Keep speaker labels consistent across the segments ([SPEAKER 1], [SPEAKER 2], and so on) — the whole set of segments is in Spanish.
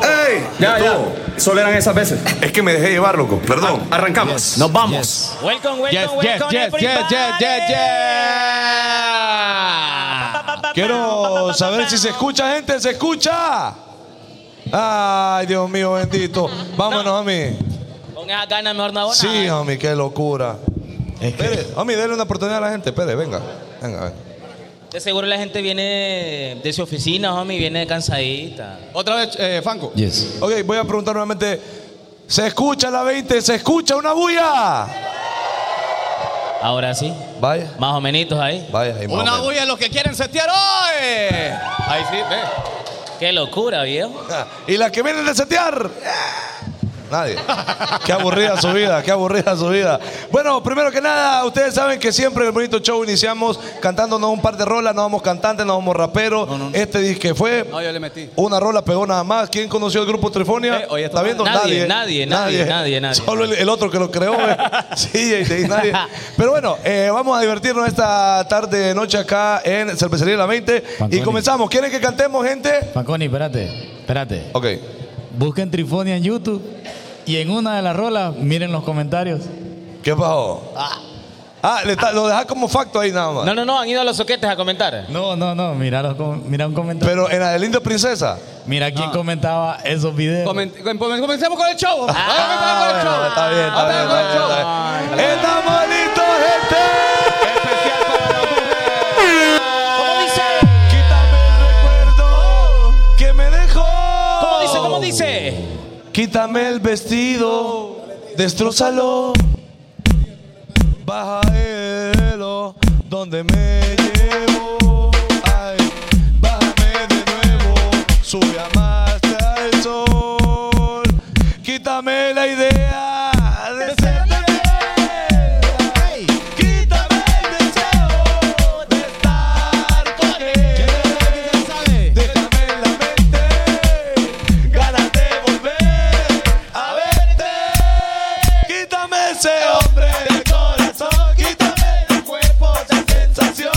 [SPEAKER 1] fue.
[SPEAKER 2] Ya, ya. Solo eran esas veces.
[SPEAKER 1] Es que me dejé llevar, loco. Perdón.
[SPEAKER 3] Ah,
[SPEAKER 2] Arrancamos. Nos vamos.
[SPEAKER 4] Welcome, welcome,
[SPEAKER 3] Yes, yes,
[SPEAKER 4] welcome,
[SPEAKER 3] yes, yes, yes, yes, yes. Quiero saber si se escucha, gente, se escucha. Ay, Dios mío, bendito. Vámonos, mí.
[SPEAKER 4] Con esas ganas mejor no hago nada.
[SPEAKER 3] Sí, homie, qué locura. Espere, homie, dele una oportunidad a la gente. Espere, venga. Venga, venga.
[SPEAKER 4] De seguro la gente viene de su oficina, homie, viene cansadita.
[SPEAKER 3] Otra vez, eh, Fanco.
[SPEAKER 5] Yes.
[SPEAKER 3] Ok, voy a preguntar nuevamente. ¿Se escucha la 20? ¿Se escucha una bulla?
[SPEAKER 4] Ahora sí.
[SPEAKER 3] Vaya,
[SPEAKER 4] Más o menos ahí.
[SPEAKER 3] vaya. ahí más o
[SPEAKER 2] Una
[SPEAKER 3] menos.
[SPEAKER 2] bulla a los que quieren setear hoy. Ahí sí, ve.
[SPEAKER 4] Qué locura, viejo.
[SPEAKER 3] Ah, Y las que vienen de setear. ah, Nadie. Qué aburrida su vida, qué aburrida su vida. Bueno, primero que nada, ustedes saben que siempre en el bonito show iniciamos cantándonos un par de rolas, no vamos cantantes, no vamos raperos. Este disque fue
[SPEAKER 2] No, yo le metí.
[SPEAKER 3] una rola pegó nada más. ¿Quién conoció el grupo Trifonia?
[SPEAKER 2] Eh, oye,
[SPEAKER 3] ¿Está viendo?
[SPEAKER 4] Nadie, nadie, nadie, nadie, nadie.
[SPEAKER 3] Solo el, el otro que lo creó. eh. sí, y de ahí nadie. Pero bueno, eh, vamos a divertirnos esta tarde, noche acá en Cervecería La 20. Y
[SPEAKER 5] Fantoni.
[SPEAKER 3] comenzamos. ¿Quieren que cantemos, gente?
[SPEAKER 5] Fanconi, espérate, espérate.
[SPEAKER 3] Ok.
[SPEAKER 5] Busquen Trifonia en YouTube y en una de las rolas miren los comentarios.
[SPEAKER 3] ¿Qué pasó? Ah, le está- lo dejas como facto ahí nada más.
[SPEAKER 4] No, no, no, han ido a los soquetes a comentar.
[SPEAKER 5] No, no, no, mira, los com- mira un comentario.
[SPEAKER 3] Pero en Adelinda Princesa.
[SPEAKER 5] mira quién comentaba esos videos.
[SPEAKER 2] Comen- com- com- comencemos con el show. Vamos a comenzar
[SPEAKER 3] Ah,
[SPEAKER 2] con el
[SPEAKER 3] bueno,
[SPEAKER 2] show.
[SPEAKER 3] está bien, está
[SPEAKER 2] Vamos
[SPEAKER 3] bien,
[SPEAKER 2] a
[SPEAKER 3] está
[SPEAKER 2] comenzar
[SPEAKER 3] bien,
[SPEAKER 2] con el show.
[SPEAKER 3] está bien. ¡Estamos listos, gente!
[SPEAKER 4] ¿Cómo dice? Oh.
[SPEAKER 3] Quítame el recuerdo que me dejó.
[SPEAKER 4] ¿Cómo dice?
[SPEAKER 3] Oh.
[SPEAKER 4] ¿Cómo dice?
[SPEAKER 3] Quítame el vestido, destrozalo. Baja el helo donde me llevo. Ay, bájame de nuevo, sube a más el sol. Quítame la idea de ser de él. Quítame el deseo de estar con él. Déjame en la mente, ganas de volver a verte. Quítame ese hombre del corazón, quítame del cuerpo esa sensación.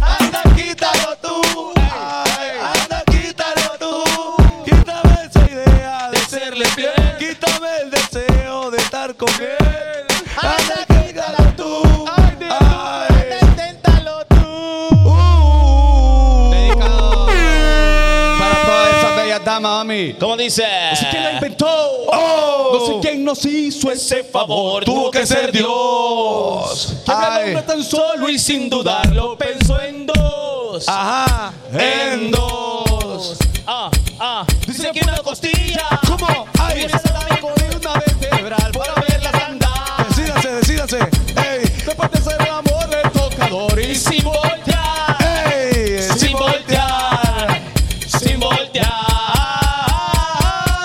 [SPEAKER 3] Anda, quítalo tú, ay, anda, quítalo tú. Quítame esa idea de serle fiel, quítame el deseo de estar con él. Anda, quítalo tú, ay,
[SPEAKER 2] Inténtalo tú.
[SPEAKER 3] Uh.
[SPEAKER 2] Dedicado para todas esas bellas damas, mami.
[SPEAKER 4] ¿Cómo dice?
[SPEAKER 2] inventó? No sé quién nos hizo Oh. ese favor.
[SPEAKER 3] Tuvo que ser Dios.
[SPEAKER 2] Que hablaba
[SPEAKER 3] Ay.
[SPEAKER 2] uno tan solo y sin dudarlo pensó en dos.
[SPEAKER 3] Ajá, en dos.
[SPEAKER 4] Ah, ah.
[SPEAKER 2] Dice que una costilla. ¿Cómo? Ay, esa la vengo de una vertebral para verlas andar.
[SPEAKER 3] Decídase, decídase. Ey,
[SPEAKER 2] Después de ser el amor del tocador y sin voltear.
[SPEAKER 3] ey,
[SPEAKER 2] Sin voltear. Sin voltear.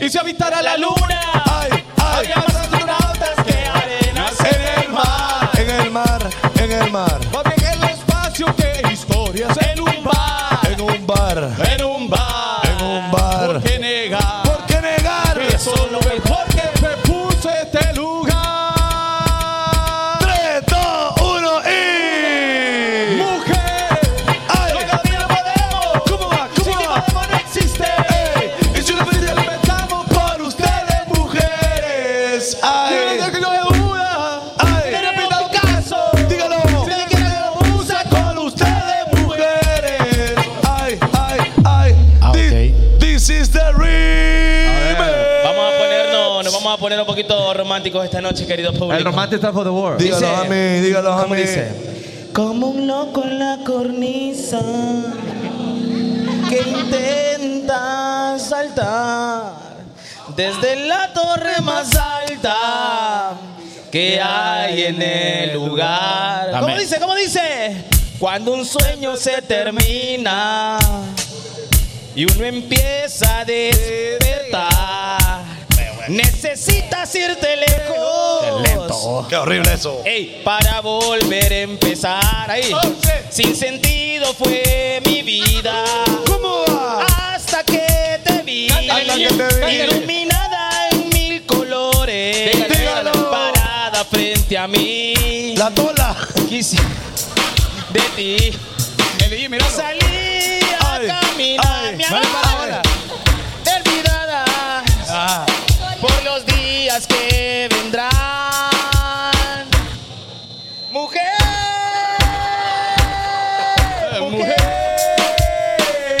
[SPEAKER 2] Y si habitara la luna.
[SPEAKER 3] Ay, ay.
[SPEAKER 2] Habría más astronautas que arenas en el mar.
[SPEAKER 3] En el mar, en el mar.
[SPEAKER 2] Más bien el espacio que historias en un bar.
[SPEAKER 3] En un bar,
[SPEAKER 2] En un bar.
[SPEAKER 3] en un bar.
[SPEAKER 2] ¿Por qué negar?
[SPEAKER 3] ¿Por qué negar?
[SPEAKER 2] Eso es lo mejor que me puso este lugar.
[SPEAKER 3] 3, 2, 1 y.
[SPEAKER 2] Mujer,
[SPEAKER 3] Ay.
[SPEAKER 2] no camino podemos.
[SPEAKER 3] ¿Cómo va? ¿Cómo
[SPEAKER 2] Sin ti
[SPEAKER 3] va?
[SPEAKER 2] podemos no existe.
[SPEAKER 3] Y si una felicidad la inventamos por ustedes, mujeres.
[SPEAKER 2] Quiero que
[SPEAKER 3] Ay,
[SPEAKER 2] no me duda.
[SPEAKER 3] Ay.
[SPEAKER 2] Que repita un caso.
[SPEAKER 3] dígalo.
[SPEAKER 2] Si me quiere, lo usa
[SPEAKER 3] con ustedes, mujeres. Ay, ay, ay.
[SPEAKER 5] Ah,
[SPEAKER 3] Thi- This is the remix.
[SPEAKER 4] Vamos a ponernos, nos vamos a poner un poquito románticos esta noche, querido público.
[SPEAKER 6] El romantic time for the world.
[SPEAKER 3] Dígalo
[SPEAKER 4] Dice-
[SPEAKER 3] a mí, dígalo a
[SPEAKER 4] ¿Cómo
[SPEAKER 3] mí.
[SPEAKER 4] dice? Como un loco en la cornisa que intenta saltar desde la torre más alta que hay en el lugar. ¿Cómo
[SPEAKER 5] Amén.
[SPEAKER 4] dice? ¿Cómo dice? Cuando un sueño se termina y uno empieza a despertar, necesitas irte lejos.
[SPEAKER 3] Qué horrible eso.
[SPEAKER 4] Ey, para volver a empezar ahí.
[SPEAKER 3] Oh.
[SPEAKER 4] Sin sentido fue mi vida.
[SPEAKER 3] ¿Cómo va?
[SPEAKER 4] Hasta que te vi.
[SPEAKER 3] Hasta que te vi.
[SPEAKER 4] Iluminada en mil colores.
[SPEAKER 3] Dígalo.
[SPEAKER 4] Parada frente a mí.
[SPEAKER 3] La tola.
[SPEAKER 4] Quise de ti.
[SPEAKER 3] eh,
[SPEAKER 2] El DJ, mira.
[SPEAKER 4] Salí a caminar,
[SPEAKER 3] Ay,
[SPEAKER 4] mi
[SPEAKER 3] vale para
[SPEAKER 4] amor.
[SPEAKER 3] ahora.
[SPEAKER 4] Terminada
[SPEAKER 3] Ah,
[SPEAKER 4] por los días que vendrán. Mujer, mujer.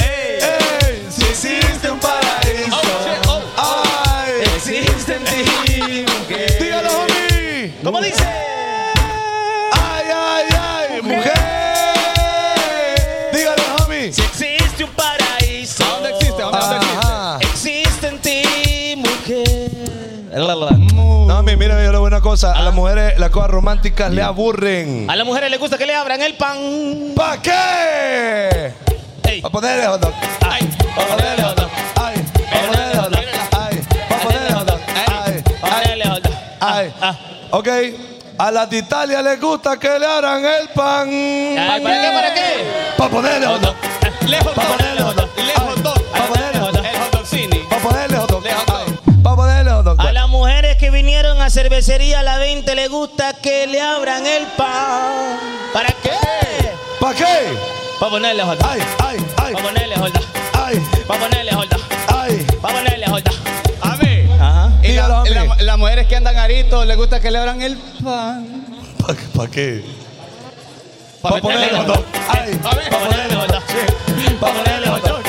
[SPEAKER 3] ey, si existe un paraíso, oh. ay, existe en ti, mujer. Dígalo, homie.
[SPEAKER 4] ¿Cómo dice?
[SPEAKER 3] Ay, ay, ay, mujer. Dígalo, homie.
[SPEAKER 4] Si existe un paraíso.
[SPEAKER 3] ¿Dónde existe? ¿Dónde, dónde
[SPEAKER 4] Ajá. Existe en ti, mujer. La, la, la.
[SPEAKER 3] No, homie, mira, yo le voy a una cosa.
[SPEAKER 4] Ah.
[SPEAKER 3] A las mujeres las cosas románticas le aburren.
[SPEAKER 4] A las mujeres les gusta que le abran el pan.
[SPEAKER 3] ¿Para qué?
[SPEAKER 4] Ey,
[SPEAKER 3] A ponerle hot dog.
[SPEAKER 4] ay,
[SPEAKER 3] A ponerle hot dog. Ay, a ponerle hot dog. Ay, a ponerle hot dog. Ay, ay,
[SPEAKER 4] órale, órale.
[SPEAKER 3] ay.
[SPEAKER 4] Ah.
[SPEAKER 3] Ok. A las de Italia les gusta que le hagan el pan.
[SPEAKER 4] Ay, ¿Para qué? ¿Para qué?
[SPEAKER 3] Pa' ponerle hot dog.
[SPEAKER 4] Eh,
[SPEAKER 2] Lejos
[SPEAKER 3] Pa' ponerle hot dog.
[SPEAKER 2] Lejos dos.
[SPEAKER 3] Pa' ponerle hot dog.
[SPEAKER 2] El hot dog cine.
[SPEAKER 3] Pa' ponerle hot dog.
[SPEAKER 2] Le hot dog.
[SPEAKER 3] Ay, Pa' ponerle hot dog.
[SPEAKER 4] A las mujeres que vinieron a cervecería a la 20 le gusta que le abran el pan. ¿Para qué?
[SPEAKER 3] ¿Para qué?
[SPEAKER 4] Para ponerle jorda.
[SPEAKER 3] Ay, ay, ay,
[SPEAKER 4] Para ponerle jorda.
[SPEAKER 3] ay,
[SPEAKER 4] Para ponerle jorda.
[SPEAKER 3] ay.
[SPEAKER 4] Para ponerle jorda.
[SPEAKER 2] A ver.
[SPEAKER 4] Ajá.
[SPEAKER 2] Y
[SPEAKER 3] Dígalo,
[SPEAKER 2] la-
[SPEAKER 3] hombre.
[SPEAKER 2] la- Las mujeres que andan aritos les gusta que le abran el pan.
[SPEAKER 3] ¿Para qué?
[SPEAKER 2] Pa'
[SPEAKER 3] Pa' ponerle hot dog. Ay,
[SPEAKER 2] A ver.
[SPEAKER 3] pa' ponerle hot dog. Sí, pa' ponerle hot dog.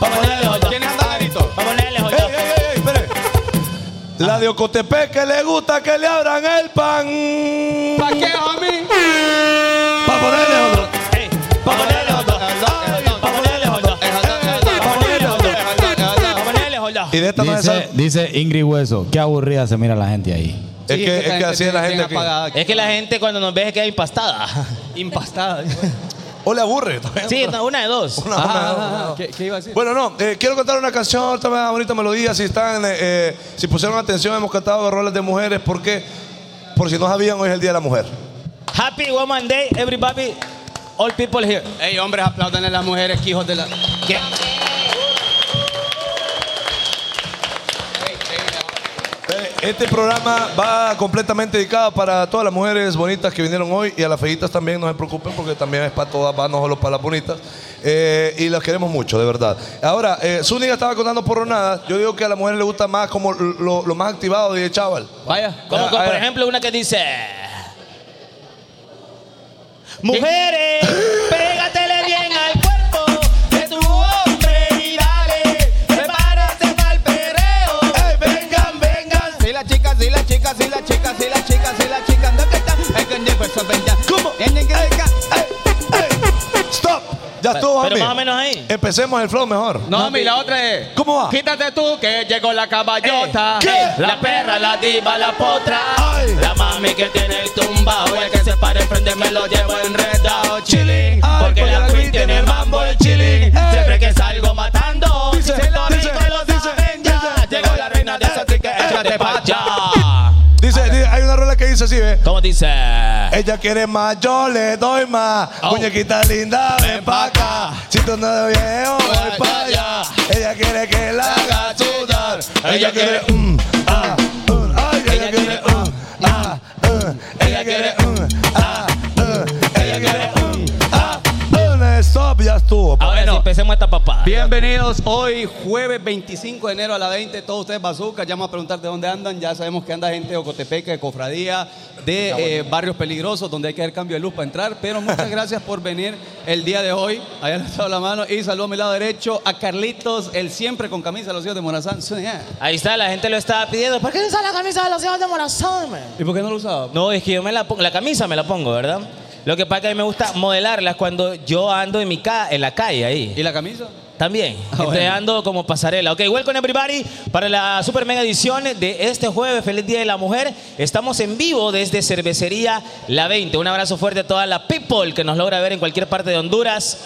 [SPEAKER 3] Pa' ponerle hot dog.
[SPEAKER 2] ¿Quiénes andan aritos?
[SPEAKER 4] Para ponerle
[SPEAKER 3] ¡Ey,
[SPEAKER 4] jorda.
[SPEAKER 3] ey, ey, ey! Espere. La de Ocotepec que le gusta que le abran el pan.
[SPEAKER 2] ¿Para qué, homie?
[SPEAKER 3] Pa' ponerle hot dog.
[SPEAKER 4] Ey, Para ponerle jorda.
[SPEAKER 2] Ay, pa'
[SPEAKER 4] Para ponerle
[SPEAKER 3] Eh,
[SPEAKER 2] El
[SPEAKER 4] jorda.
[SPEAKER 2] hot dog,
[SPEAKER 3] Pa' eh, ponerle hot dog.
[SPEAKER 2] el hot dog, el hot dog, el hot dog.
[SPEAKER 4] Para ponerle jorda.
[SPEAKER 3] Y de esta no se
[SPEAKER 5] Dice,
[SPEAKER 3] sabe.
[SPEAKER 5] dice Ingrid Hueso, qué aburrida se mira la gente ahí.
[SPEAKER 3] Es
[SPEAKER 2] Sí,
[SPEAKER 3] que, es
[SPEAKER 2] esta
[SPEAKER 3] que así es la
[SPEAKER 2] bien
[SPEAKER 3] gente aquí.
[SPEAKER 2] apagada.
[SPEAKER 4] Es que la gente cuando nos ve se queda impastada.
[SPEAKER 2] Impastada.
[SPEAKER 3] O le aburre. también.
[SPEAKER 4] Sí, no, una de dos.
[SPEAKER 3] Una- una- una-
[SPEAKER 2] ¿Qué, ¿Qué iba a decir?
[SPEAKER 3] Bueno, no, eh, quiero cantar una canción, esta una bonita melodía. Si están, eh, eh, si pusieron atención, hemos cantado roles de mujeres, porque, por si no sabían, hoy es el Día de la Mujer.
[SPEAKER 4] Happy Woman Day, everybody. All people here.
[SPEAKER 2] Ey, hombres, aplaudan a las mujeres, que hijos de la.
[SPEAKER 4] ¿Qué?
[SPEAKER 3] Eh, Este programa va completamente dedicado para todas las mujeres bonitas que vinieron hoy y a las feitas también, no se preocupen porque también es para todas, va no solo para las bonitas. Eh, y las queremos mucho, de verdad. Ahora, eh, Zúñiga estaba contando porronadas. Yo digo que a las mujeres les gusta más como lo, lo más activado de chaval.
[SPEAKER 2] Vaya.
[SPEAKER 4] Como,
[SPEAKER 3] Ah,
[SPEAKER 4] como, por
[SPEAKER 3] ah.
[SPEAKER 4] ejemplo una que dice Mujeres, pégatele bien al cuerpo de tu hombre y dale, prepárate para el perreo.
[SPEAKER 3] ¡Ey, vengan, vengan!
[SPEAKER 2] Si las chicas, si las chicas, si las chicas, si las chicas, si las chicas, ¿dónde están? Hay que llevar su venta.
[SPEAKER 3] ¿Cómo? ah,
[SPEAKER 2] Tienen que llegar.
[SPEAKER 3] ¡Stop! Ya estuvo,
[SPEAKER 4] Pero
[SPEAKER 3] mami.
[SPEAKER 4] más o menos ahí.
[SPEAKER 3] Empecemos el flow mejor.
[SPEAKER 2] No, mi, la otra es.
[SPEAKER 3] ¿Cómo va?
[SPEAKER 2] Quítate tú que llegó la caballota.
[SPEAKER 3] Ey, ¿qué?
[SPEAKER 2] La perra, la diva, la potra.
[SPEAKER 3] Ay.
[SPEAKER 2] La mami que tiene el tumbao. El que se para enfrente me lo llevo enredado.
[SPEAKER 3] Ay,
[SPEAKER 2] Chilling. Porque
[SPEAKER 3] porque
[SPEAKER 2] la
[SPEAKER 3] la
[SPEAKER 2] queen
[SPEAKER 3] queen
[SPEAKER 2] tiene
[SPEAKER 3] tiene
[SPEAKER 2] mambo el
[SPEAKER 3] el
[SPEAKER 2] chilling.
[SPEAKER 3] chilling.
[SPEAKER 2] Siempre
[SPEAKER 3] Ey.
[SPEAKER 2] que salgo matando.
[SPEAKER 3] Dice,
[SPEAKER 2] se lo
[SPEAKER 3] dice,
[SPEAKER 2] rico y lo
[SPEAKER 3] dice,
[SPEAKER 2] saben ya.
[SPEAKER 3] dice.
[SPEAKER 2] Llegó la reina de esa que
[SPEAKER 3] Ay.
[SPEAKER 2] échate pa' allá.
[SPEAKER 4] Ah,
[SPEAKER 3] Dice, dice, hay una rola que dice así, ¿ves?
[SPEAKER 4] ¿Cómo dice?
[SPEAKER 3] Ella quiere más, yo le doy más.
[SPEAKER 4] Oh.
[SPEAKER 3] Muñequita linda, ven pa' acá. Si tú no lo viejo, voy pa' allá. Ella quiere que la haga sudar. Ella quiere un, ah, un, ay, ella quiere un, ah, un. Ella quiere un, ah, un. Ella quiere un, ah, un. Stop, ya estuvo. pa.
[SPEAKER 4] Ahora
[SPEAKER 2] Bueno.
[SPEAKER 4] sí, empecemos esta papá.
[SPEAKER 2] Bienvenidos hoy, jueves 25 de enero a la 20. Todos ustedes, bazooka, ya vamos a preguntar de dónde andan. Ya sabemos que anda gente de Ocotepeque, de Cofradía, de eh, barrios peligrosos, donde hay que hacer cambio de luz para entrar. Pero muchas gracias por venir el día de hoy. Allá le estado la mano. Y saludo a mi lado derecho a Carlitos, el siempre con camisa, los hijos de Morazán. Sí, eh.
[SPEAKER 4] Ahí está, la gente lo estaba pidiendo. ¿Por qué no usa la camisa de los hijos de Morazán, man?
[SPEAKER 2] ¿Y por qué no lo usaba?
[SPEAKER 4] No, es que yo me la pongo, la camisa me la pongo, ¿verdad? Lo que pasa es que a mí me gusta modelarlas cuando yo ando en mi ca en la calle ahí.
[SPEAKER 2] ¿Y la camisa?
[SPEAKER 4] También,
[SPEAKER 2] Ah, bueno.
[SPEAKER 4] entregando como pasarela. Ok, welcome everybody para la super mega edición de este jueves. Feliz Día de la Mujer. Estamos en vivo desde Cervecería La 20. Un abrazo fuerte a toda la people que nos logra ver en cualquier parte de Honduras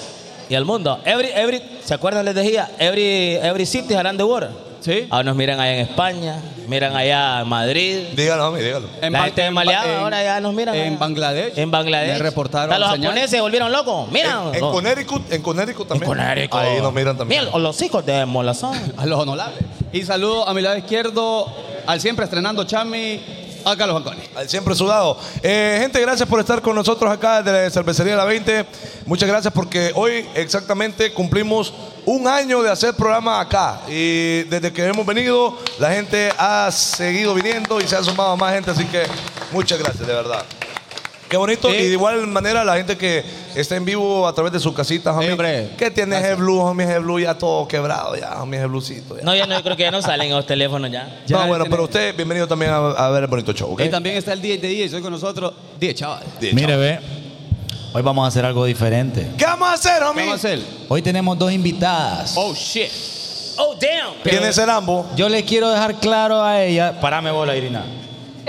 [SPEAKER 4] y al mundo. Every, every, ¿se acuerdan? Les decía, every, every city around the world.
[SPEAKER 2] Sí.
[SPEAKER 4] Ahora nos miran allá en España, miran allá en Madrid.
[SPEAKER 3] Dígalo, mami, dígalo.
[SPEAKER 4] La
[SPEAKER 2] Ban-
[SPEAKER 4] gente de
[SPEAKER 2] en-
[SPEAKER 4] Maleaba
[SPEAKER 2] en-
[SPEAKER 4] ahora ya nos miran.
[SPEAKER 2] En
[SPEAKER 4] allá.
[SPEAKER 2] Bangladesh.
[SPEAKER 4] En Bangladesh.
[SPEAKER 2] Me reportaron.
[SPEAKER 4] Hasta los
[SPEAKER 2] señal.
[SPEAKER 4] japoneses se volvieron locos. Miran.
[SPEAKER 3] En, en Connecticut, en Connecticut también.
[SPEAKER 4] Conérico.
[SPEAKER 3] Ahí nos miran también.
[SPEAKER 4] Miren, los hijos de Molazán.
[SPEAKER 2] A los honorables. Y saludo a mi lado izquierdo, al siempre estrenando Chami,
[SPEAKER 7] acá los balcones.
[SPEAKER 3] Al siempre sudado. Eh, gente, gracias por estar con nosotros acá desde la Cervecería La 20. Muchas gracias porque hoy exactamente cumplimos un año de hacer programa acá. Y desde que hemos venido, la gente ha seguido viniendo y se ha sumado más gente. Así que muchas gracias, de verdad. Qué bonito.
[SPEAKER 7] Sí.
[SPEAKER 3] Y de igual manera, la gente que está en vivo a través de sus casitas, homie.
[SPEAKER 7] Sí, hombre.
[SPEAKER 3] ¿Qué tiene G-Blue, homie? G-Blue ya todo quebrado, ya, homie, G-Bluecito. ya. No,
[SPEAKER 4] No, ya no, yo creo que ya no salen los teléfonos ya.
[SPEAKER 7] ya
[SPEAKER 3] bueno,
[SPEAKER 7] tiene-
[SPEAKER 3] pero usted, bienvenido también a, a ver el bonito show, ¿ok?
[SPEAKER 7] Y Pues también está el 10 de 10, hoy con nosotros 10 chaval.
[SPEAKER 3] Bien,
[SPEAKER 5] Mire, ve. Hoy vamos a hacer algo diferente.
[SPEAKER 3] ¿Qué vamos a hacer, homie?
[SPEAKER 7] Vamos a hacer.
[SPEAKER 5] Hoy tenemos dos invitadas.
[SPEAKER 7] Oh shit.
[SPEAKER 4] Oh, damn.
[SPEAKER 7] Eh,
[SPEAKER 3] ¿Quiénes serán ambos?
[SPEAKER 5] Yo le quiero dejar claro a ella. Parame bola, Irina.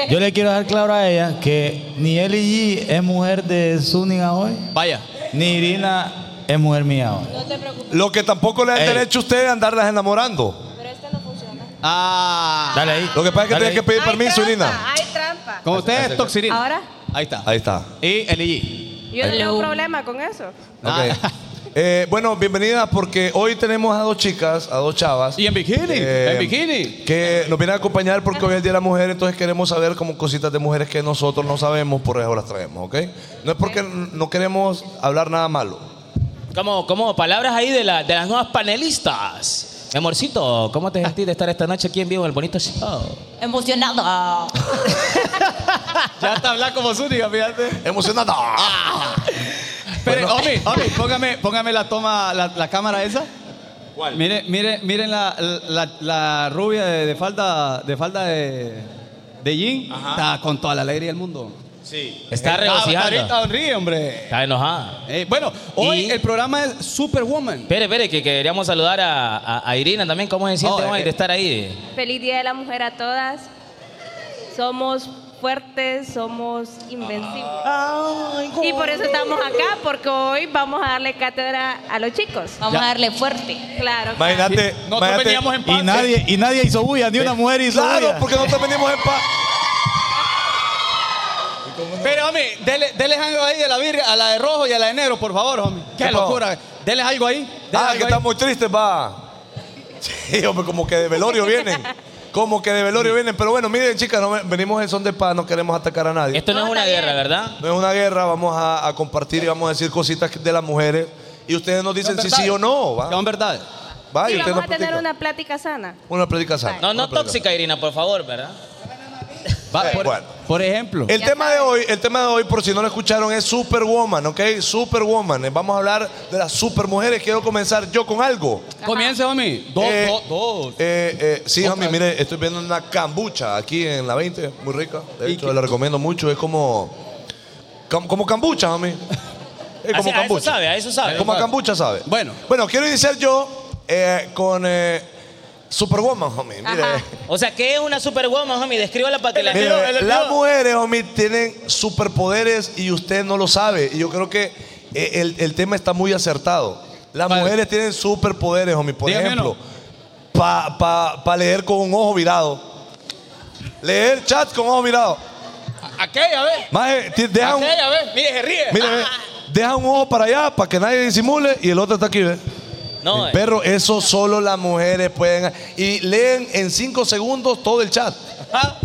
[SPEAKER 5] Yo le quiero dejar claro a ella que ni Eli G es mujer de Zúñiga hoy,
[SPEAKER 7] Vaya.
[SPEAKER 5] ni Irina es mujer mía hoy.
[SPEAKER 8] No te preocupes,
[SPEAKER 3] Lo que tampoco le da
[SPEAKER 7] eh.
[SPEAKER 3] el
[SPEAKER 5] Ey.
[SPEAKER 3] derecho a usted a andarlas enamorando.
[SPEAKER 8] pero esta no funciona.
[SPEAKER 7] Ah.
[SPEAKER 5] Dale ahí.
[SPEAKER 3] Lo que pasa es que
[SPEAKER 5] Dale
[SPEAKER 3] tienes que
[SPEAKER 5] ahí.
[SPEAKER 3] pedir permiso,
[SPEAKER 8] trampa,
[SPEAKER 3] Irina.
[SPEAKER 8] Hay trampa.
[SPEAKER 7] Con ustedes, Toxirina.
[SPEAKER 8] Ahora.
[SPEAKER 7] Ahí está.
[SPEAKER 3] Ahí está.
[SPEAKER 7] Y el IG.
[SPEAKER 8] Yo no tengo problema con eso.
[SPEAKER 7] Ah.
[SPEAKER 3] Ok. Eh, bueno, bienvenidas porque hoy tenemos a dos chicas, a dos chavas.
[SPEAKER 7] Y en bikini.
[SPEAKER 3] eh,
[SPEAKER 7] en bikini.
[SPEAKER 3] Que nos vienen a acompañar porque hoy es el Día de la Mujer, entonces queremos saber como cositas de mujeres que nosotros no sabemos, por eso las traemos, ¿ok? No es porque no queremos hablar nada malo.
[SPEAKER 4] Como, como palabras ahí de, la- de las nuevas panelistas. Mi Amorcito, ¿cómo te sentís de estar esta noche aquí en vivo en el bonito show?
[SPEAKER 8] Emocionado.
[SPEAKER 7] Ya está hablar como Zúñiga, fíjate.
[SPEAKER 3] Emocionada.
[SPEAKER 7] Ah. Pero, homie, homie, póngame, póngame la toma, la, la cámara esa.
[SPEAKER 3] ¿Cuál?
[SPEAKER 7] Mire, mire, miren la, la, la rubia de, de falda de falda de, de jean. Está con toda la alegría del mundo.
[SPEAKER 4] Está
[SPEAKER 7] Ahorita
[SPEAKER 4] regocijando.
[SPEAKER 7] sonríe, hombre.
[SPEAKER 4] Está enojada.
[SPEAKER 7] Eh, bueno, hoy
[SPEAKER 4] Y-
[SPEAKER 7] el programa es Superwoman.
[SPEAKER 4] Espere, espere, que queríamos saludar a, a- a Irina también. ¿Cómo se siente
[SPEAKER 7] Oh,
[SPEAKER 4] hoy
[SPEAKER 7] eh,
[SPEAKER 4] de estar ahí?
[SPEAKER 8] Feliz Día de la Mujer a todas. Somos fuertes, somos invencibles. Y por eso estamos acá, porque hoy vamos a darle cátedra a los chicos.
[SPEAKER 9] Vamos a darle fuerte.
[SPEAKER 8] Claro.
[SPEAKER 3] Imagínate.
[SPEAKER 7] Nosotros
[SPEAKER 3] imagínate-
[SPEAKER 7] veníamos en paz.
[SPEAKER 5] Y nadie, y nadie hizo bulla, ni una mujer hizo
[SPEAKER 3] Claro,
[SPEAKER 5] bulla.
[SPEAKER 3] porque nosotros venimos en paz.
[SPEAKER 7] Pero, homie, dele, deles algo ahí de la virgen, a la de rojo y a la de negro, por favor, homie. Qué
[SPEAKER 3] ¿Qué pasó?
[SPEAKER 7] locura. Deles algo ahí. deles
[SPEAKER 3] Ah,
[SPEAKER 7] algo
[SPEAKER 3] que
[SPEAKER 7] ahí.
[SPEAKER 3] están muy tristes, va. Sí, hombre, como que de velorio vienen. Como que de velorio vienen. Pero bueno, miren, chicas, no, ve- venimos en son de paz, no queremos atacar a nadie.
[SPEAKER 4] Esto no,
[SPEAKER 9] No,
[SPEAKER 4] es una
[SPEAKER 9] está bien.
[SPEAKER 4] guerra, ¿verdad?
[SPEAKER 3] No es una guerra, vamos a, a compartir y vamos a decir cositas de las mujeres. Y ustedes nos dicen si sí o no. Va,
[SPEAKER 7] Son verdades.
[SPEAKER 3] Va, y
[SPEAKER 8] Y
[SPEAKER 3] ustedes nos
[SPEAKER 8] vamos a tener
[SPEAKER 3] platican.
[SPEAKER 8] una plática sana.
[SPEAKER 3] Una plática sana.
[SPEAKER 4] No, no
[SPEAKER 3] Una plática
[SPEAKER 4] tóxica, Irina, por favor, ¿verdad?
[SPEAKER 7] Va,
[SPEAKER 3] Eh,
[SPEAKER 7] por,
[SPEAKER 3] bueno.
[SPEAKER 7] por ejemplo.
[SPEAKER 3] El tema de hoy, el tema de hoy, por si no lo escucharon, es Superwoman, ¿ok? Superwoman. Eh, Vamos a hablar de las supermujeres. Quiero comenzar yo con algo.
[SPEAKER 7] Comience, homie. Dos,
[SPEAKER 3] Eh,
[SPEAKER 7] dos, dos.
[SPEAKER 3] eh, eh, sí,
[SPEAKER 7] Otra
[SPEAKER 3] homie,
[SPEAKER 7] vez.
[SPEAKER 3] mire, estoy viendo una cambucha aquí en la 20, muy rica. De
[SPEAKER 7] ¿Y
[SPEAKER 3] hecho,
[SPEAKER 7] qué?
[SPEAKER 3] la recomiendo mucho. Es como. cam- como cambucha, homie. Es
[SPEAKER 4] Así-
[SPEAKER 3] como
[SPEAKER 4] a eso
[SPEAKER 3] cambucha.
[SPEAKER 4] sabe, a eso sabe.
[SPEAKER 3] Como a cambucha, ¿sabe?
[SPEAKER 7] Bueno.
[SPEAKER 3] Bueno, quiero iniciar yo eh, con eh, Superwoman, homie. Mire,
[SPEAKER 8] Ajá.
[SPEAKER 4] O sea, ¿qué es una superwoman, homie? Descríbala para que la
[SPEAKER 3] mire,
[SPEAKER 4] gente...
[SPEAKER 3] las mujeres, homie, tienen superpoderes y usted no lo sabe. Y yo creo que eh, el, el tema está muy acertado. Las
[SPEAKER 7] Vale.
[SPEAKER 3] mujeres tienen superpoderes, homie. Por
[SPEAKER 7] Dígame
[SPEAKER 3] ejemplo, para leer con un ojo virado. Leer chat con ojo virado.
[SPEAKER 7] Aquella vez.
[SPEAKER 3] Maje, ti- deja un,
[SPEAKER 7] Aquella vez. Mire, se ríe.
[SPEAKER 3] mire, ve, deja un ojo para allá para que nadie disimule y el otro está aquí, ¿ves?
[SPEAKER 4] No,
[SPEAKER 3] Mi
[SPEAKER 4] eh,
[SPEAKER 3] perro, eso solo las mujeres pueden. Y leen en cinco segundos todo el chat.
[SPEAKER 7] Ah,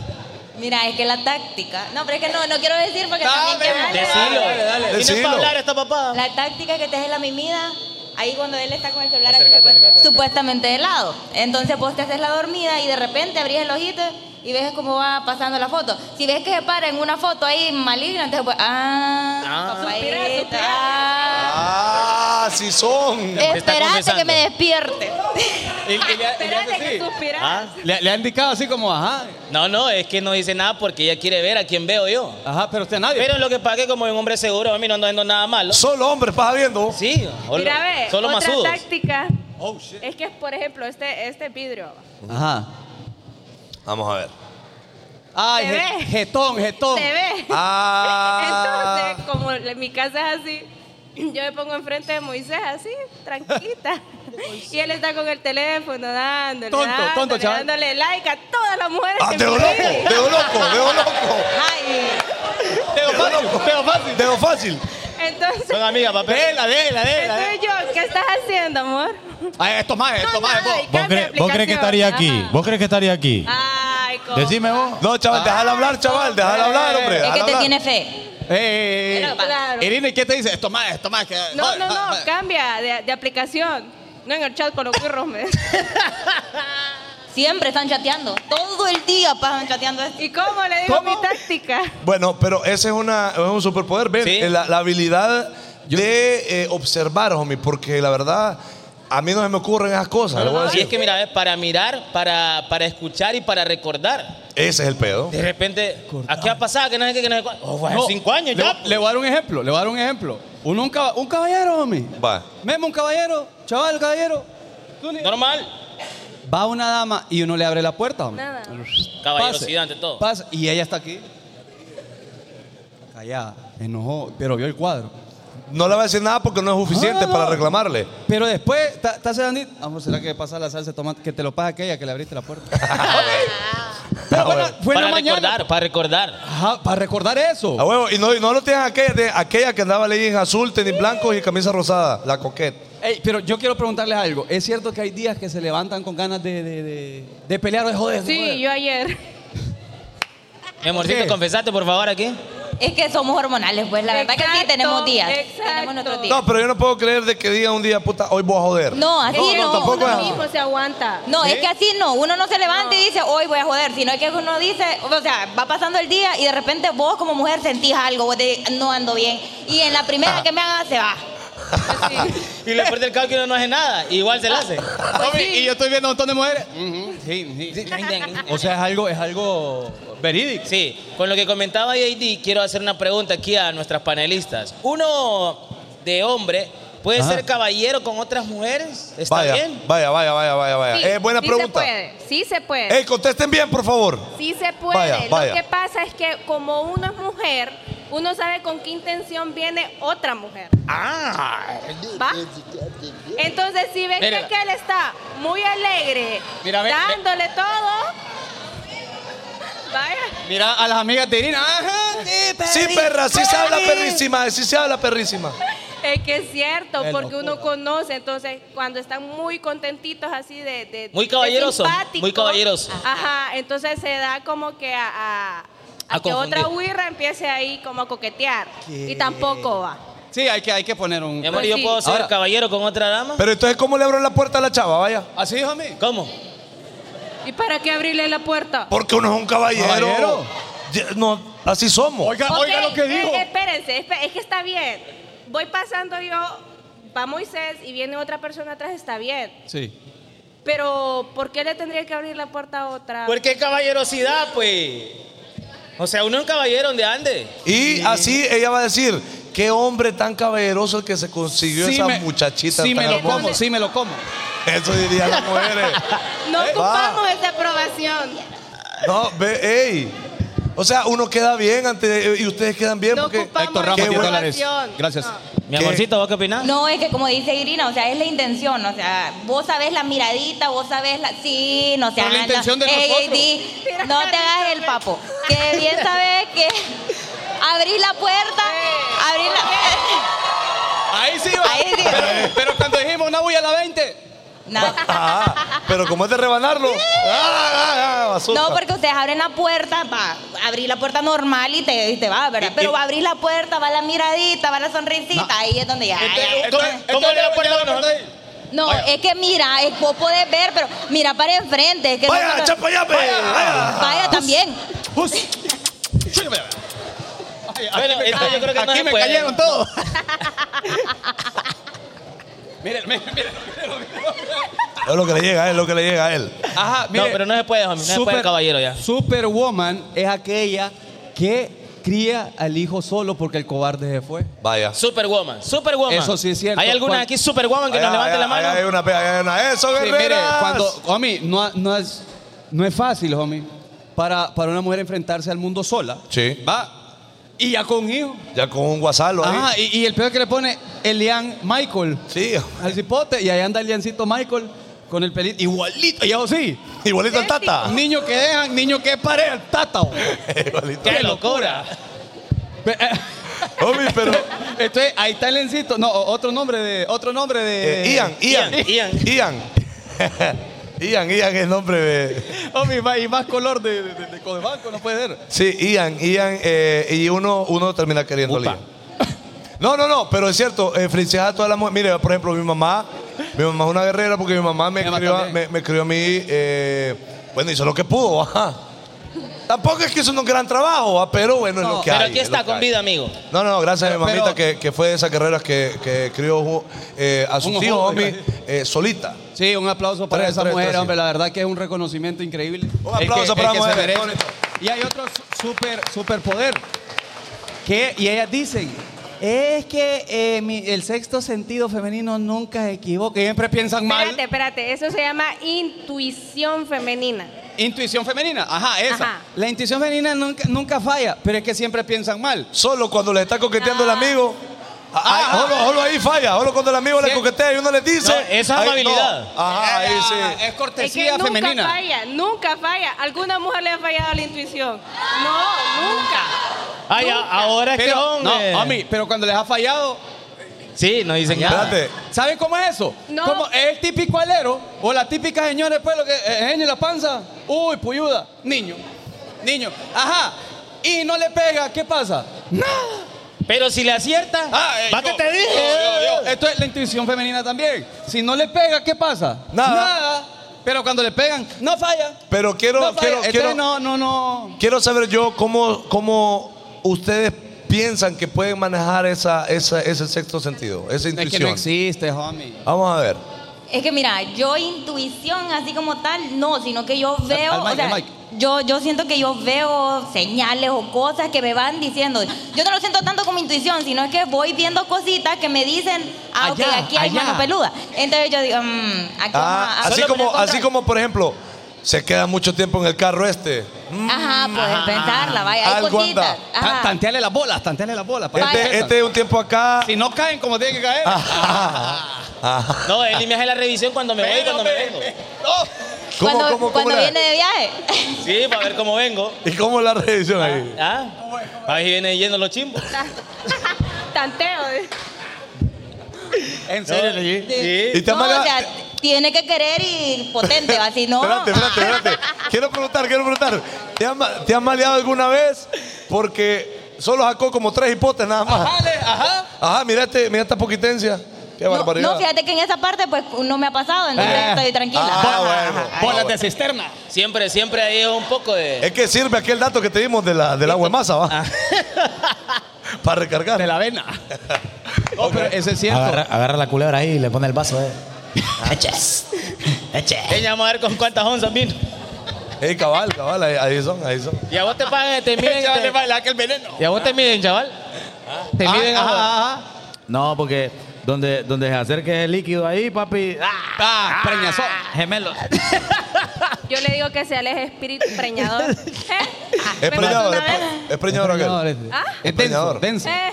[SPEAKER 9] Mira, es que la táctica. No, pero es que no, no quiero decir porque
[SPEAKER 7] Dame,
[SPEAKER 9] también que
[SPEAKER 4] decilo.
[SPEAKER 7] Dale, dale.
[SPEAKER 4] Y no es
[SPEAKER 3] Decilo.
[SPEAKER 4] para hablar esta papá.
[SPEAKER 9] La táctica que te deje la mimida, ahí cuando él está con el celular así, supue- supuestamente de lado. Entonces vos te haces la dormida y de repente abrís el ojito y ves cómo va pasando la foto. Si ves que se para en una foto ahí maligna, entonces pues, ah,
[SPEAKER 4] Ah.
[SPEAKER 9] papaita,
[SPEAKER 8] Suspirá, suspirá.
[SPEAKER 9] ah.
[SPEAKER 3] Ah, sí son.
[SPEAKER 4] Te está
[SPEAKER 9] Esperate que
[SPEAKER 4] confesando.
[SPEAKER 9] me despierte.
[SPEAKER 7] Y, y le- y le hace
[SPEAKER 8] Espérate que
[SPEAKER 7] así.
[SPEAKER 8] suspirás.
[SPEAKER 4] Ah.
[SPEAKER 7] Le, le han indicado así como, ajá.
[SPEAKER 4] No, no, es que no dice nada porque ella quiere ver a quién veo yo.
[SPEAKER 7] Ajá, pero usted nadie.
[SPEAKER 4] Pero lo que pasa es que como es un hombre seguro, homie, no ando haciendo nada malo.
[SPEAKER 3] Solo hombres, pasa viendo.
[SPEAKER 4] Sí, o
[SPEAKER 8] Mira,
[SPEAKER 4] lo-
[SPEAKER 8] ve,
[SPEAKER 4] solo
[SPEAKER 8] otra
[SPEAKER 4] masudos.
[SPEAKER 8] táctica
[SPEAKER 7] oh, shit.
[SPEAKER 8] es que, por ejemplo, este, este vidrio.
[SPEAKER 7] Ajá.
[SPEAKER 3] Vamos a ver.
[SPEAKER 7] Ay,
[SPEAKER 8] Se
[SPEAKER 7] je-
[SPEAKER 8] ve.
[SPEAKER 7] jetón, jetón.
[SPEAKER 8] Se ve.
[SPEAKER 3] Ah.
[SPEAKER 8] Entonces, como le- mi casa es así, yo me pongo enfrente de Moisés así, tranquilita. y él está con el teléfono dándole,
[SPEAKER 7] Tonto,
[SPEAKER 8] dándole,
[SPEAKER 7] tonto, chaval.
[SPEAKER 8] dándole like a todas las mujeres
[SPEAKER 3] Ah,
[SPEAKER 8] que
[SPEAKER 3] dedo
[SPEAKER 8] me
[SPEAKER 3] loco,
[SPEAKER 8] ven.
[SPEAKER 3] dedo loco, dedo loco.
[SPEAKER 9] Ay,
[SPEAKER 7] Teo fácil, teo fácil.
[SPEAKER 3] Dedo fácil.
[SPEAKER 8] Entonces,
[SPEAKER 4] Son amigas, papá.
[SPEAKER 7] Dela, dela, dela.
[SPEAKER 8] entonces yo, ¿qué estás haciendo, amor?
[SPEAKER 7] Ay, Ah, Esto más, esto
[SPEAKER 8] No,
[SPEAKER 7] más.
[SPEAKER 8] nada,
[SPEAKER 7] vos.
[SPEAKER 8] y
[SPEAKER 5] ¿Vos
[SPEAKER 8] cambia
[SPEAKER 5] crees, vos crees que
[SPEAKER 8] aplicación.
[SPEAKER 5] estaría aquí?
[SPEAKER 8] Ajá.
[SPEAKER 5] Ah, ¿Vos crees que estaría aquí?
[SPEAKER 8] Ay, rico.
[SPEAKER 5] Decime vos.
[SPEAKER 3] No, chaval, déjala hablar, chaval, déjala hablar, hombre.
[SPEAKER 9] Ah. Es que
[SPEAKER 3] déjala
[SPEAKER 9] te
[SPEAKER 3] hablar.
[SPEAKER 9] tiene fe.
[SPEAKER 7] Eh,
[SPEAKER 9] Pero-
[SPEAKER 8] Claro.
[SPEAKER 7] Irina, ¿y qué te dice? Esto más, esto más. que-
[SPEAKER 8] No,
[SPEAKER 7] va,
[SPEAKER 8] no,
[SPEAKER 7] va,
[SPEAKER 8] no,
[SPEAKER 7] va.
[SPEAKER 8] cambia de, de aplicación. No en el chat con los cuirros. me-
[SPEAKER 9] Siempre están chateando. Todo el día pasan chateando esto.
[SPEAKER 8] ¿Y cómo le digo mi táctica?
[SPEAKER 3] Bueno, pero ese es, una, es un superpoder, ven,
[SPEAKER 4] Sí.
[SPEAKER 3] eh, la, la habilidad de eh, observar, homie, porque la verdad, a mí no se me ocurren esas cosas. le voy a
[SPEAKER 4] Y
[SPEAKER 3] decir.
[SPEAKER 4] es que mira, es para mirar, para, para escuchar y para recordar.
[SPEAKER 3] Ese es el pedo.
[SPEAKER 4] De repente, ¿a qué ha pasado? Que no sé qué, que no sé cuál. Oh, hace
[SPEAKER 7] No,
[SPEAKER 4] cinco años
[SPEAKER 7] le,
[SPEAKER 4] ya. pues.
[SPEAKER 7] Le voy a dar un ejemplo, le voy a dar un ejemplo. Uno, un, caba- un caballero, homie.
[SPEAKER 3] Va.
[SPEAKER 7] Memo, un caballero. Chaval, caballero.
[SPEAKER 4] Normal.
[SPEAKER 7] Va una dama y uno le abre la puerta, homie.
[SPEAKER 8] Nada.
[SPEAKER 4] Caballerosidad ante todo.
[SPEAKER 7] Pasa, y ella está aquí. Callada, enojó, pero vio el cuadro.
[SPEAKER 3] No le va a decir nada porque no es suficiente
[SPEAKER 7] No, no, no.
[SPEAKER 3] para reclamarle.
[SPEAKER 7] Pero después, ta- está sedandit. Amor, ¿será que pasa la salsa de tomate? Que te lo paga aquella que le abriste la puerta. Pero bueno, fue
[SPEAKER 4] Ah, Para
[SPEAKER 7] en la mañana.
[SPEAKER 4] recordar, para recordar.
[SPEAKER 7] Ajá, para recordar eso.
[SPEAKER 3] A huevo, y no, y no lo tienes aquella, de- aquella que andaba ahí en azul, tenis blanco y camisa rosada, la coqueta.
[SPEAKER 7] Ey, pero yo quiero preguntarles algo. ¿Es cierto que hay días que se levantan con ganas de, de, de- de pelear o de joder? de joder?
[SPEAKER 8] Sí, yo ayer.
[SPEAKER 4] Mi amorcito,
[SPEAKER 7] ¿Qué?
[SPEAKER 4] confesate, por favor, aquí.
[SPEAKER 9] Es que somos hormonales, pues. La verdad que sí
[SPEAKER 8] Exacto,
[SPEAKER 9] tenemos días.
[SPEAKER 8] exacto.
[SPEAKER 9] Tenemos nuestros días.
[SPEAKER 3] No, pero yo no puedo creer de que diga un día, puta, hoy voy a joder.
[SPEAKER 9] No, así
[SPEAKER 8] Es que
[SPEAKER 9] no.
[SPEAKER 3] tampoco
[SPEAKER 8] uno
[SPEAKER 3] es-
[SPEAKER 8] mismo se aguanta.
[SPEAKER 9] No, es que así no, uno no se levanta y dice, hoy voy a joder, sino que uno dice, o sea, va pasando el día y de repente vos como mujer sentís algo, vos te no ando bien, y en la primera que me haga se va.
[SPEAKER 4] Y le pierde el cálculo no hace nada. Igual
[SPEAKER 7] Ah.
[SPEAKER 4] se la hace.
[SPEAKER 7] Homie, Y yo estoy viendo un montón de mujeres. Sí, sí. O sea, es algo, es algo verídico.
[SPEAKER 4] Sí, con lo que comentaba JD, quiero hacer una pregunta aquí a nuestras panelistas. Uno de hombre puede
[SPEAKER 7] Ajá.
[SPEAKER 4] ser caballero con otras mujeres, ¿está
[SPEAKER 3] vaya,
[SPEAKER 4] bien?
[SPEAKER 3] vaya, vaya, vaya, vaya, vaya.
[SPEAKER 8] Sí,
[SPEAKER 3] Eh, buena
[SPEAKER 8] sí
[SPEAKER 3] pregunta.
[SPEAKER 8] Se puede, sí se puede.
[SPEAKER 3] Ey, contesten bien, por favor.
[SPEAKER 8] Sí se puede.
[SPEAKER 3] Vaya, vaya.
[SPEAKER 8] Lo que pasa es que como uno es mujer, uno sabe con qué intención viene otra mujer. ¿Va? Entonces, si ven
[SPEAKER 4] Mírala.
[SPEAKER 8] que aquel está muy alegre,
[SPEAKER 7] Mira, ve- ve-
[SPEAKER 8] dándole todo, vaya.
[SPEAKER 7] Mira a las amigas de Irina. Ajá, sí, perri-
[SPEAKER 3] Sí, perra, sí se habla
[SPEAKER 7] perri.
[SPEAKER 3] perrísima, eh, sí se habla perrísima.
[SPEAKER 8] Es que es cierto,
[SPEAKER 7] Es
[SPEAKER 8] porque
[SPEAKER 7] locura.
[SPEAKER 8] uno conoce, entonces cuando están muy contentitos así de... de-
[SPEAKER 4] Muy
[SPEAKER 8] de
[SPEAKER 4] caballeroso,
[SPEAKER 8] simpáticos,
[SPEAKER 4] muy caballeroso.
[SPEAKER 8] Ajá, entonces se da como que a, a- a
[SPEAKER 4] A
[SPEAKER 8] que otra
[SPEAKER 4] confundir.
[SPEAKER 8] huirra empiece ahí como a coquetear. Y tampoco va.
[SPEAKER 7] Sí, hay que, hay que poner un.
[SPEAKER 4] Mi amor,
[SPEAKER 8] Pues
[SPEAKER 4] ¿yo
[SPEAKER 8] sí.
[SPEAKER 4] puedo ser
[SPEAKER 7] Ahora-
[SPEAKER 4] caballero con otra dama?
[SPEAKER 3] Pero entonces, ¿cómo le abro la puerta a la chava? Vaya.
[SPEAKER 7] Así, homie.
[SPEAKER 4] ¿Cómo?
[SPEAKER 8] ¿Y para qué abrirle la puerta?
[SPEAKER 3] Porque uno es un caballero.
[SPEAKER 7] Caballero.
[SPEAKER 3] Ya, No, así somos.
[SPEAKER 7] Oiga,
[SPEAKER 8] Ok,
[SPEAKER 7] oiga lo que
[SPEAKER 8] eh,
[SPEAKER 7] dijo.
[SPEAKER 8] espérense, espe- es que está bien. Voy pasando yo, va Moisés y viene otra persona atrás, está bien.
[SPEAKER 7] Sí.
[SPEAKER 8] Pero ¿por qué le tendría que abrir la puerta a otra?
[SPEAKER 4] Porque caballerosidad, pues. O sea, uno es un caballero donde ande.
[SPEAKER 3] Y así ella va a decir, qué hombre tan caballeroso el que se consiguió
[SPEAKER 7] Sí
[SPEAKER 3] esa
[SPEAKER 7] me-
[SPEAKER 3] muchachita.
[SPEAKER 7] Sí,
[SPEAKER 3] tan
[SPEAKER 7] me lo
[SPEAKER 3] hermosa".
[SPEAKER 7] como, sí, me lo como.
[SPEAKER 3] Eso dirían las mujeres.
[SPEAKER 8] No
[SPEAKER 3] Eh,
[SPEAKER 8] ocupamos esa aprobación.
[SPEAKER 3] No, ve, ey. O sea, uno queda bien ante, y ustedes quedan bien
[SPEAKER 8] No
[SPEAKER 3] porque...
[SPEAKER 8] ocupamos
[SPEAKER 7] Héctor
[SPEAKER 8] esa
[SPEAKER 7] Ramos,
[SPEAKER 3] Qué
[SPEAKER 7] 10
[SPEAKER 3] buena-
[SPEAKER 7] dólares.
[SPEAKER 8] aprobación.
[SPEAKER 7] Gracias.
[SPEAKER 8] No.
[SPEAKER 4] Mi
[SPEAKER 3] ¿Qué?
[SPEAKER 4] amorcito, ¿vos qué opinás?
[SPEAKER 9] No, es que como dice Irina, o sea, es la intención, o sea, vos sabés la miradita, vos sabés la... Sí, no seas...
[SPEAKER 7] Pero la
[SPEAKER 9] anda-
[SPEAKER 7] intención de
[SPEAKER 9] Ey,
[SPEAKER 7] nosotros.
[SPEAKER 9] ey, di, no te hagas el papo, que bien sabés que abrís la puerta, abrís la
[SPEAKER 7] Ahí sí va.
[SPEAKER 9] Ahí sí.
[SPEAKER 7] Pero, pero cuando dijimos una bulla a la 20.
[SPEAKER 9] No.
[SPEAKER 3] Ah, pero como es de rebanarlo. Ah, ah, ah, bazooka.
[SPEAKER 9] No, porque ustedes abren la puerta, va, abrir la puerta normal y te, y te va, ¿verdad? Pero va a abrir la puerta, va la miradita, va la sonrisita, ahí es donde ya. ya-
[SPEAKER 4] ¿Cómo le
[SPEAKER 7] la
[SPEAKER 4] apoyamos nosotros?
[SPEAKER 7] ahí?
[SPEAKER 9] No, es que mira, es, vos podés ver, pero mira para enfrente. Es que
[SPEAKER 3] Vaya,
[SPEAKER 9] nosotros-
[SPEAKER 3] chapa ya, ve, vaya.
[SPEAKER 9] Vaya también.
[SPEAKER 7] Ups. Sí, vea. Ay, aquí
[SPEAKER 4] Bueno,
[SPEAKER 7] me-
[SPEAKER 4] esto yo creo que no
[SPEAKER 7] Aquí
[SPEAKER 4] se
[SPEAKER 7] me
[SPEAKER 4] puede.
[SPEAKER 7] cayeron todos. Miren, miren, miren, miren, miren.
[SPEAKER 3] Es lo que le llega a él, es lo que le llega a él.
[SPEAKER 7] Ajá, Ah, mire.
[SPEAKER 4] No, pero no se puede, homie, no se puede el caballero ya.
[SPEAKER 7] Superwoman es aquella que cría al hijo solo porque el cobarde se fue.
[SPEAKER 3] Vaya.
[SPEAKER 4] Superwoman, Superwoman.
[SPEAKER 7] Eso sí es cierto.
[SPEAKER 4] ¿Hay alguna
[SPEAKER 7] Cuan-
[SPEAKER 4] aquí Superwoman que
[SPEAKER 3] Allá,
[SPEAKER 4] nos levante
[SPEAKER 3] allá,
[SPEAKER 4] la mano?
[SPEAKER 3] allá hay una, pe- allá hay una. Eso,
[SPEAKER 7] Sí, mire,
[SPEAKER 3] guerreras.
[SPEAKER 7] cuando, homie, no, no es, no es fácil, homie, para, para una mujer enfrentarse al mundo sola.
[SPEAKER 3] Sí.
[SPEAKER 7] Va. Y ya con hijo.
[SPEAKER 3] Ya con un guasalo ahí.
[SPEAKER 7] Ajá, y, y el peor que le pone Elian Michael
[SPEAKER 3] Sí,
[SPEAKER 7] al cipote. Y ahí anda Eliancito Michael con el pelito igualito. Y así sí.
[SPEAKER 3] igualito al tata.
[SPEAKER 7] Niño que dejan, niño que pareja, el tata. homie.
[SPEAKER 3] igualito.
[SPEAKER 4] ¡Qué locura!
[SPEAKER 7] Pe- eh,
[SPEAKER 3] Homie, pero.
[SPEAKER 7] Entonces, ahí está Eliancito. No, o- otro nombre de. Otro nombre de.
[SPEAKER 3] eh, Ian, Ian.
[SPEAKER 4] Ian,
[SPEAKER 3] Ian. Ian, Ian es nombre de.
[SPEAKER 7] Homie, va- y más color de, de, de- de Codebanco no puede ser.
[SPEAKER 3] Sí, Ian, Ian, eh, y uno, uno termina queriendo al
[SPEAKER 4] Upa.
[SPEAKER 3] Ian. No, no, no, pero es cierto, eh, felicidades a todas las mujeres. Mire, por ejemplo, mi mamá, mi mamá es una guerrera porque mi mamá me,
[SPEAKER 7] Mi mamá
[SPEAKER 3] crió, a-
[SPEAKER 7] también.
[SPEAKER 3] me, me crió a mí, eh, bueno, hizo lo que pudo, ajá. Tampoco es que hizo un gran trabajo, ah, pero bueno, es
[SPEAKER 7] No,
[SPEAKER 3] lo que
[SPEAKER 4] Pero
[SPEAKER 3] hay.
[SPEAKER 4] aquí
[SPEAKER 3] es lo
[SPEAKER 4] está
[SPEAKER 3] que
[SPEAKER 4] con
[SPEAKER 3] hay.
[SPEAKER 4] vida, amigo.
[SPEAKER 3] No, no, gracias a mi
[SPEAKER 7] Pero-
[SPEAKER 3] mamita
[SPEAKER 7] pero-
[SPEAKER 3] que, que fue de esas guerreras que, que crió ju- eh, a sus
[SPEAKER 7] Unos
[SPEAKER 3] hijos,
[SPEAKER 7] jóvenes.
[SPEAKER 3] homie, eh, solita.
[SPEAKER 7] Sí, un aplauso para
[SPEAKER 3] Tres,
[SPEAKER 7] esa
[SPEAKER 3] tres,
[SPEAKER 7] mujer,
[SPEAKER 3] tres, sí.
[SPEAKER 7] hombre. La verdad que es un reconocimiento increíble.
[SPEAKER 3] Un aplauso para
[SPEAKER 7] se
[SPEAKER 3] las mujeres.
[SPEAKER 7] merece. Y hay otro su- super, superpoder. Que, y ellas dicen, es que eh, mi- el sexto sentido femenino nunca se equivoca. Y siempre piensan mal.
[SPEAKER 8] Espérate, espérate. Eso se llama intuición femenina.
[SPEAKER 7] Intuición femenina. Ajá, esa.
[SPEAKER 8] Ajá.
[SPEAKER 7] La intuición femenina nunca, nunca falla, pero es que siempre piensan mal.
[SPEAKER 3] Solo cuando le está coqueteando el amigo. ah,
[SPEAKER 7] Ajá.
[SPEAKER 3] solo, solo ahí falla, solo cuando el amigo le
[SPEAKER 7] Sí.
[SPEAKER 3] coquetea y uno le dice.
[SPEAKER 4] No, esa es
[SPEAKER 3] ahí no.
[SPEAKER 4] amabilidad.
[SPEAKER 3] Ajá, ahí
[SPEAKER 7] Ah,
[SPEAKER 3] sí.
[SPEAKER 7] Es
[SPEAKER 8] Es
[SPEAKER 7] cortesía
[SPEAKER 8] que nunca
[SPEAKER 7] femenina.
[SPEAKER 8] falla, nunca falla. ¿Alguna mujer le ha fallado la intuición? No, nunca.
[SPEAKER 4] Ay, a- ahora
[SPEAKER 3] este
[SPEAKER 4] es que
[SPEAKER 7] Pero, no,
[SPEAKER 4] hombre.
[SPEAKER 7] a mí, pero cuando les ha fallado,
[SPEAKER 4] Sí, no dicen nada.
[SPEAKER 3] Espérate.
[SPEAKER 7] ¿saben cómo es eso?
[SPEAKER 8] No.
[SPEAKER 7] Como el típico alero o la típica señora del pueblo que eh, genio en la panza. Uy, puyuda. Niño. Niño. Ajá. Y no le pega, ¿qué pasa?
[SPEAKER 4] Pero si le acierta,
[SPEAKER 7] Ah, eh,
[SPEAKER 4] va
[SPEAKER 7] yo-
[SPEAKER 4] que te dije.
[SPEAKER 7] yo- yo- yo. Esto es la intuición femenina también. Si no le pega, ¿qué pasa?
[SPEAKER 3] Nada.
[SPEAKER 7] Nada. Pero cuando le pegan, no falla.
[SPEAKER 3] Pero quiero,
[SPEAKER 7] no, falla.
[SPEAKER 3] quiero,
[SPEAKER 7] Entonces,
[SPEAKER 3] quiero,
[SPEAKER 7] no, no, no.
[SPEAKER 3] quiero saber yo cómo, cómo ustedes piensan que pueden manejar esa, esa- ese sexto sentido, esa
[SPEAKER 7] Es que no
[SPEAKER 3] intuición.
[SPEAKER 7] existe, homie.
[SPEAKER 3] Vamos a ver.
[SPEAKER 9] Es que mira, yo intuición así como tal, no, sino que yo veo,
[SPEAKER 7] al mic,
[SPEAKER 9] o sea,
[SPEAKER 7] al mic.
[SPEAKER 9] yo, yo siento que yo veo señales o cosas que me van diciendo. Yo no lo siento tanto como intuición, sino es que voy viendo cositas que me dicen, ah, ok,
[SPEAKER 7] Allá,
[SPEAKER 9] aquí hay
[SPEAKER 7] allá.
[SPEAKER 9] mano peluda. Entonces yo digo, mm, aquí
[SPEAKER 3] Ah,
[SPEAKER 9] vamos a-
[SPEAKER 3] así,
[SPEAKER 9] solo
[SPEAKER 3] como,
[SPEAKER 9] poner
[SPEAKER 3] así
[SPEAKER 9] control.
[SPEAKER 3] como, por ejemplo, se queda mucho tiempo en el carro este. Mm,
[SPEAKER 9] Ajá, puedes
[SPEAKER 4] Ajá.
[SPEAKER 9] pensarla, vaya, hay
[SPEAKER 3] Algo
[SPEAKER 9] cositas.
[SPEAKER 3] anda.
[SPEAKER 9] Ajá.
[SPEAKER 7] Tan- Tanteale las bolas, tanteale las bolas. para que
[SPEAKER 3] Este,
[SPEAKER 7] crezcan.
[SPEAKER 3] este un tiempo acá. Ah,
[SPEAKER 7] Si no caen como tienen que
[SPEAKER 4] Ah.
[SPEAKER 7] caer.
[SPEAKER 3] Ajá. Ajá.
[SPEAKER 4] No, él me hace la revisión cuando me voy y cuando me vengo.
[SPEAKER 3] ¿Cómo,
[SPEAKER 9] cuando
[SPEAKER 3] cómo, cómo
[SPEAKER 9] cuando
[SPEAKER 3] la-
[SPEAKER 9] viene de viaje.
[SPEAKER 4] Sí, para ver cómo vengo.
[SPEAKER 3] ¿Y cómo la revisión ahí?
[SPEAKER 4] ¿Ah? A ver si viene yendo los chimbos.
[SPEAKER 8] Tanteo.
[SPEAKER 7] En serio, Lili?
[SPEAKER 3] Y
[SPEAKER 4] Sí.
[SPEAKER 3] te
[SPEAKER 9] ¿Eh? No,
[SPEAKER 3] amarga-
[SPEAKER 9] o sea, tiene que querer y potente, va, si no.
[SPEAKER 3] Espérate, espérate, espérate. Quiero preguntar, quiero preguntar. ¿Te han, ma- te han maleado alguna vez? Porque solo sacó como tres hipotes nada más.
[SPEAKER 7] Ajá, le- ajá.
[SPEAKER 3] Ajá, mira, este, mira esta poquitencia. Qué
[SPEAKER 9] No,
[SPEAKER 3] barbaridad.
[SPEAKER 9] ah, no, fíjate que en esa parte pues no me ha pasado, entonces
[SPEAKER 7] Eh.
[SPEAKER 9] estoy tranquila.
[SPEAKER 3] Ah, bueno.
[SPEAKER 7] Bolas de cisterna.
[SPEAKER 4] Siempre, siempre ahí es un poco de.
[SPEAKER 3] Es que sirve aquel dato que te dimos de la, del agua de masa,
[SPEAKER 9] Ah.
[SPEAKER 3] ¿va? Para recargar.
[SPEAKER 7] De la vena. No, pero ese es cierto.
[SPEAKER 5] Agarra, agarra la culebra ahí y le pone el vaso. eh.
[SPEAKER 4] Ella vamos a ver con cuántas onzas vino.
[SPEAKER 3] Ey, cabal, cabal, ahí, ahí son, ahí son.
[SPEAKER 4] Y a vos te pagan, te miden.
[SPEAKER 7] Ya le
[SPEAKER 4] te-
[SPEAKER 7] baila aquel veneno.
[SPEAKER 4] Y a vos te miden, chaval. Te
[SPEAKER 7] Ah,
[SPEAKER 4] miden. a-
[SPEAKER 7] ajá, ajá.
[SPEAKER 5] No, porque donde, donde se acerque el líquido ahí, papi. ¡Ah!
[SPEAKER 7] Ah, preñazón.
[SPEAKER 5] Gemelo.
[SPEAKER 8] Yo le digo que se aleje espíritu preñador. ¿Eh?
[SPEAKER 7] Ah,
[SPEAKER 3] Es
[SPEAKER 8] Me pasó
[SPEAKER 3] preñador,
[SPEAKER 8] una
[SPEAKER 3] es,
[SPEAKER 8] vez.
[SPEAKER 3] pre- es preñador
[SPEAKER 7] Preñador,
[SPEAKER 3] aquel.
[SPEAKER 7] este.
[SPEAKER 8] Ah.
[SPEAKER 7] Es denso,
[SPEAKER 3] Preñador.
[SPEAKER 7] denso.
[SPEAKER 8] Eh,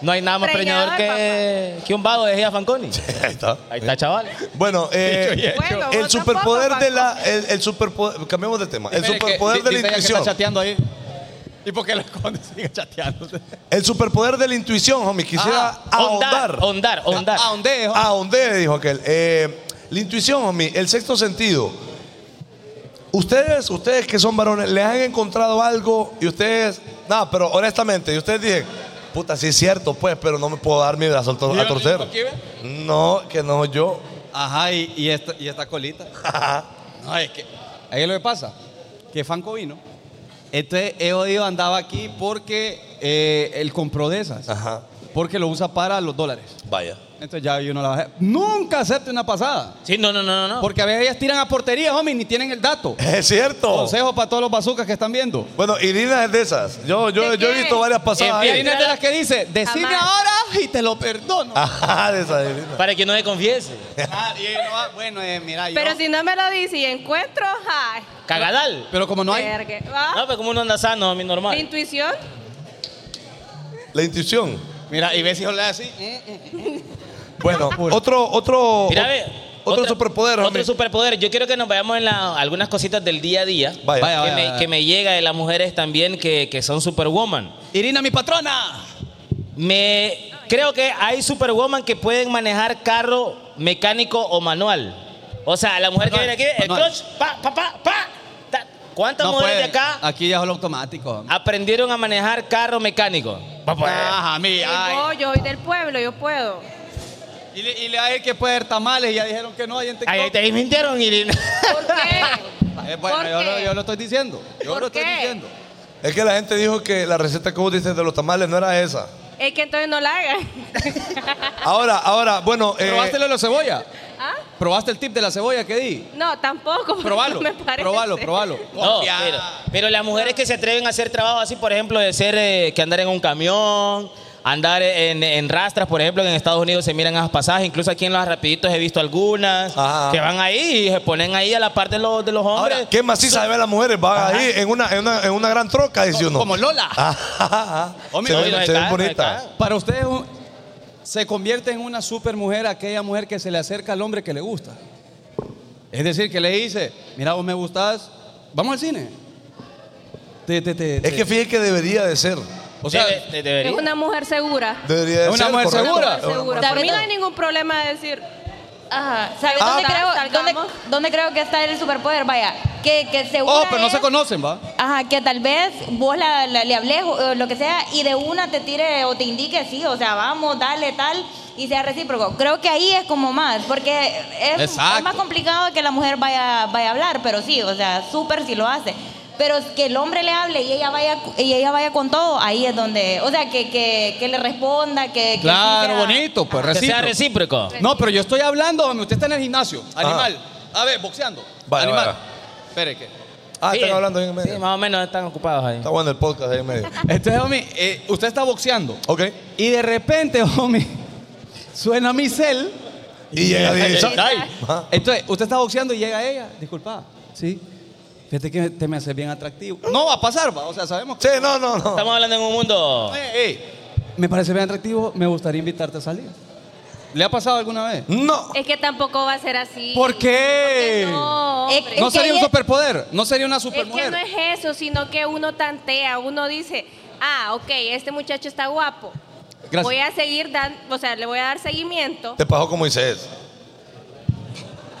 [SPEAKER 4] No hay nada más preñador
[SPEAKER 8] Preñador,
[SPEAKER 4] que, que un vago de Gia Fanconi.
[SPEAKER 3] Ahí está.
[SPEAKER 4] Ahí está, chaval.
[SPEAKER 3] Bueno, eh,
[SPEAKER 7] Dicho y hecho.
[SPEAKER 8] Bueno,
[SPEAKER 3] el
[SPEAKER 8] vos
[SPEAKER 3] superpoder
[SPEAKER 8] tampoco,
[SPEAKER 3] de la. El, el superpoder. Cambiemos de tema. El
[SPEAKER 7] Espere, que
[SPEAKER 3] superpoder
[SPEAKER 7] di-
[SPEAKER 3] de la
[SPEAKER 7] dice ella que
[SPEAKER 3] intuición.
[SPEAKER 7] está chateando ahí. ¿Y por qué lo esconde? Sigue chateando. Ah,
[SPEAKER 3] El superpoder de la intuición, homie. Quisiera
[SPEAKER 7] Ajá.
[SPEAKER 3] ahondar.
[SPEAKER 4] Hondar, hondar.
[SPEAKER 7] ¿A dónde? hijo?
[SPEAKER 3] Ahondé, dijo aquel. Eh, la intuición, homie. El sexto sentido. Ustedes, ustedes que son varones, ¿les han encontrado algo? Y ustedes, nada, pero honestamente, y ustedes dicen, puta, sí es cierto, pues, pero no me puedo dar mi brazo a, tor-
[SPEAKER 7] ¿Y
[SPEAKER 3] a
[SPEAKER 7] yo
[SPEAKER 3] torcer.
[SPEAKER 7] aquí, ve?
[SPEAKER 3] No, que no yo.
[SPEAKER 7] Ajá, y, y esta, y esta colita. No, es que. Ahí es lo que pasa. Que Fanco vino. Entonces, he oído andaba aquí porque eh, él compró de esas.
[SPEAKER 3] Ajá.
[SPEAKER 7] Porque lo usa para los dólares.
[SPEAKER 3] Vaya.
[SPEAKER 7] Entonces ya yo no la bajé. Nunca acepte una pasada.
[SPEAKER 4] Sí, no, no, no, no, no.
[SPEAKER 7] Porque a veces ellas tiran a portería, homie, ni tienen el dato.
[SPEAKER 3] Es cierto.
[SPEAKER 7] Consejo para todos los bazucas que están viendo.
[SPEAKER 3] Bueno, Irina es de esas. Yo, yo,
[SPEAKER 8] ¿De
[SPEAKER 3] yo he
[SPEAKER 8] qué?
[SPEAKER 3] visto varias pasadas.
[SPEAKER 4] Eh,
[SPEAKER 3] ahí.
[SPEAKER 7] Irina es de las que dice, decime
[SPEAKER 8] Jamás.
[SPEAKER 7] ahora y te lo perdono.
[SPEAKER 3] Ajá, Ah, de esas, Irina.
[SPEAKER 4] Para que no se confiese.
[SPEAKER 7] Ah, y ella no va, bueno, eh, mira, yo-
[SPEAKER 8] pero si no me lo dice y encuentro, ay,
[SPEAKER 4] Cagadal.
[SPEAKER 7] Pero como no hay... Ah,
[SPEAKER 8] vergue, ¿va?
[SPEAKER 4] No, pero como uno anda sano, a mí
[SPEAKER 8] La
[SPEAKER 4] normal.
[SPEAKER 8] intuición,
[SPEAKER 3] La intuición.
[SPEAKER 7] Mira, y ves si le así.
[SPEAKER 8] Eh,
[SPEAKER 7] mm, mm.
[SPEAKER 3] Bueno, otro, otro,
[SPEAKER 4] Mira, ve.
[SPEAKER 3] otro
[SPEAKER 4] otra-
[SPEAKER 3] superpoder,
[SPEAKER 4] Otro
[SPEAKER 3] homie.
[SPEAKER 4] superpoder. Yo quiero que nos vayamos en la- algunas cositas del día a día.
[SPEAKER 3] Vaya.
[SPEAKER 7] Vaya,
[SPEAKER 4] que,
[SPEAKER 7] vaya,
[SPEAKER 4] me,
[SPEAKER 7] vaya.
[SPEAKER 4] que me llega de las mujeres también que, que son superwoman.
[SPEAKER 7] Irina, mi patrona.
[SPEAKER 4] Me creo que hay superwoman que pueden manejar carro mecánico o manual. O sea, la mujer que
[SPEAKER 7] Manuel,
[SPEAKER 4] viene aquí, el
[SPEAKER 7] Manuel.
[SPEAKER 4] clutch, pa, pa, pa, pa. ta. ¿Cuántas
[SPEAKER 7] No
[SPEAKER 4] mujeres
[SPEAKER 7] puede.
[SPEAKER 4] de acá
[SPEAKER 7] Aquí ya es lo automático.
[SPEAKER 4] aprendieron a manejar carro mecánico? Pa, pa.
[SPEAKER 7] Ajá, mi, ay.
[SPEAKER 8] No, yo soy del pueblo, yo puedo.
[SPEAKER 7] Y le, y le hay que poder tamales y ya dijeron que no hay en TikTok.
[SPEAKER 4] Ahí te ahí mintieron, Irina.
[SPEAKER 8] ¿Por qué?
[SPEAKER 7] Eh, bueno,
[SPEAKER 8] ¿Por
[SPEAKER 7] yo, lo,
[SPEAKER 8] qué?
[SPEAKER 7] yo lo estoy diciendo. Yo
[SPEAKER 8] ¿Por
[SPEAKER 7] lo estoy
[SPEAKER 8] qué?
[SPEAKER 7] diciendo.
[SPEAKER 3] Eh. Es que la gente dijo que la receta que vos dices de los tamales no era esa.
[SPEAKER 8] Es que entonces no la hagan.
[SPEAKER 3] Ahora, ahora, bueno. eh,
[SPEAKER 7] ¿Probaste lo de la cebolla?
[SPEAKER 8] ¿Ah?
[SPEAKER 7] ¿Probaste el tip de la cebolla que di?
[SPEAKER 8] No, tampoco. porque
[SPEAKER 7] Probalo,
[SPEAKER 8] no me parece.
[SPEAKER 7] probalo, probalo.
[SPEAKER 4] No, pero, pero las mujeres que se atreven a hacer trabajo así, por ejemplo, de ser eh, que andar en un camión, andar en, en rastras, por ejemplo, que en Estados Unidos se miran esas pasajes, incluso aquí en los rapiditos he visto algunas
[SPEAKER 3] Ajá.
[SPEAKER 4] que van ahí y se ponen ahí a la parte de los, de los hombres.
[SPEAKER 3] Ahora, ¿qué maciza deben las mujeres? Va
[SPEAKER 4] Ajá.
[SPEAKER 3] ahí en una, en, una, en una gran troca, dice uno.
[SPEAKER 7] Como Lola.
[SPEAKER 3] Ajá, ajá.
[SPEAKER 7] Oh, mira,
[SPEAKER 3] se
[SPEAKER 4] hoy no
[SPEAKER 3] ven, se
[SPEAKER 4] está,
[SPEAKER 3] ven
[SPEAKER 4] no
[SPEAKER 3] bonitas.
[SPEAKER 4] está.
[SPEAKER 7] Para ustedes un- se convierte en una super mujer aquella mujer que se le acerca al hombre que le gusta. Es decir, que le dice, mira, vos me gustás, vamos al cine. Te- te- te-
[SPEAKER 3] Es
[SPEAKER 7] te-
[SPEAKER 3] que fíjate que debería de ser.
[SPEAKER 7] o sea,
[SPEAKER 4] Debe- de-
[SPEAKER 8] Es
[SPEAKER 4] debería.
[SPEAKER 8] una mujer segura.
[SPEAKER 3] Debería de
[SPEAKER 7] ¿Es una
[SPEAKER 3] ser,
[SPEAKER 7] mujer
[SPEAKER 3] correcto. Es
[SPEAKER 7] segura?
[SPEAKER 3] una mujer
[SPEAKER 8] Segura. Por
[SPEAKER 9] ¿Sabes
[SPEAKER 8] mí no
[SPEAKER 9] dónde?
[SPEAKER 8] hay ningún problema de decir.
[SPEAKER 9] Ajá. ¿Sabes
[SPEAKER 3] Ah.
[SPEAKER 9] dónde, creo, dónde,
[SPEAKER 8] Salgamos.
[SPEAKER 9] dónde creo que está el superpoder? Vaya, que, que seguro.
[SPEAKER 7] oh, pero no se
[SPEAKER 9] es-
[SPEAKER 7] conocen, ¿va?
[SPEAKER 9] Ajá, que tal vez vos la, la- le hables o o lo que sea y de una te tire o te indique, sí, o sea, vamos, dale, tal, y sea recíproco. Creo que ahí es como más, porque es, es
[SPEAKER 7] Exacto.
[SPEAKER 9] más complicado que la mujer vaya, vaya a hablar, pero sí, o sea, súper si lo hace. Pero que el hombre le hable y ella vaya y ella vaya con todo, ahí es donde, o sea, que, que, que le responda, que... que sí
[SPEAKER 7] Claro,
[SPEAKER 9] sea-
[SPEAKER 7] bonito, pues
[SPEAKER 4] Que sea
[SPEAKER 7] recíproco.
[SPEAKER 4] recíproco.
[SPEAKER 7] No, pero yo estoy hablando, hombre, usted está en el gimnasio, animal. A ver, boxeando.
[SPEAKER 3] Vaya,
[SPEAKER 7] animal.
[SPEAKER 3] vaya.
[SPEAKER 7] Espere que.
[SPEAKER 3] Ah, están
[SPEAKER 4] Sí.
[SPEAKER 3] hablando ahí en
[SPEAKER 4] Sí,
[SPEAKER 3] medio.
[SPEAKER 4] más o menos están ocupados ahí.
[SPEAKER 3] Está bueno el podcast ahí en medio.
[SPEAKER 7] Entonces, homie, eh, usted está boxeando.
[SPEAKER 3] Ok.
[SPEAKER 7] Y de repente, homie, suena mi cel.
[SPEAKER 3] Y llega Diego. Ajá.
[SPEAKER 7] Entonces, usted está boxeando y llega ella. Disculpa, sí. Fíjate que te me haces bien atractivo. No va a pasar, va. O sea, sabemos que.
[SPEAKER 3] Sí, no, no, no.
[SPEAKER 4] Estamos hablando en un mundo.
[SPEAKER 7] Eh, eh, me parece bien atractivo, me gustaría invitarte a salir. ¿Le ha pasado alguna vez?
[SPEAKER 3] No.
[SPEAKER 8] Es que tampoco va a ser así.
[SPEAKER 7] ¿Por qué?
[SPEAKER 8] Porque no,
[SPEAKER 9] Eh,
[SPEAKER 8] hombre.
[SPEAKER 7] No
[SPEAKER 9] Es que
[SPEAKER 7] sería un
[SPEAKER 9] ella-
[SPEAKER 7] superpoder, no sería una
[SPEAKER 8] Es que
[SPEAKER 7] supermujer.
[SPEAKER 8] no es eso, sino que uno tantea, uno dice, ah, ok, este muchacho está guapo.
[SPEAKER 7] Gracias.
[SPEAKER 8] Voy a seguir dando, o sea, le voy a dar seguimiento.
[SPEAKER 3] Te pasó como Moisés.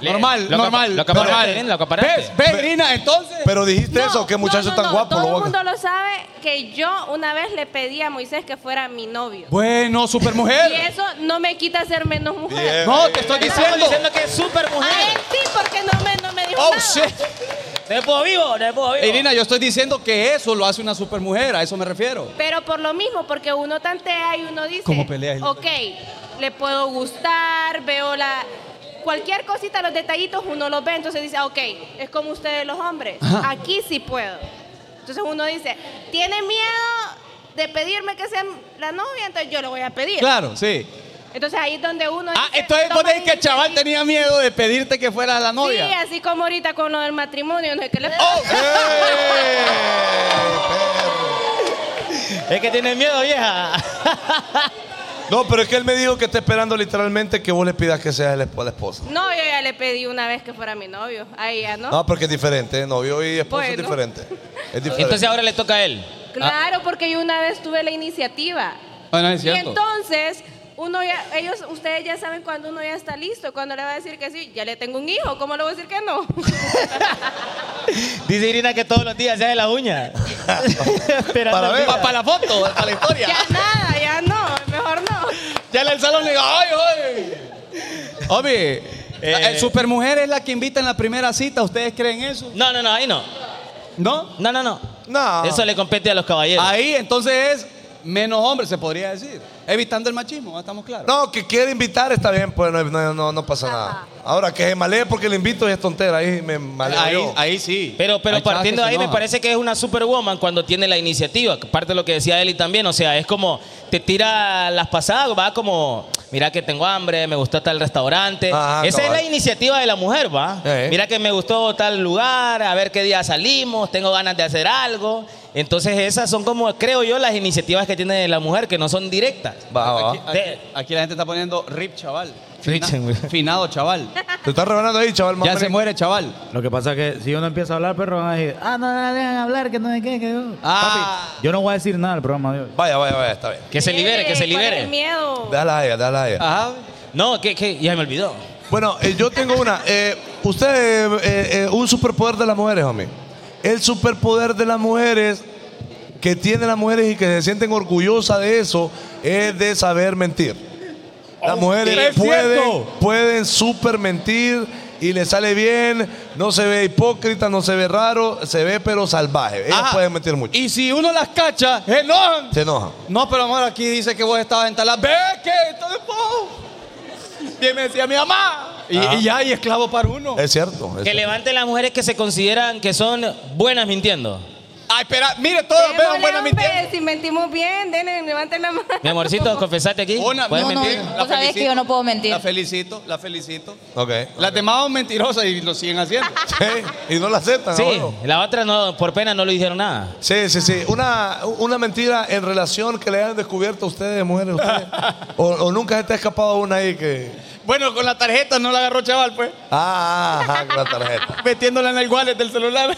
[SPEAKER 7] Normal,
[SPEAKER 4] Lo acapa-
[SPEAKER 7] normal,
[SPEAKER 4] Lo acaparaste,
[SPEAKER 7] normal.
[SPEAKER 4] bien, lo acaparaste.
[SPEAKER 7] ¿Ves? ¿Ves, Irina? Entonces.
[SPEAKER 3] Pero dijiste eso, que muchacho tan guapo.
[SPEAKER 8] Todo
[SPEAKER 3] lo
[SPEAKER 8] el
[SPEAKER 3] voy a-
[SPEAKER 8] mundo lo sabe que yo una vez le pedí a Moisés que fuera mi novio.
[SPEAKER 7] Bueno, supermujer.
[SPEAKER 8] Y eso no me quita ser menos mujer.
[SPEAKER 3] Bien.
[SPEAKER 7] No, te estoy
[SPEAKER 4] Estamos
[SPEAKER 7] diciendo.
[SPEAKER 4] diciendo que es super
[SPEAKER 8] A él
[SPEAKER 4] mujer.
[SPEAKER 8] sí, porque no me, no me dijo
[SPEAKER 7] Oh,
[SPEAKER 8] nada.
[SPEAKER 7] shit.
[SPEAKER 4] No es puedo vivo, no es puedo vivo.
[SPEAKER 7] Irina, yo estoy diciendo que eso lo hace una supermujer, a eso me refiero.
[SPEAKER 8] Pero por lo mismo, porque uno tantea y uno dice,
[SPEAKER 7] ¿Cómo peleas?
[SPEAKER 8] ok, le puedo gustar, veo la... Cualquier cosita, los detallitos, uno los ve, entonces dice, ah, ok, es como ustedes los hombres,
[SPEAKER 7] Ajá.
[SPEAKER 8] aquí sí puedo. Entonces uno dice, tiene miedo de pedirme que sea la novia, entonces yo lo voy a pedir.
[SPEAKER 7] Claro, sí.
[SPEAKER 8] Entonces ahí es donde uno...
[SPEAKER 7] Ah,
[SPEAKER 8] dice,
[SPEAKER 7] entonces vos
[SPEAKER 8] toma
[SPEAKER 7] decís que el chaval
[SPEAKER 8] iniciativa.
[SPEAKER 7] tenía miedo de pedirte que fueras la
[SPEAKER 8] Sí, eh,
[SPEAKER 7] novia.
[SPEAKER 8] así como ahorita con lo del matrimonio, no sé qué le
[SPEAKER 7] Oh, eh.
[SPEAKER 4] Es que tiene miedo, vieja.
[SPEAKER 3] No, pero es que él me dijo que está esperando literalmente que vos le pidas que sea el esp- la esposa.
[SPEAKER 8] No, yo ya le pedí una vez que fuera mi novio, ahí ya no.
[SPEAKER 3] No, porque es diferente, ¿eh? novio y esposo es
[SPEAKER 8] Bueno.
[SPEAKER 3] diferente. Es diferente.
[SPEAKER 4] Entonces ahora le toca a él.
[SPEAKER 8] Claro, porque yo una vez tuve la iniciativa.
[SPEAKER 7] Bueno, es
[SPEAKER 8] Y
[SPEAKER 7] cierto.
[SPEAKER 8] entonces, uno ya, ellos, ustedes ya saben cuando uno ya está listo, cuando le va a decir que sí, ya le tengo un hijo, ¿cómo le voy a decir que no?
[SPEAKER 4] Dice Irina que todos los días se hace la uña. Esperando
[SPEAKER 3] Para
[SPEAKER 4] el
[SPEAKER 3] ver.
[SPEAKER 4] día.
[SPEAKER 7] Para la foto, para la historia.
[SPEAKER 8] ya nada, ya no, mejor no.
[SPEAKER 7] Ya en el salón le digo, ¡ay, ay! Oye,
[SPEAKER 4] Eh.
[SPEAKER 7] eh, supermujer es la que invita en la primera cita, ¿ustedes creen eso?
[SPEAKER 4] No, no, no, ahí no.
[SPEAKER 7] ¿No?
[SPEAKER 4] No, no, no.
[SPEAKER 3] No.
[SPEAKER 4] Eso le compete a los caballeros.
[SPEAKER 7] Ahí entonces es menos hombre, se podría decir. Evitando el machismo, ¿ah? estamos claros.
[SPEAKER 3] No, que quiere invitar está bien, pues no, no, no, no pasa nada. Ahora que se malee porque le invito y es tontera, ahí me maleo
[SPEAKER 7] ahí,
[SPEAKER 3] yo.
[SPEAKER 7] ahí sí.
[SPEAKER 4] Pero, pero
[SPEAKER 7] Hay chavas
[SPEAKER 4] partiendo
[SPEAKER 7] que
[SPEAKER 4] de
[SPEAKER 7] ah. se
[SPEAKER 4] ahí, me
[SPEAKER 7] enojan.
[SPEAKER 4] parece que es una superwoman cuando tiene la iniciativa. que Parte de lo que decía Eli también. O sea, es como te tira las pasadas, va como, mira que tengo hambre, me gustó tal restaurante.
[SPEAKER 7] Ah,
[SPEAKER 3] Ajá,
[SPEAKER 4] Esa es
[SPEAKER 3] cabal.
[SPEAKER 4] la iniciativa de la mujer, va.
[SPEAKER 3] Eh.
[SPEAKER 4] Mira que me gustó tal lugar, a ver qué día salimos, tengo ganas de hacer algo. Entonces, esas son como, creo yo, las iniciativas que tiene la mujer, que no son directas.
[SPEAKER 3] Va, va,
[SPEAKER 7] Aquí,
[SPEAKER 3] va.
[SPEAKER 7] aquí- aquí la gente está poniendo rip, chaval.
[SPEAKER 4] Rip, güey.
[SPEAKER 7] finado, chaval.
[SPEAKER 3] Te estás rebanando ahí, chaval.
[SPEAKER 7] Ya
[SPEAKER 3] mamá.
[SPEAKER 7] se muere, chaval.
[SPEAKER 5] Lo que pasa es que si uno empieza a hablar, perro, van a decir, ah, no, no, dejan hablar, que no sé qué, que yo.
[SPEAKER 7] Ah.
[SPEAKER 5] Papi, yo no voy a decir nada al programa de hoy.
[SPEAKER 3] Vaya, vaya, vaya, está bien.
[SPEAKER 4] Que se libere, que se
[SPEAKER 8] Eh, ¿cuál es el
[SPEAKER 4] libere.
[SPEAKER 8] miedo.
[SPEAKER 3] Déjala a ella, déjala a ella.
[SPEAKER 7] Ajá.
[SPEAKER 4] No, que, que ya me olvidó.
[SPEAKER 3] Bueno, eh, yo tengo una. eh, usted, eh, eh, eh, un superpoder de las mujeres, homie. El superpoder de las mujeres que tienen las mujeres y que se sienten orgullosas de eso es de saber mentir. Las mujeres
[SPEAKER 2] es
[SPEAKER 3] pueden,
[SPEAKER 2] cierto.
[SPEAKER 3] pueden super mentir y le sale bien, no se ve hipócrita, no se ve raro, se ve pero salvaje. Ellas
[SPEAKER 7] Ajá.
[SPEAKER 3] pueden mentir mucho.
[SPEAKER 7] Y si uno las cacha, Eh, se enojan.
[SPEAKER 3] Se enojan.
[SPEAKER 7] No, pero amor, aquí dice que vos estabas en tala. ¿Ve que Entonces, po. Y me decía mi mamá. Y,
[SPEAKER 3] Ajá.
[SPEAKER 7] y ya, y esclavo para uno.
[SPEAKER 3] Es cierto. es
[SPEAKER 4] Que
[SPEAKER 3] cierto.
[SPEAKER 4] levanten las mujeres que se consideran que son buenas mintiendo.
[SPEAKER 7] Ay, espera, mire, todas
[SPEAKER 8] Démosle,
[SPEAKER 7] vean buenas
[SPEAKER 8] hombre,
[SPEAKER 7] mentiras.
[SPEAKER 8] Si mentimos bien, denle, levanten la mano.
[SPEAKER 4] Mi amorcito, confesate aquí.
[SPEAKER 7] Una,
[SPEAKER 4] ¿Puedes
[SPEAKER 9] No, no,
[SPEAKER 4] mentir?
[SPEAKER 9] no.
[SPEAKER 7] la
[SPEAKER 9] Vos sabés
[SPEAKER 7] felicito.
[SPEAKER 9] que yo no puedo mentir.
[SPEAKER 7] La felicito, la felicito.
[SPEAKER 3] Ok.
[SPEAKER 7] Las demás son mentirosas Ah, y lo siguen haciendo.
[SPEAKER 3] Sí, y no la aceptan. a
[SPEAKER 4] Sí,
[SPEAKER 3] huevo.
[SPEAKER 4] la otra no, por pena no le dijeron nada.
[SPEAKER 3] Sí, sí, sí. Una, una mentira en relación que le hayan descubierto a ustedes, mujeres. ustedes. o, o nunca se te ha escapado una ahí que.
[SPEAKER 7] bueno, con la tarjeta no la agarró chaval, pues.
[SPEAKER 3] Ah, ajá, con la tarjeta.
[SPEAKER 7] Metiéndola en el wallet del celular.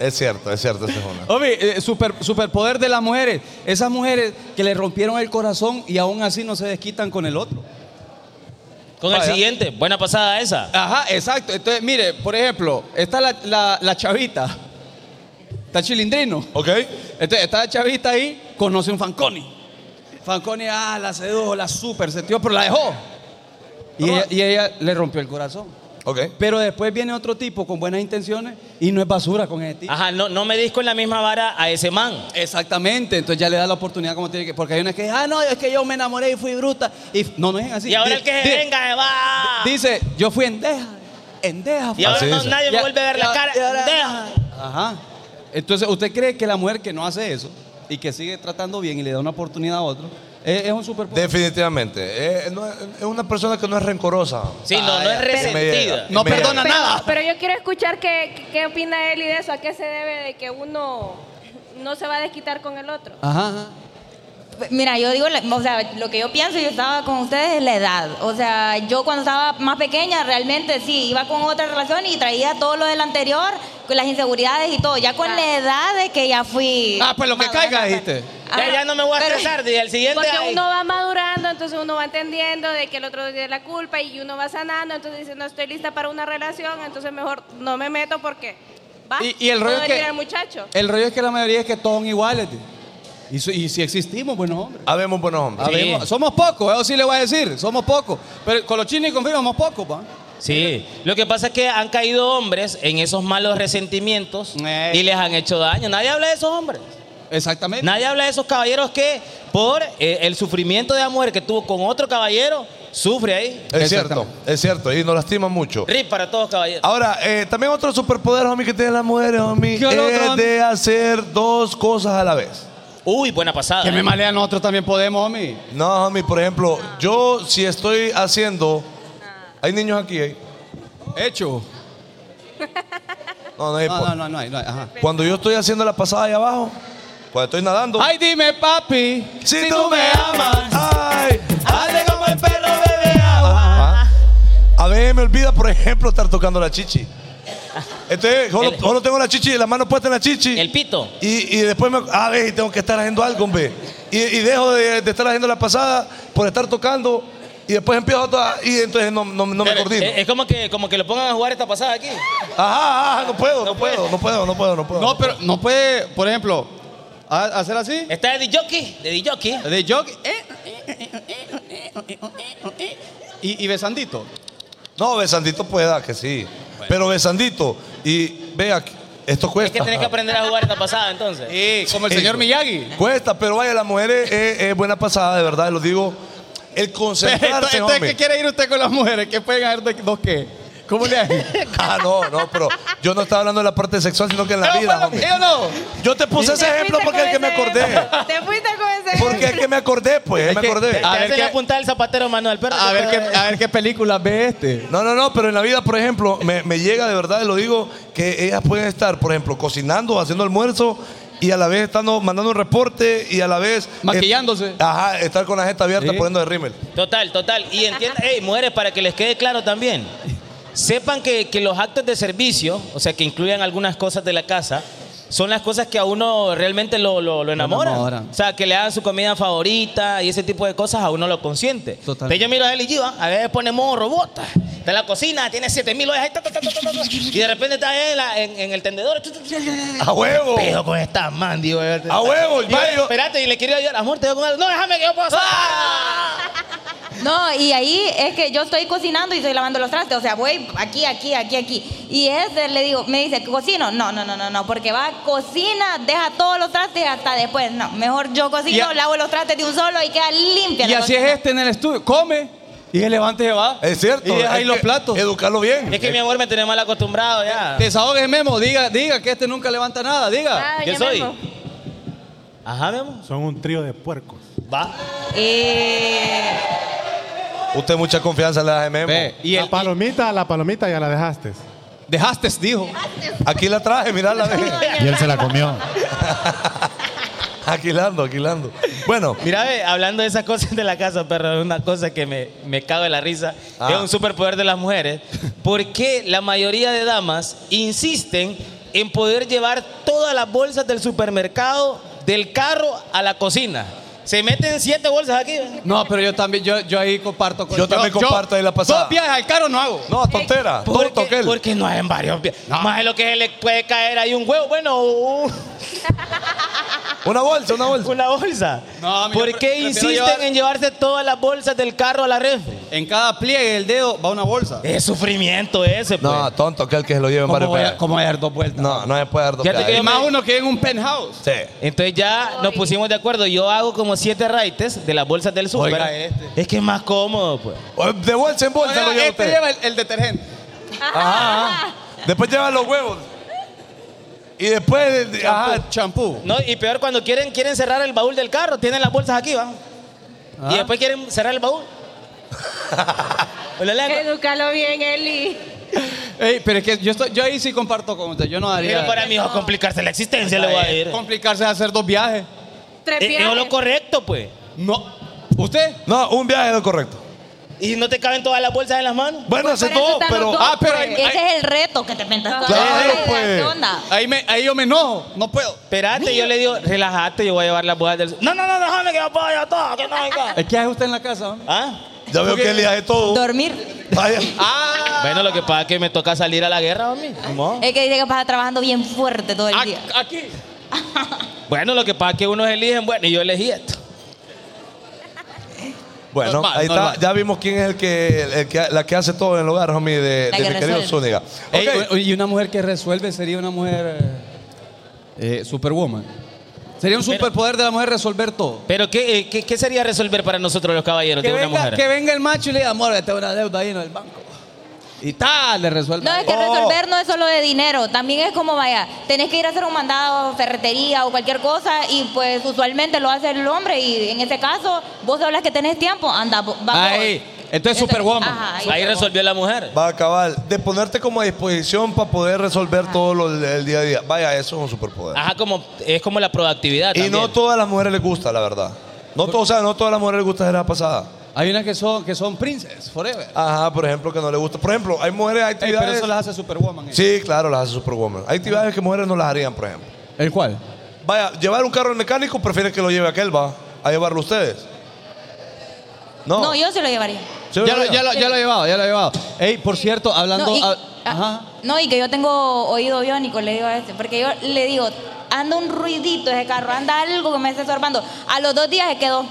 [SPEAKER 3] Es cierto, es cierto, esa es una.
[SPEAKER 7] Obi, eh, super, superpoder de las mujeres. Esas mujeres que le rompieron el corazón y aún así no se desquitan con el otro.
[SPEAKER 4] Con el
[SPEAKER 7] Vaya. Ah,
[SPEAKER 4] siguiente, buena pasada esa.
[SPEAKER 7] Ajá, exacto. Entonces, mire, por ejemplo, está la, la- la chavita. Está chilindrino.
[SPEAKER 3] Ok.
[SPEAKER 7] Entonces, está la chavita ahí, conoce un Fanconi. Fanconi, ah, la sedujo, la super sentió, pero la dejó. Y ella, y ella le rompió el corazón.
[SPEAKER 3] Ok.
[SPEAKER 7] Pero después viene otro tipo con buenas intenciones y no es basura con ese tipo.
[SPEAKER 4] Ajá, no, no me dis con la misma vara a ese man.
[SPEAKER 7] Exactamente, entonces ya le da la oportunidad como tiene que. Porque hay una que dice, ah, no, es que yo me enamoré y fui bruta. Y f- no, no es así.
[SPEAKER 4] y ahora
[SPEAKER 7] Di-
[SPEAKER 4] el que
[SPEAKER 7] di-
[SPEAKER 4] se venga se va.
[SPEAKER 7] Dice, yo fui endeja, endeja.
[SPEAKER 4] y ahora
[SPEAKER 3] Así
[SPEAKER 4] no-
[SPEAKER 3] dice.
[SPEAKER 4] nadie me
[SPEAKER 7] Ya-
[SPEAKER 4] vuelve a ver la
[SPEAKER 7] ya-
[SPEAKER 4] cara.
[SPEAKER 7] ya ahora-
[SPEAKER 4] Deja.
[SPEAKER 7] Ajá. Entonces, ¿usted cree que la mujer que no hace eso y que sigue tratando bien y le da una oportunidad a otro es, es un superpoder?
[SPEAKER 3] Definitivamente. Eh, no Es, es una persona que no es rencorosa.
[SPEAKER 4] Sí, no, no es
[SPEAKER 3] Vaya, que me
[SPEAKER 4] resentida.
[SPEAKER 3] llega.
[SPEAKER 7] Ah, No
[SPEAKER 3] Me
[SPEAKER 7] perdona
[SPEAKER 8] Pero,
[SPEAKER 7] nada.
[SPEAKER 8] pero yo quiero escuchar qué, qué opina él y de eso. ¿A qué se debe de que uno no se va a desquitar con el otro?
[SPEAKER 7] Ajá, ajá.
[SPEAKER 9] Mira, yo digo, la- o sea, lo que yo pienso, yo estaba con ustedes es la edad. O sea, yo cuando estaba más pequeña, realmente sí, iba con otra relación y traía todo lo del anterior, con las inseguridades y todo. Ya con
[SPEAKER 4] Ah.
[SPEAKER 9] la edad de que ya fui.
[SPEAKER 7] Ah, pues lo que
[SPEAKER 9] madura, Ah,
[SPEAKER 7] caiga,
[SPEAKER 9] ¿no?
[SPEAKER 7] dijiste.
[SPEAKER 9] Ajá.
[SPEAKER 4] Ya, ya no me voy a
[SPEAKER 9] Pero-
[SPEAKER 4] estresar. Dije, el siguiente.
[SPEAKER 8] Porque
[SPEAKER 4] ay.
[SPEAKER 8] uno va madurando, entonces uno va entendiendo de que el otro tiene la culpa y uno va sanando, entonces dice, no estoy lista para una relación, entonces mejor no me meto porque va.
[SPEAKER 7] Y, y el rollo
[SPEAKER 8] puedo
[SPEAKER 7] es que.
[SPEAKER 8] herir al muchacho.
[SPEAKER 7] El rollo es que la mayoría es que todos son iguales. tío. Y, so- y si existimos, pues buenos hombres.
[SPEAKER 3] Habemos buenos hombres.
[SPEAKER 4] Sí.
[SPEAKER 7] Habemos- Somos pocos, eso sí le voy a decir, somos pocos. Pero con los chinos y con firmas somos pocos, pa.
[SPEAKER 4] Sí, lo que pasa es que han caído hombres en esos malos resentimientos
[SPEAKER 7] Eh.
[SPEAKER 4] y les han hecho daño. Nadie habla de esos hombres.
[SPEAKER 7] Exactamente.
[SPEAKER 4] Nadie habla de esos caballeros que por eh, el sufrimiento de la mujer que tuvo con otro caballero, sufre ahí.
[SPEAKER 3] Es cierto,
[SPEAKER 7] Exactamente.
[SPEAKER 3] es cierto. Y nos lastima mucho.
[SPEAKER 4] RIP para todos caballeros.
[SPEAKER 3] Ahora, eh, también otro superpoder, homie, que tienen las mujeres, homie,
[SPEAKER 7] ¿Qué otro,
[SPEAKER 3] es
[SPEAKER 7] homie?
[SPEAKER 3] de hacer dos cosas a la vez.
[SPEAKER 4] Uy, buena pasada.
[SPEAKER 7] Que me
[SPEAKER 4] eh.
[SPEAKER 7] malea, nosotros también podemos, homie.
[SPEAKER 3] No, homie, por ejemplo, yo si estoy haciendo. Hay niños aquí, ¿eh?
[SPEAKER 7] Hecho.
[SPEAKER 3] No, no hay
[SPEAKER 7] No,
[SPEAKER 3] po-
[SPEAKER 7] no, no, no, hay, no hay, ajá.
[SPEAKER 3] Cuando yo estoy haciendo la pasada ahí abajo, cuando estoy nadando.
[SPEAKER 7] Ay, dime, papi,
[SPEAKER 3] si tú me amas, ay,
[SPEAKER 7] hazle como el perro bebe agua.
[SPEAKER 3] ah. A veces me olvida, por ejemplo, estar tocando la chichi. Entonces, solo,
[SPEAKER 4] El-
[SPEAKER 3] solo tengo la chichi, la mano puesta en la chichi.
[SPEAKER 4] El pito.
[SPEAKER 3] y, y después me. A ver, tengo que estar haciendo algo, hombre. Y, y dejo de, de estar haciendo la pasada por estar tocando. Y después empiezo a. Y entonces no, no- no me
[SPEAKER 7] eh,
[SPEAKER 3] coordino.
[SPEAKER 4] Es, es como que como que lo pongan a jugar esta pasada aquí.
[SPEAKER 3] Ajá, ajá, Ah, no puedo, no puedo, no puedo, no puedo, no puedo.
[SPEAKER 7] No, pero no puede, por ejemplo, ha- hacer así.
[SPEAKER 4] Está de jockey, de jockey.
[SPEAKER 7] De jog. eh, Y, y besandito.
[SPEAKER 3] No, Besandito pueda que sí. Pero Besandito, y vea, esto
[SPEAKER 4] Es
[SPEAKER 3] cuesta.
[SPEAKER 4] que tenés que aprender a jugar esta pasada entonces.
[SPEAKER 7] Sí, como el señor Miyagi.
[SPEAKER 3] Cuesta, pero vaya, las mujeres es, es buena pasada, de verdad, lo digo. El
[SPEAKER 7] Entonces,
[SPEAKER 3] concentrarse,
[SPEAKER 7] entonces,
[SPEAKER 3] hombre.
[SPEAKER 7] ¿qué quiere ir usted con las mujeres? ¿Qué pueden hacer de dos qué? ¿Cómo le hacen?
[SPEAKER 3] Ah, no, no, pero yo no estaba hablando de la parte sexual, sino que en la
[SPEAKER 7] Yo
[SPEAKER 3] vida,
[SPEAKER 7] no,
[SPEAKER 3] hombre.
[SPEAKER 7] yo no.
[SPEAKER 3] Yo te puse ese
[SPEAKER 8] Te
[SPEAKER 3] ejemplo
[SPEAKER 8] fuiste
[SPEAKER 3] porque es
[SPEAKER 8] con
[SPEAKER 3] el que me
[SPEAKER 8] ese
[SPEAKER 3] acordé.
[SPEAKER 8] ejemplo. Te fuiste con ese
[SPEAKER 3] Porque es
[SPEAKER 8] ejemplo.
[SPEAKER 3] que me acordé, pues, me
[SPEAKER 7] que-
[SPEAKER 3] acordé.
[SPEAKER 4] Te
[SPEAKER 7] A ver
[SPEAKER 4] hacen
[SPEAKER 7] qué-
[SPEAKER 4] apuntar el zapatero, Manuel Perro.
[SPEAKER 7] A ver qué, a ver qué película ve este.
[SPEAKER 3] No, no, no, pero en la vida, por ejemplo, me, me llega de verdad, lo digo, que ellas pueden estar, por ejemplo, cocinando, haciendo almuerzo y a la vez estando mandando un reporte y a la vez.
[SPEAKER 7] Maquillándose.
[SPEAKER 3] eh, ajá, estar con la jeta abierta
[SPEAKER 7] Sí.
[SPEAKER 3] poniendo de rímel.
[SPEAKER 4] Total, total. Y entiendan, hey, mujeres, para que les quede claro también, sepan que, que los actos de servicio, o sea, que incluyan algunas cosas de la casa, son las cosas que a uno realmente lo, lo, lo enamoran.
[SPEAKER 7] enamoran.
[SPEAKER 4] O sea, que le hagan su comida favorita y ese tipo de cosas a uno lo consiente.
[SPEAKER 7] Total.
[SPEAKER 4] Entonces yo miro a él y yo, a veces pone modo robota. está en la cocina, tiene 7000 ollas, ahí, ta, ta, ta, ta, ta, ta, y de repente está en, la- en- en el tendedor. tu, tu, tu,
[SPEAKER 3] ¡A huevo!
[SPEAKER 4] Pedo con esta man, digo. yo.
[SPEAKER 3] ¡A huevo! El
[SPEAKER 4] Digo,
[SPEAKER 3] mayo.
[SPEAKER 4] Espérate, y le quería ayudar. Amor, te veo con algo. No, déjame que yo puedo hacer.
[SPEAKER 7] ¡Ah!
[SPEAKER 9] No, y ahí es que yo estoy cocinando y estoy lavando los trastes. O sea, voy aquí, aquí, aquí, aquí. Y ese le digo, me dice, ¿cocino? No, no, no, no, no. Porque va, cocina, deja todos los trastes hasta después. No, mejor yo cocino,
[SPEAKER 7] Y a-
[SPEAKER 9] lavo los trastes de un solo y queda limpia.
[SPEAKER 7] Y
[SPEAKER 9] la
[SPEAKER 7] así es
[SPEAKER 9] cocina.
[SPEAKER 7] este en el estudio. Come y él levanta y se va.
[SPEAKER 3] Es cierto.
[SPEAKER 7] Y deja
[SPEAKER 3] hay
[SPEAKER 7] ahí los
[SPEAKER 3] que
[SPEAKER 7] platos.
[SPEAKER 3] Educarlo bien.
[SPEAKER 4] Es que mi amor me tiene mal acostumbrado ya.
[SPEAKER 7] Desahogue Memo, diga, diga que este nunca levanta nada, diga.
[SPEAKER 8] Ah,
[SPEAKER 4] ¿Yo
[SPEAKER 8] doña
[SPEAKER 4] soy?
[SPEAKER 8] Memo.
[SPEAKER 4] Ajá, mi amor.
[SPEAKER 10] Son un trío de puercos.
[SPEAKER 4] Va.
[SPEAKER 9] Eh,
[SPEAKER 3] Usted mucha confianza le da a Memo.
[SPEAKER 7] Ve, y
[SPEAKER 10] La
[SPEAKER 7] el-
[SPEAKER 10] palomita, la palomita ya la dejaste.
[SPEAKER 7] dejaste, dijo.
[SPEAKER 3] Aquí la traje, mirá la ve.
[SPEAKER 5] Y él se la comió.
[SPEAKER 3] Aquilando, aquilando. Bueno,
[SPEAKER 4] Mira, ve, hablando de esas cosas de la casa, perro, una cosa que me, me cago en la risa,
[SPEAKER 3] Ah.
[SPEAKER 4] es un superpoder de las mujeres, porque la mayoría de damas insisten en poder llevar todas las bolsas del supermercado, del carro a la cocina. Se meten siete bolsas aquí. ve.
[SPEAKER 7] No, pero yo también, yo, yo ahí comparto con
[SPEAKER 3] Yo también comparto ahí la pasada.
[SPEAKER 7] Dos viajes al carro no hago.
[SPEAKER 3] no, tontera. Todo
[SPEAKER 4] Porque,
[SPEAKER 3] toquel.
[SPEAKER 4] porque no hay en varios pies. Más de lo que se le puede caer ahí un huevo, bueno, un-
[SPEAKER 3] Una bolsa, una bolsa.
[SPEAKER 4] una bolsa.
[SPEAKER 7] No, mira,
[SPEAKER 4] ¿Por
[SPEAKER 7] pre-
[SPEAKER 4] qué
[SPEAKER 7] prefiero
[SPEAKER 4] insisten
[SPEAKER 7] llevar-
[SPEAKER 4] en llevarse todas las bolsas del carro a la red?
[SPEAKER 7] En cada pliegue del dedo va una bolsa.
[SPEAKER 4] Es sufrimiento ese, pues.
[SPEAKER 3] No, tonto aquel que se lo lleve en
[SPEAKER 7] ¿Cómo
[SPEAKER 3] varios
[SPEAKER 7] voy, a,
[SPEAKER 3] pedazos.
[SPEAKER 7] cómo voy a dar dos vueltas?
[SPEAKER 3] No, no se puede dar dos
[SPEAKER 4] Fíjate
[SPEAKER 7] Y
[SPEAKER 3] pedazos.
[SPEAKER 4] que-
[SPEAKER 7] más uno que en un penthouse.
[SPEAKER 3] Sí.
[SPEAKER 4] Entonces ya nos pusimos de acuerdo. Yo hago como siete raites de las bolsas del súper.
[SPEAKER 7] Oiga, este.
[SPEAKER 4] Es que es más cómodo, pues.
[SPEAKER 3] O De bolsa en bolsa lo
[SPEAKER 7] Oiga,
[SPEAKER 3] lleva
[SPEAKER 7] este
[SPEAKER 3] usted.
[SPEAKER 7] lleva el, el detergente.
[SPEAKER 3] Ajá, ajá. Después lleva los huevos. Y después, de- ah, ajá.
[SPEAKER 7] champú.
[SPEAKER 4] No, y peor cuando quieren, quieren cerrar el baúl del carro, tienen las bolsas aquí, va.
[SPEAKER 7] Ah.
[SPEAKER 4] Y después quieren cerrar el baúl. Hola, Leandro.
[SPEAKER 8] Educalo bien, Eli.
[SPEAKER 7] Ey, pero es que yo, estoy, yo ahí sí comparto con usted. Yo no daría.
[SPEAKER 4] Pero para mí va a complicarse la existencia, le voy a
[SPEAKER 7] Ay,
[SPEAKER 4] ir.
[SPEAKER 7] es complicarse de hacer dos viajes.
[SPEAKER 8] Tres
[SPEAKER 4] Es es
[SPEAKER 8] viajes.
[SPEAKER 4] Eh, lo correcto, pues.
[SPEAKER 7] No. ¿Usted?
[SPEAKER 3] No, un viaje es lo correcto.
[SPEAKER 4] Y no te caben todas las bolsas en las manos.
[SPEAKER 3] Bueno, hace
[SPEAKER 8] para eso
[SPEAKER 3] todo,
[SPEAKER 8] están los
[SPEAKER 3] pero.
[SPEAKER 8] dos,
[SPEAKER 7] ah, pero
[SPEAKER 8] pues.
[SPEAKER 7] hay-
[SPEAKER 9] ese es el reto que te inventas.
[SPEAKER 3] Claro, pues.
[SPEAKER 7] Ahí, me, ahí yo me enojo. No puedo.
[SPEAKER 4] Espérate, yo le digo, relájate, yo voy a llevar las bolsas del. No, no, no, déjame que yo puedo llevar todo, que no venga.
[SPEAKER 7] ¿Qué hace usted en la casa? hombre?
[SPEAKER 4] ¿Ah?
[SPEAKER 3] Ya veo que él hace todo.
[SPEAKER 9] Dormir.
[SPEAKER 3] Vaya.
[SPEAKER 7] Ah,
[SPEAKER 4] Bueno, lo que pasa es que me toca salir a la guerra, mami. Ni modo.
[SPEAKER 9] Es que dice que pasa trabajando bien fuerte todo
[SPEAKER 4] Ah,
[SPEAKER 9] el día.
[SPEAKER 7] ac- aquí.
[SPEAKER 4] Bueno, lo que pasa es que unos eligen, bueno, y yo elegí esto.
[SPEAKER 3] Bueno,
[SPEAKER 7] Normal,
[SPEAKER 3] ahí
[SPEAKER 7] normal.
[SPEAKER 3] está. Ya vimos quién es el que, el que- la que hace todo en el hogar, homie, de,
[SPEAKER 9] La
[SPEAKER 3] de
[SPEAKER 9] que
[SPEAKER 3] mi querido
[SPEAKER 9] resuelve.
[SPEAKER 3] Zúñiga.
[SPEAKER 7] Ey,
[SPEAKER 3] Ok.
[SPEAKER 7] o- y una mujer que resuelve sería una mujer. eh, eh, superwoman. Sería un superpoder de la mujer resolver todo.
[SPEAKER 4] Pero ¿qué, eh, qué, qué sería resolver para nosotros los caballeros
[SPEAKER 7] Que
[SPEAKER 4] de una
[SPEAKER 7] venga,
[SPEAKER 4] mujer?
[SPEAKER 7] que venga el macho y le diga, amor, tengo una deuda ahí en el banco. Y tal, le resuelve.
[SPEAKER 9] No, es que
[SPEAKER 3] Oh.
[SPEAKER 9] resolver no es solo de dinero, también es como vaya, tenés que ir a hacer un mandado, ferretería o cualquier cosa y pues usualmente lo hace el hombre y en ese caso vos hablas que tenés tiempo, anda, vo- vamos.
[SPEAKER 7] Ahí. Entonces, Superwoman.
[SPEAKER 9] Ajá,
[SPEAKER 4] Ahí
[SPEAKER 9] Superwoman.
[SPEAKER 4] resolvió la mujer.
[SPEAKER 3] Va a acabar. De ponerte como a disposición para poder resolver todo lo del día a día. Vaya, eso es un superpoder.
[SPEAKER 4] Ajá, como, es como la proactividad.
[SPEAKER 3] y
[SPEAKER 4] también.
[SPEAKER 3] no todas las mujeres les gusta, la verdad. No, to- o sea, no todas las mujeres les gusta hacer la pasada.
[SPEAKER 7] Hay unas que son, que son princess, forever.
[SPEAKER 3] Ajá, por ejemplo, que no le gusta. Por ejemplo, hay mujeres, hay
[SPEAKER 7] Ey, pero
[SPEAKER 3] actividades.
[SPEAKER 7] eso las hace Superwoman. eh.
[SPEAKER 3] Sí, claro, las hace Superwoman. Hay actividades que mujeres no las harían, por ejemplo.
[SPEAKER 7] ¿El cual?
[SPEAKER 3] Vaya, llevar un carro al mecánico, prefiere que lo lleve aquel, va. A llevarlo ustedes. No.
[SPEAKER 9] No, yo se lo llevaría.
[SPEAKER 3] ¿Sí,
[SPEAKER 7] Ya lo,
[SPEAKER 3] verdad?
[SPEAKER 7] ya, lo, ya lo he llevado, ya lo he llevado. Ey, por cierto, hablando.
[SPEAKER 9] No y,
[SPEAKER 7] ah,
[SPEAKER 9] ah,
[SPEAKER 7] ajá.
[SPEAKER 9] no, y que yo tengo oído biónico, le digo a este, porque yo le digo, anda un ruidito ese carro, anda algo que me esté estorbando. A los dos días se quedó.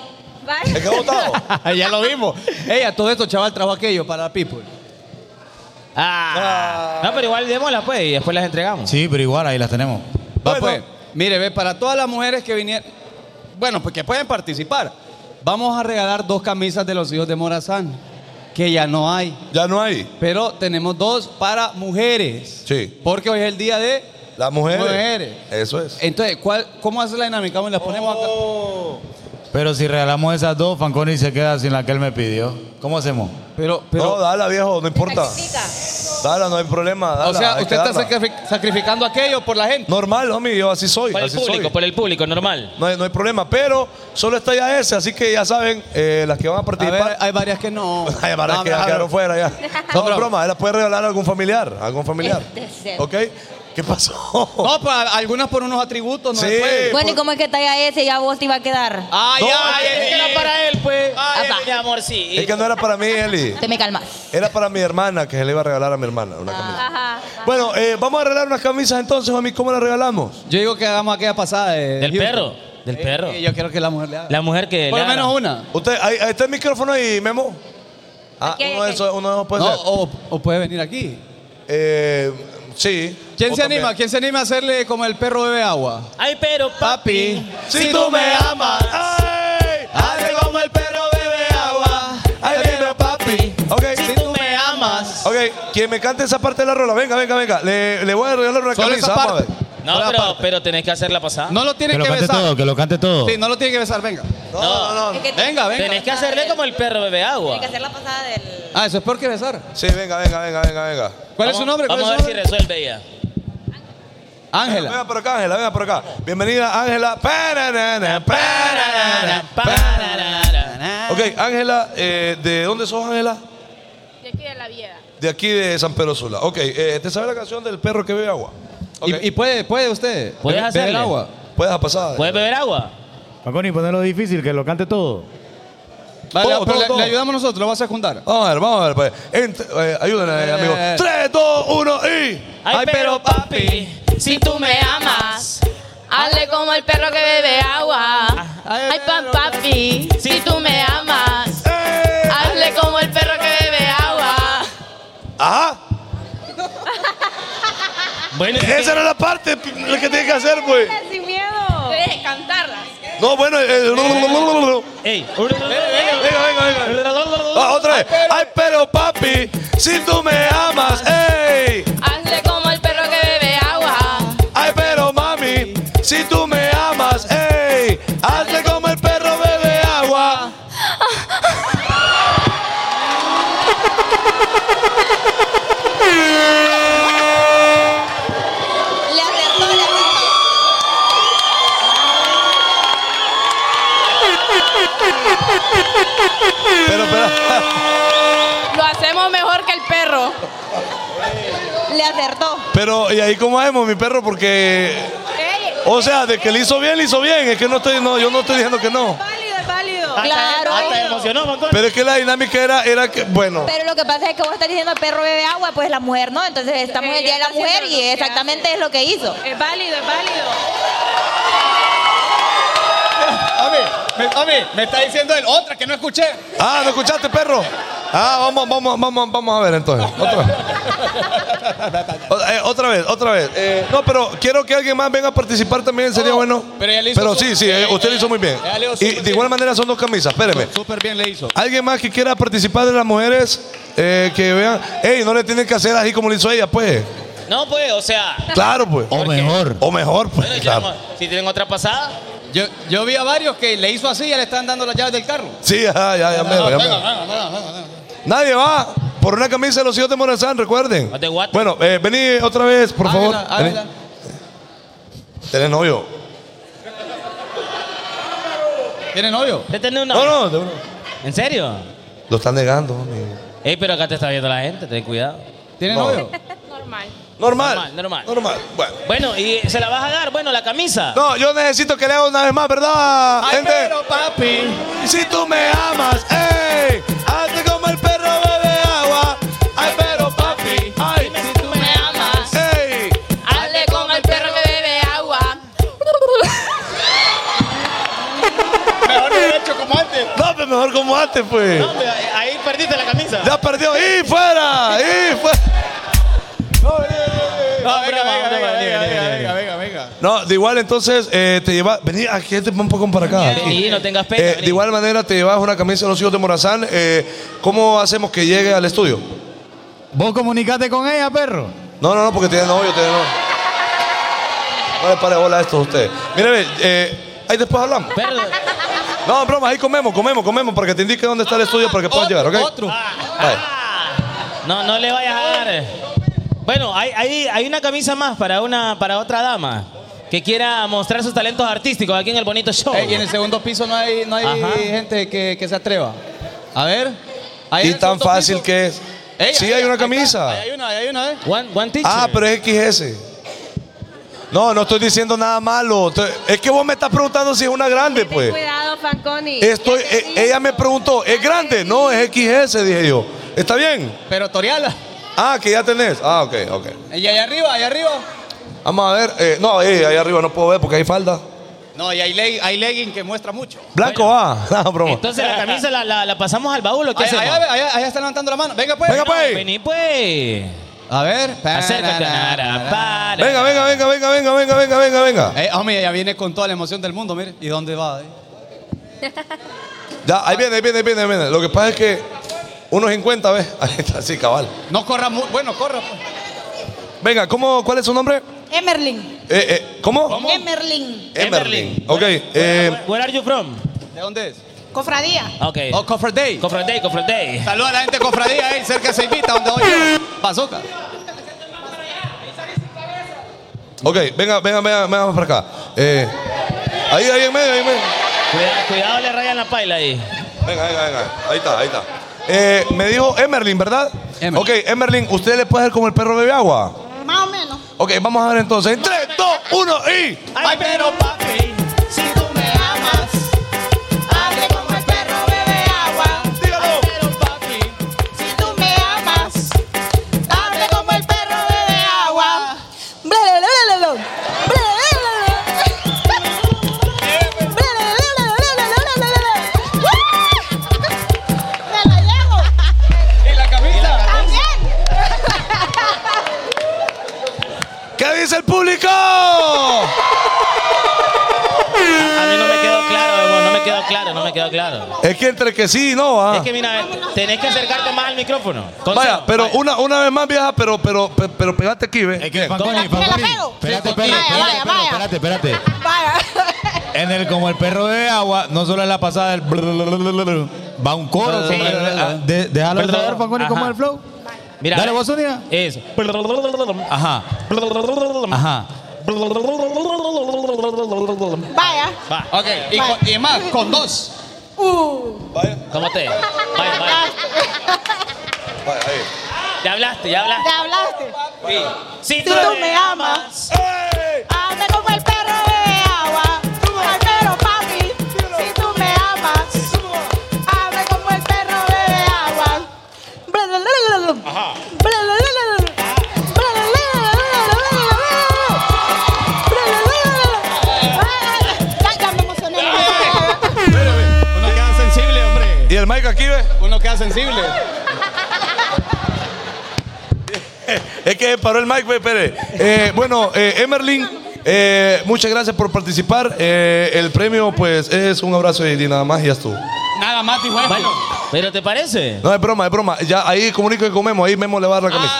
[SPEAKER 8] Vale.
[SPEAKER 3] ¿Es que ha votado?
[SPEAKER 7] ya lo vimos. Ey, a todo esto, chaval, trajo aquello para la People.
[SPEAKER 4] Ah. No, pero igual démoslas pues y después las entregamos.
[SPEAKER 5] Sí, pero igual ahí las tenemos.
[SPEAKER 3] Bueno.
[SPEAKER 7] Va, pues, mire, ve, para todas las mujeres que vinieron. Bueno, pues que pueden participar. Vamos a regalar dos camisas de los hijos de Morazán, que ya no hay.
[SPEAKER 3] ya no hay.
[SPEAKER 7] Pero tenemos dos para mujeres.
[SPEAKER 3] Sí.
[SPEAKER 7] Porque hoy es el día de.
[SPEAKER 3] Las mujeres.
[SPEAKER 7] Mujeres. Eh,
[SPEAKER 3] Eso es.
[SPEAKER 7] Entonces, ¿cuál, ¿cómo hace la dinámica? Vamos, las ponemos acá.
[SPEAKER 3] Oh.
[SPEAKER 5] Pero si regalamos esas dos, Fanconi se queda sin la que él me pidió. ¿Cómo hacemos?
[SPEAKER 7] Pero,
[SPEAKER 3] no,
[SPEAKER 7] pero.
[SPEAKER 3] dale, viejo, no importa. Dala, no hay problema.
[SPEAKER 7] O
[SPEAKER 3] dala,
[SPEAKER 7] sea,
[SPEAKER 3] hay
[SPEAKER 7] usted
[SPEAKER 3] que
[SPEAKER 7] está
[SPEAKER 3] darla.
[SPEAKER 7] sacrifi- sacrificando aquello por la gente.
[SPEAKER 3] Normal, homie, yo así soy.
[SPEAKER 4] Por el
[SPEAKER 3] así
[SPEAKER 4] público, pues.
[SPEAKER 3] soy.
[SPEAKER 4] por el público, normal.
[SPEAKER 3] No hay, no hay problema, pero solo está ya ese, así que ya saben, eh, las que van a
[SPEAKER 7] A ver,
[SPEAKER 3] participar.
[SPEAKER 7] hay varias que no.
[SPEAKER 3] Ay, para
[SPEAKER 7] No,
[SPEAKER 3] que ya
[SPEAKER 7] hombre,
[SPEAKER 3] quedaron fuera ya. No,
[SPEAKER 7] broma.
[SPEAKER 3] broma, la puede regalar a algún familiar, a algún familiar.
[SPEAKER 9] Este ser.
[SPEAKER 3] ¿Ok? ¿Qué pasó?
[SPEAKER 7] No, pues algunas por unos atributos no Pues,
[SPEAKER 3] Sí.
[SPEAKER 7] se puede.
[SPEAKER 9] Bueno, ¿y cómo es que talla ese? Ya vos te iba a quedar.
[SPEAKER 4] Ah.
[SPEAKER 7] Ay,
[SPEAKER 3] No,
[SPEAKER 7] ay,
[SPEAKER 3] es
[SPEAKER 7] ay,
[SPEAKER 4] que era para él, pues. Ay,
[SPEAKER 9] Apa.
[SPEAKER 4] mi amor, sí.
[SPEAKER 3] Es que no era para mí, Eli.
[SPEAKER 9] Te me calmas.
[SPEAKER 3] Era para mi hermana, que se le iba a regalar a mi hermana una camisa.
[SPEAKER 8] Ajá.
[SPEAKER 3] Bueno, eh, vamos a regalar unas camisas entonces, mami. ¿Cómo las regalamos?
[SPEAKER 7] Yo digo que hagamos aquella pasada de
[SPEAKER 4] Del
[SPEAKER 7] Houston.
[SPEAKER 4] perro, del
[SPEAKER 7] Eh,
[SPEAKER 4] perro.
[SPEAKER 7] eh, yo quiero que la mujer le haga.
[SPEAKER 4] La mujer que.
[SPEAKER 7] por
[SPEAKER 4] le
[SPEAKER 7] lo menos
[SPEAKER 4] haga.
[SPEAKER 7] una.
[SPEAKER 3] Usted, ahí, ahí está el micrófono ahí, Memo. Ah,
[SPEAKER 8] Aquí,
[SPEAKER 3] uno, de
[SPEAKER 8] aquí.
[SPEAKER 3] esos, uno de esos puede
[SPEAKER 7] No,
[SPEAKER 3] ser.
[SPEAKER 7] o, o puede venir aquí.
[SPEAKER 3] Eh, sí.
[SPEAKER 7] ¿Quién
[SPEAKER 3] O
[SPEAKER 7] se
[SPEAKER 3] también.
[SPEAKER 7] anima? ¿Quién se anima a hacerle como el perro bebe agua?
[SPEAKER 4] Ay, pero papi.
[SPEAKER 3] Si tú me amas, ay, hazle como el perro bebe agua. Ay, dime, papi. Ok.
[SPEAKER 4] Si tú me amas.
[SPEAKER 3] Ok, quien me cante esa parte de la rola, venga, venga, venga. Le, le voy a regalar una
[SPEAKER 7] Solo
[SPEAKER 3] camisa.
[SPEAKER 7] esa
[SPEAKER 3] vamos a
[SPEAKER 7] parte.
[SPEAKER 3] ver.
[SPEAKER 4] No,
[SPEAKER 7] Solo la
[SPEAKER 4] pero,
[SPEAKER 7] parte.
[SPEAKER 4] pero tenés que hacer la pasada.
[SPEAKER 7] No lo tiene
[SPEAKER 5] Que
[SPEAKER 7] que,
[SPEAKER 5] lo cante
[SPEAKER 7] besar.
[SPEAKER 5] todo, que lo cante todo.
[SPEAKER 7] Sí, no lo tiene que besar, venga.
[SPEAKER 3] No, no, no.
[SPEAKER 9] Es que tiene-
[SPEAKER 7] Venga, venga.
[SPEAKER 4] Tenés que hacerle como el perro bebe agua.
[SPEAKER 9] Tiene que hacer la pasada del.
[SPEAKER 7] Ah, eso es peor que besar.
[SPEAKER 3] Sí, venga, venga, venga, venga, venga.
[SPEAKER 7] ¿Cuál es su
[SPEAKER 4] Vamos-
[SPEAKER 7] nombre? ¿Cuál
[SPEAKER 4] Vamos a
[SPEAKER 7] es
[SPEAKER 4] ver
[SPEAKER 7] su
[SPEAKER 4] si
[SPEAKER 7] nombre?
[SPEAKER 4] resuelve ella.
[SPEAKER 7] Ángela.
[SPEAKER 3] Venga por acá, Ángela, venga por acá. Bienvenida, Ángela. Pararara, pararara, pararara. Ok, Ángela, eh, ¿de dónde sos, Ángela?
[SPEAKER 8] Yo aquí de la vieda.
[SPEAKER 3] De aquí de San Pedro Sula. Ok, eh, ¿te sabes la canción del perro que bebe agua? Ok.
[SPEAKER 7] Y, y puede, puede usted.
[SPEAKER 4] ¿Puedes
[SPEAKER 7] be- beber
[SPEAKER 4] hacerle?
[SPEAKER 7] agua.
[SPEAKER 3] Puedes a pasar.
[SPEAKER 4] ¿Puedes beber agua?
[SPEAKER 5] Paconi, ponelo difícil, que lo cante todo.
[SPEAKER 4] Oh,
[SPEAKER 7] Vale,
[SPEAKER 3] Todo,
[SPEAKER 7] pero
[SPEAKER 3] todo,
[SPEAKER 7] le,
[SPEAKER 3] todo.
[SPEAKER 7] le ayudamos nosotros, lo vas a juntar.
[SPEAKER 3] Vamos a ver, vamos a ver. Pues. Ent- eh, ayúdenme,
[SPEAKER 7] Eh.
[SPEAKER 3] amigo. 3, 2, 1 y.
[SPEAKER 4] Ay, pero papi. Si tú me amas.
[SPEAKER 8] Hazle como el perro que bebe agua.
[SPEAKER 4] Ah,
[SPEAKER 8] Ay, pan papi, si tú me amas.
[SPEAKER 3] ¡Eh!
[SPEAKER 8] Hazle como el perro que bebe agua.
[SPEAKER 3] ¡Ajá!
[SPEAKER 4] Bueno,
[SPEAKER 3] Esa era la parte p- la que tiene que hacer, pues.
[SPEAKER 8] Eh, Sin miedo. Debes cantarla.
[SPEAKER 3] No, bueno, eh,
[SPEAKER 4] Ey.
[SPEAKER 3] venga, venga, venga. Ah, otra vez. Ay, pero papi, si tú me amas, ey.
[SPEAKER 8] Hazle como el perro que Eh, bebe agua.
[SPEAKER 3] Ay, pero mami, si tú me amas, ey. Hazle como el perro bebe agua.
[SPEAKER 9] Le acertó, le acertó.
[SPEAKER 3] Pero, pero.
[SPEAKER 8] Lo hacemos mejor que el perro.
[SPEAKER 9] Le acertó.
[SPEAKER 3] Pero, ¿y ahí cómo hacemos, mi perro? Porque. O sea, de que le hizo bien, le hizo bien. Es que no estoy, no, yo no estoy diciendo que no.
[SPEAKER 8] Válido, es válido.
[SPEAKER 4] Ah.
[SPEAKER 9] Claro.
[SPEAKER 4] Hasta emocionó, Paconi.
[SPEAKER 3] Pero es que la dinámica era, era que, bueno.
[SPEAKER 9] Pero lo que pasa es que vos estás diciendo el perro bebe agua, pues la mujer no. Entonces estamos en el
[SPEAKER 8] Ella
[SPEAKER 9] día de la
[SPEAKER 8] está
[SPEAKER 9] mujer
[SPEAKER 8] haciendo
[SPEAKER 9] y
[SPEAKER 8] lo que
[SPEAKER 9] exactamente es lo que hizo.
[SPEAKER 8] Es válido, es válido.
[SPEAKER 7] A mí, me, a mí, me está diciendo él otra que no escuché.
[SPEAKER 3] Ah, ¿no escuchaste, perro? Ah, vamos, vamos, vamos, vamos a ver entonces. Otra vez. O- eh, otra vez, otra vez. Eh, no, pero quiero que alguien más venga a participar también, sería
[SPEAKER 7] No,
[SPEAKER 3] bueno.
[SPEAKER 7] Oh, pero ella le hizo
[SPEAKER 3] Pero
[SPEAKER 7] su-
[SPEAKER 3] sí, sí, eh, usted lo hizo muy bien.
[SPEAKER 7] Ella le hizo
[SPEAKER 3] Y
[SPEAKER 7] súper
[SPEAKER 3] de igual
[SPEAKER 7] bien.
[SPEAKER 3] manera son dos camisas, espéreme.
[SPEAKER 7] Súper bien le hizo.
[SPEAKER 3] ¿Alguien más que quiera participar de las mujeres? Eh, que vean, ey, no le tienen que hacer así como le hizo ella, pues.
[SPEAKER 4] No, pues, o sea.
[SPEAKER 3] Claro, pues.
[SPEAKER 5] O mejor.
[SPEAKER 3] O mejor, pues.
[SPEAKER 4] Bueno, ya
[SPEAKER 3] claro.
[SPEAKER 4] vamos. si tienen otra pasada.
[SPEAKER 7] Yo, yo vi a varios que le hizo así y ya le están dando las llaves del carro.
[SPEAKER 3] Sí, ajá, ya, ya, mero, ya mero. Nadie va por una camisa de los hijos de Morazán, recuerden.
[SPEAKER 4] Los de Guate.
[SPEAKER 3] Bueno, eh, vení otra vez, por favor.
[SPEAKER 7] Ángela,
[SPEAKER 3] Vení.
[SPEAKER 7] Ángela.
[SPEAKER 3] ¿Tenés novio?
[SPEAKER 7] ¿Tiene novio?
[SPEAKER 4] ¿Te tenés una?
[SPEAKER 3] No, no, de uno.
[SPEAKER 4] ¿En serio?
[SPEAKER 3] Lo están negando, amigo.
[SPEAKER 4] Ey, pero acá te está viendo la gente, ten cuidado.
[SPEAKER 7] ¿Tiene
[SPEAKER 3] No.
[SPEAKER 7] novio?
[SPEAKER 8] Normal.
[SPEAKER 3] Normal.
[SPEAKER 4] Normal, normal.
[SPEAKER 3] Bueno.
[SPEAKER 4] Bueno, y se la vas a dar, bueno, la camisa.
[SPEAKER 3] No, yo necesito que le haga una vez más, ¿verdad?
[SPEAKER 7] Ay,
[SPEAKER 3] gente?
[SPEAKER 7] pero papi.
[SPEAKER 3] Si tú me amas, ey, hazte como el perro bebe agua. Ay, pero papi, ay,
[SPEAKER 8] Si tú me amas,
[SPEAKER 3] ey.
[SPEAKER 8] hazle como el perro que bebe agua.
[SPEAKER 7] Mejor lo he hecho como antes.
[SPEAKER 3] No, pero mejor como antes, pues.
[SPEAKER 4] No, pero ahí perdiste la camisa.
[SPEAKER 3] Ya perdió. ¡Y fuera! ¡Y fuera!
[SPEAKER 7] No, venga,
[SPEAKER 4] broma,
[SPEAKER 7] venga, venga,
[SPEAKER 4] broma,
[SPEAKER 7] venga,
[SPEAKER 4] venga,
[SPEAKER 7] venga,
[SPEAKER 4] venga,
[SPEAKER 7] venga, venga, venga.
[SPEAKER 3] No, de igual entonces eh, te llevas. Vení, aquí este un poco para acá. aquí.
[SPEAKER 4] Vení, no tengas pena,
[SPEAKER 3] Eh,
[SPEAKER 4] vení.
[SPEAKER 3] de igual manera te llevas una camisa de los hijos de Morazán. eh, ¿Cómo hacemos que llegue al estudio?
[SPEAKER 5] Vos comunicate con ella, perro.
[SPEAKER 3] No, no, no, porque tiene novio, tiene novio. No le pare bola a esto a usted. Mire, ve, eh, ahí después hablamos.
[SPEAKER 4] Pero,
[SPEAKER 3] No, broma, ahí comemos, comemos, comemos para que te indique dónde está el estudio para que puedas
[SPEAKER 7] Otro,
[SPEAKER 3] llegar, ¿ok?
[SPEAKER 7] Otro.
[SPEAKER 3] Vale.
[SPEAKER 4] no, no le vayas a dar. Bueno, hay, hay, hay una camisa más para, una, para otra dama que quiera mostrar sus talentos artísticos aquí en el bonito show.
[SPEAKER 7] Ey, y en el segundo piso no hay, no hay
[SPEAKER 4] Ajá.
[SPEAKER 7] gente que, que se atreva. A ver. ahí
[SPEAKER 3] Y
[SPEAKER 7] en el
[SPEAKER 3] tan
[SPEAKER 7] segundo
[SPEAKER 3] fácil
[SPEAKER 7] piso-
[SPEAKER 3] que es.
[SPEAKER 7] Ey,
[SPEAKER 3] sí,
[SPEAKER 7] ahí-
[SPEAKER 3] hay una
[SPEAKER 7] ahí está,
[SPEAKER 3] camisa.
[SPEAKER 7] ahí hay una, ahí hay una, eh.
[SPEAKER 4] One, one teacher.
[SPEAKER 3] Ah, pero es XS. No, no estoy diciendo nada malo. Te- Es que vos me estás preguntando si es una grande, pues.
[SPEAKER 8] Cuidado, Fanconi.
[SPEAKER 3] Estoy,
[SPEAKER 8] Ya te
[SPEAKER 3] e-
[SPEAKER 8] dije.
[SPEAKER 3] ella me preguntó, ¿es grande? No, es XS, dije yo. ¿Está bien?
[SPEAKER 7] Pero Toriala.
[SPEAKER 3] Ah, que ya tenés. Ah, ok, ok.
[SPEAKER 7] Y allá arriba, allá arriba.
[SPEAKER 3] Vamos a ver. eh, no, eh, ahí arriba no puedo ver porque hay falda.
[SPEAKER 7] No, y hay, leg- hay legging que muestra mucho.
[SPEAKER 3] Blanco va. No, broma.
[SPEAKER 4] Entonces la camisa la, la- la pasamos al baúl o qué
[SPEAKER 7] Allá,
[SPEAKER 4] hacemos?
[SPEAKER 7] allá, allá- allá están levantando la mano. Venga, pues.
[SPEAKER 3] Venga, pues.
[SPEAKER 4] Vení pues.
[SPEAKER 7] A ver.
[SPEAKER 4] Acércate.
[SPEAKER 3] Venga, venga, venga, venga, venga, venga, venga, venga, venga.
[SPEAKER 7] Eh, hombre, ella viene con toda la emoción del mundo, mire. ¿Y dónde va? eh?
[SPEAKER 3] Ya, ahí viene, ahí viene, ahí viene, ahí viene. Lo que pasa es que unos 50, ¿ves? Ahí está, sí, cabal.
[SPEAKER 7] No corra mu- Bueno, corra. pues.
[SPEAKER 3] Venga, ¿cómo, ¿cuál es su nombre?
[SPEAKER 9] Emerlin.
[SPEAKER 3] Eh, eh, ¿Cómo?
[SPEAKER 9] Emerlin.
[SPEAKER 3] Emerlin. Ok, eh,
[SPEAKER 4] Where are you from?
[SPEAKER 7] ¿De dónde es?
[SPEAKER 9] Cofradía.
[SPEAKER 4] Ok.
[SPEAKER 7] Oh, Cofre Day.
[SPEAKER 4] Confronté, confronté.
[SPEAKER 7] Saluda a la gente de cofradía, eh, cerca de Seivita, donde voy yo. Bazooka.
[SPEAKER 3] ok, venga, venga, venga, venga más para acá. Eh, ahí, ahí en medio, ahí en medio.
[SPEAKER 4] Cuida- Cuidado, le rayan la paila ahí.
[SPEAKER 3] Venga, venga, venga. Ahí está, ahí está. Eh, me dijo Emerlin, ¿verdad?
[SPEAKER 7] Emerlin.
[SPEAKER 3] Ok, Emerlin, ¿usted le puede hacer como el perro bebe agua? Más o menos. Ok, vamos a ver entonces. En 3, 2, 1 y.
[SPEAKER 7] Ay, pero papi, si tú me amas,
[SPEAKER 9] Abre como el perro bebe agua.
[SPEAKER 3] Dígalo.
[SPEAKER 7] pero papi.
[SPEAKER 9] Si tú me amas, abre como el perro bebe agua. Bla, bla, bla, bla, bla, bla. Bla, bla, bla, bla, bla. Bla, bla, bla, bla, bla, bla, bla, bla, bla. ¡Ah! Me la llevo.
[SPEAKER 7] Y la camisa.
[SPEAKER 9] También.
[SPEAKER 3] ¿Qué dice el público?
[SPEAKER 4] A mí no me quedó claro, Evo, no me quedó claro, no me quedó claro.
[SPEAKER 3] es que entre que sí y no, ¿ah?
[SPEAKER 4] Es que mira, tenés que acercarte más al micrófono. Consejo,
[SPEAKER 3] Vaya, pero
[SPEAKER 4] vaya.
[SPEAKER 3] una, una vez más, vieja, pero, pero, pero, pero pegate aquí,
[SPEAKER 5] Es
[SPEAKER 3] ¿ve?
[SPEAKER 5] que Fanconi,
[SPEAKER 9] Me la- me la
[SPEAKER 5] Fanconi.
[SPEAKER 9] pego.
[SPEAKER 5] Espérate,
[SPEAKER 9] Sí,
[SPEAKER 5] espérate,
[SPEAKER 9] vaya,
[SPEAKER 5] espérate,
[SPEAKER 9] vaya, vaya.
[SPEAKER 5] espérate, espérate.
[SPEAKER 9] Vaya.
[SPEAKER 5] En el como el perro bebe agua, no solo es la pasada del blulululul, va un coro.
[SPEAKER 4] Sí.
[SPEAKER 5] como el- ah, de- Déjalo
[SPEAKER 4] Perdón.
[SPEAKER 5] saber, Fanconi, cómo es el flow.
[SPEAKER 4] Mira,
[SPEAKER 5] Dale
[SPEAKER 4] ve-
[SPEAKER 5] vos, Zúñiga.
[SPEAKER 4] Eso.
[SPEAKER 5] Ajá, ajá.
[SPEAKER 9] Vaya. Uh.
[SPEAKER 4] Va,
[SPEAKER 7] Ok, y, con- y más, con dos.
[SPEAKER 4] ¿cómo te? Vaya, vaya.
[SPEAKER 3] Vaya, ahí.
[SPEAKER 4] Ya hablaste, ya hablaste.
[SPEAKER 9] Te hablaste.
[SPEAKER 4] Si
[SPEAKER 9] Si tú me amas, hazme como el perro de agua. Al perro, papi, si tú me amas, hazme como el perro de agua. Bla, bla, bla, bla, bla. Bla, bla, bla, bla, bla. Bla, bla, bla, bla, bla, bla, bla, bla, bla. Bla, bla, bla, bla, bla. Ay, ay, ay. Ya, ya me emocioné, me emocioné.
[SPEAKER 7] Uno queda sensible, hombre.
[SPEAKER 3] ¿Y el mic aquí, ve?
[SPEAKER 7] Uno queda sensible.
[SPEAKER 3] Es que paró el mic, ve, espere. Eh, bueno, eh, Emerlin, eh, muchas gracias por participar. Eh, el premio, pues, es un abrazo y, y nada más, y ya estuvo.
[SPEAKER 7] Nada más, dijo
[SPEAKER 4] Vale,
[SPEAKER 7] bueno.
[SPEAKER 4] ¿Pero te parece?
[SPEAKER 3] No, es broma, es broma. Ya ahí comunico y comemos, ahí Memo le va a dar la camisa.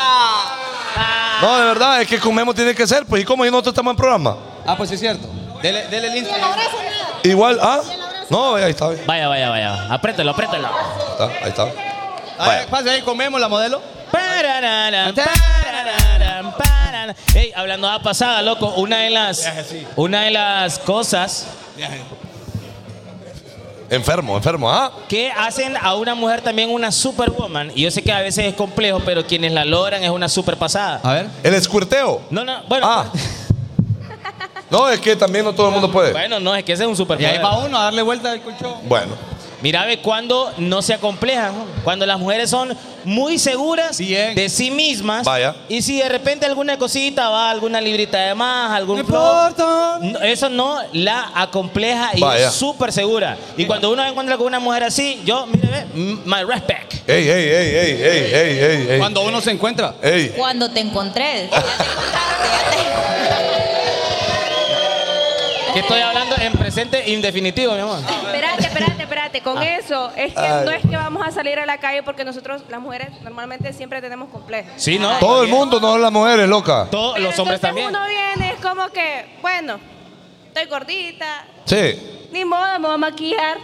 [SPEAKER 3] No, de verdad, es que comemos tiene que ser, pues, ¿y cómo? Y nosotros estamos en programa.
[SPEAKER 7] Ah, pues sí es cierto. Dele, dele el Instagram.
[SPEAKER 3] Igual, ¿ah? No, ve, ahí está, ve.
[SPEAKER 4] Vaya, vaya, vaya. Apriétalo, apriétalo.
[SPEAKER 3] Ahí está, ahí está.
[SPEAKER 7] Ah, Pase ahí, comemos la modelo.
[SPEAKER 4] Parararán, parararán, parararán. Ey, hablando de la pasada, loco, una de las, una de las cosas
[SPEAKER 3] Enfermo, enfermo, ¿ah?
[SPEAKER 4] que hacen a una mujer también una superwoman, y yo sé que a veces es complejo, pero quienes la logran es una superpasada.
[SPEAKER 7] A ver.
[SPEAKER 3] El escuerteo.
[SPEAKER 4] No, no, bueno, pues,
[SPEAKER 3] Ah. No, es que también no todo el mundo puede.
[SPEAKER 4] bueno, no, es que ese es un
[SPEAKER 7] Y ahí
[SPEAKER 4] superpoder.
[SPEAKER 7] va uno a darle vuelta al colchón.
[SPEAKER 3] Bueno.
[SPEAKER 4] Mira, ve cuando no se acomplejan, ¿no? cuando las mujeres son muy seguras
[SPEAKER 7] Bien.
[SPEAKER 4] de sí mismas.
[SPEAKER 3] Vaya.
[SPEAKER 4] Y si de repente alguna cosita va, alguna librita de más, algún flow, no, eso no la acompleja y
[SPEAKER 3] Vaya.
[SPEAKER 4] es súper segura. Y cuando uno se encuentra con una mujer así, yo, mire, ve, m- my respect.
[SPEAKER 3] Ey, ey, ey, ey, ey, ey, ey, ey.
[SPEAKER 7] Cuando uno se encuentra.
[SPEAKER 3] Ey.
[SPEAKER 9] Cuando te encontré.
[SPEAKER 4] Que estoy hablando en presente indefinitivo, mi amor.
[SPEAKER 8] Espérate, espérate, espérate. Con eso, es que no es que vamos a salir a la calle porque nosotros, las mujeres, normalmente siempre tenemos complejos.
[SPEAKER 4] Sí, ¿no?
[SPEAKER 3] Todo el mundo, no las mujeres, loca.
[SPEAKER 4] Todos
[SPEAKER 8] Pero
[SPEAKER 4] los hombres
[SPEAKER 8] entonces
[SPEAKER 4] también.
[SPEAKER 8] Uno viene, es como que, bueno, estoy gordita,
[SPEAKER 3] Sí.
[SPEAKER 8] ni modo, me voy a maquillar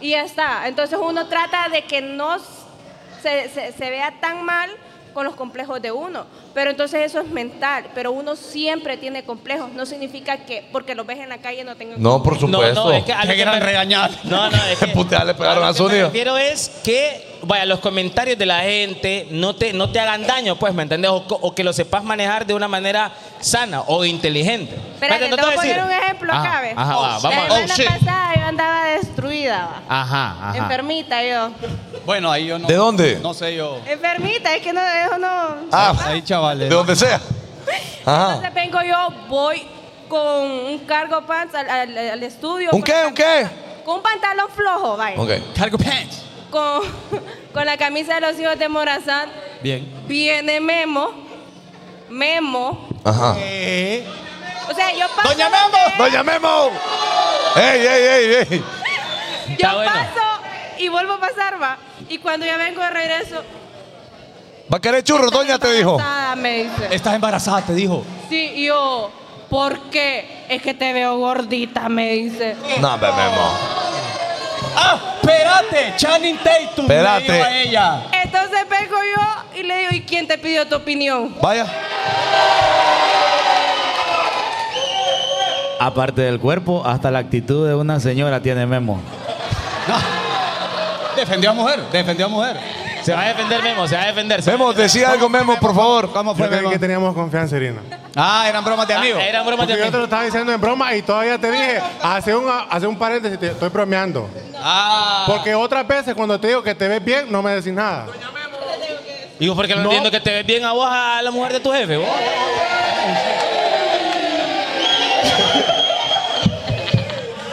[SPEAKER 8] y ya está. Entonces uno trata de que no se, se- se vea tan mal con los complejos de uno. Pero entonces eso es mental, pero uno siempre tiene complejos. No significa que porque los ves en la calle no tengan
[SPEAKER 3] No, por supuesto.
[SPEAKER 4] No, no, es que a lo
[SPEAKER 7] Qué
[SPEAKER 4] que
[SPEAKER 7] gran
[SPEAKER 4] me-
[SPEAKER 7] regañada.
[SPEAKER 4] No, no, es que.
[SPEAKER 3] Putea, le pegaron
[SPEAKER 4] a
[SPEAKER 3] a
[SPEAKER 4] lo que me
[SPEAKER 3] Zúñiga.
[SPEAKER 4] refiero es que, vaya, los comentarios de la gente no te, no te hagan daño, pues, ¿me entendés? O, co- o que lo sepas manejar de una manera sana o inteligente.
[SPEAKER 8] Pero
[SPEAKER 4] ¿Me
[SPEAKER 8] te
[SPEAKER 4] entendés?
[SPEAKER 8] tengo que
[SPEAKER 4] Te voy a
[SPEAKER 8] poner un
[SPEAKER 4] decir-
[SPEAKER 8] ejemplo
[SPEAKER 4] Ajá,
[SPEAKER 8] acá, ¿ves?
[SPEAKER 4] Ajá, va, vamos
[SPEAKER 8] La
[SPEAKER 4] a
[SPEAKER 8] semana
[SPEAKER 4] shit.
[SPEAKER 8] pasada yo andaba destruida, va.
[SPEAKER 4] Ajá, ajá.
[SPEAKER 8] Enfermita yo.
[SPEAKER 7] Bueno, ahí yo no.
[SPEAKER 3] ¿De dónde?
[SPEAKER 7] No sé yo.
[SPEAKER 8] Enfermita, es que no, eso no.
[SPEAKER 3] Ah,
[SPEAKER 7] Ahí, chavales.
[SPEAKER 3] de donde sea. Ajá.
[SPEAKER 8] Entonces vengo yo, voy con un cargo pants al, al- al estudio.
[SPEAKER 3] ¿Un
[SPEAKER 8] con
[SPEAKER 3] qué?
[SPEAKER 8] la
[SPEAKER 3] ¿Un qué?
[SPEAKER 8] camisa- Con un pantalón flojo, vaya.
[SPEAKER 3] Ok.
[SPEAKER 7] Cargo pants.
[SPEAKER 8] Con, con la camisa de los hijos de Morazán.
[SPEAKER 7] Bien.
[SPEAKER 8] Viene Memo. Memo.
[SPEAKER 3] Ajá.
[SPEAKER 8] O sea, yo paso.
[SPEAKER 3] ¡Doña Memo! ¡Doña Memo! ¡Ey, ey, ey, ey!
[SPEAKER 8] Yo
[SPEAKER 4] Está bueno.
[SPEAKER 8] paso y vuelvo a pasar, va. Y cuando ya vengo de regreso.
[SPEAKER 3] Va a querer churros, doña, te dijo.
[SPEAKER 8] "Embarazada", me dice.
[SPEAKER 7] Estás embarazada, te dijo.
[SPEAKER 8] Sí, y yo, E ¿por qué? Es que te veo gordita, me dice.
[SPEAKER 3] No, hombre, Memo.
[SPEAKER 7] ¡Ah! ¡Espérate! Channing Tatum le
[SPEAKER 3] Espérate.
[SPEAKER 7] dijo a ella.
[SPEAKER 8] Entonces vengo yo y le digo, ¿y quién te pidió tu opinión?
[SPEAKER 3] Vaya.
[SPEAKER 5] Aparte del cuerpo, hasta la actitud de una señora tiene Memo.
[SPEAKER 7] Defendió a mujer, defendió a mujer.
[SPEAKER 4] Se va a defender Memo, se va a defender. se va a
[SPEAKER 3] Memo,
[SPEAKER 4] defender.
[SPEAKER 3] decía algo, Memo, por favor.
[SPEAKER 7] ¿Cómo
[SPEAKER 10] Yo
[SPEAKER 7] fue,
[SPEAKER 10] creí
[SPEAKER 7] Memo?
[SPEAKER 10] que teníamos confianza, Irina.
[SPEAKER 7] Ah, eran bromas de amigos.
[SPEAKER 4] Ah, Era broma
[SPEAKER 10] Porque
[SPEAKER 4] de
[SPEAKER 10] yo te lo
[SPEAKER 4] amigos.
[SPEAKER 10] estaba diciendo en broma y todavía te dije, hace un, hace un paréntesis, te estoy bromeando.
[SPEAKER 7] Ah.
[SPEAKER 10] Porque otras veces cuando te digo que te ves bien, no me decís nada.
[SPEAKER 4] Digo, porque no,
[SPEAKER 10] No.
[SPEAKER 4] entiendo que te ves bien a vos, a la mujer de tu jefe. vos.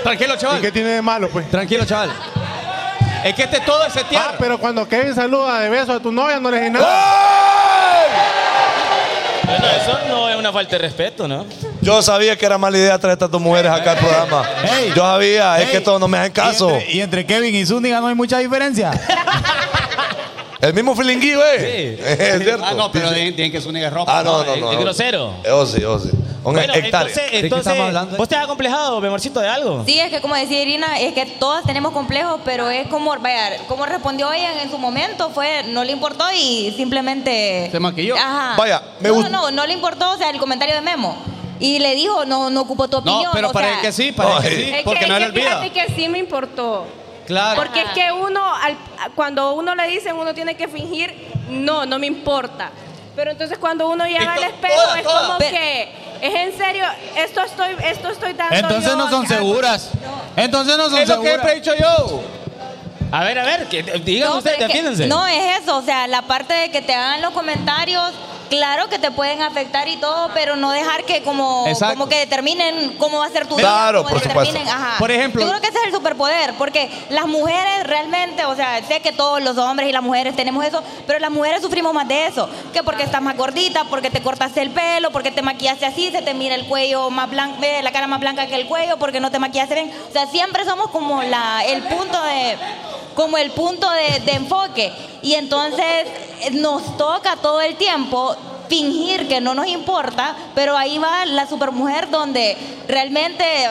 [SPEAKER 7] Tranquilo,
[SPEAKER 10] ¿Y qué
[SPEAKER 7] chaval.
[SPEAKER 10] tiene de malo, pues?
[SPEAKER 7] Tranquilo, chaval. Es que este es todo ese
[SPEAKER 10] Ah, pero cuando Kevin saluda de beso a tu novia, no le decís nada.
[SPEAKER 4] Bueno, eso no es una falta de respeto, ¿no?
[SPEAKER 3] Yo sabía que era mala idea traer estas dos mujeres acá al programa.
[SPEAKER 5] Ey.
[SPEAKER 3] Yo sabía, es
[SPEAKER 5] Ey.
[SPEAKER 3] que todos no me hacen
[SPEAKER 5] Y
[SPEAKER 3] caso.
[SPEAKER 5] entre, y entre Kevin y Zúñiga no hay mucha diferencia.
[SPEAKER 3] El mismo filinguí, güey. Es cierto.
[SPEAKER 7] Ah, no, pero tienen tienen que es una ropa.
[SPEAKER 3] Ah, no, no,
[SPEAKER 4] es-
[SPEAKER 3] no.
[SPEAKER 4] es
[SPEAKER 3] no.
[SPEAKER 4] grosero.
[SPEAKER 3] Oh, sí, oh, sí. Un
[SPEAKER 4] Bueno,
[SPEAKER 3] hectárea.
[SPEAKER 4] entonces,
[SPEAKER 7] qué
[SPEAKER 4] entonces
[SPEAKER 7] estamos hablando?
[SPEAKER 4] ¿vos te has complejado, memorcito, de algo?
[SPEAKER 9] Sí, es que como decía Irina, es que todas tenemos complejos, pero es como, vaya, como respondió ella en su momento, fue, no le importó y simplemente...
[SPEAKER 7] Se maquilló.
[SPEAKER 9] Ajá.
[SPEAKER 3] Vaya, me
[SPEAKER 9] no,
[SPEAKER 3] gust-
[SPEAKER 9] no, no, no le importó, o sea, el comentario de Memo. Y le dijo, no, no ocupo tu opinión.
[SPEAKER 7] No, pero
[SPEAKER 9] o
[SPEAKER 7] para
[SPEAKER 9] sea,
[SPEAKER 7] el que sí, para el
[SPEAKER 3] No,
[SPEAKER 7] que
[SPEAKER 3] es
[SPEAKER 7] sí,
[SPEAKER 8] Es
[SPEAKER 7] porque
[SPEAKER 8] que,
[SPEAKER 7] no
[SPEAKER 8] es
[SPEAKER 7] le
[SPEAKER 8] que
[SPEAKER 7] olvida.
[SPEAKER 8] fíjate que sí me importó.
[SPEAKER 7] Claro.
[SPEAKER 8] Porque es que uno, al- cuando uno le dicen, uno tiene que fingir, no, no me importa. Pero entonces cuando uno llega al
[SPEAKER 7] Esto-
[SPEAKER 8] espejo,
[SPEAKER 7] toda,
[SPEAKER 8] es
[SPEAKER 7] toda.
[SPEAKER 8] como
[SPEAKER 9] Pe-
[SPEAKER 8] que, es en serio, esto estoy, esto estoy dando
[SPEAKER 5] Entonces
[SPEAKER 8] yo
[SPEAKER 5] no son
[SPEAKER 8] acá.
[SPEAKER 5] seguras. Entonces no son
[SPEAKER 7] Es lo que
[SPEAKER 5] seguras.
[SPEAKER 7] he dicho yo.
[SPEAKER 4] A ver, a ver, que, digan
[SPEAKER 9] No,
[SPEAKER 4] ustedes,
[SPEAKER 9] pero es que-
[SPEAKER 4] defiéndense.
[SPEAKER 9] no, es eso, o sea, la parte de que te hagan los comentarios, claro que te pueden afectar y todo, pero no dejar que como,
[SPEAKER 7] Exacto.
[SPEAKER 9] como que determinen cómo va a ser tu vida.
[SPEAKER 3] Claro,
[SPEAKER 9] cómo
[SPEAKER 3] por
[SPEAKER 9] determinen,
[SPEAKER 3] supuesto.
[SPEAKER 9] ajá.
[SPEAKER 7] Por ejemplo-
[SPEAKER 9] Yo creo que ese es el superpoder, porque las mujeres realmente, o sea, sé que todos los hombres y las mujeres tenemos eso, pero las mujeres sufrimos más de eso, que porque estás más gordita, porque te cortaste el pelo, porque te maquillaste así, se te mira el cuello más blanco, la cara más blanca que el cuello, porque no te maquillaste bien. O sea, siempre somos como la, el punto de como el punto de, de enfoque. Y entonces eh, nos toca todo el tiempo fingir que no nos importa, pero ahí va la supermujer donde realmente eh,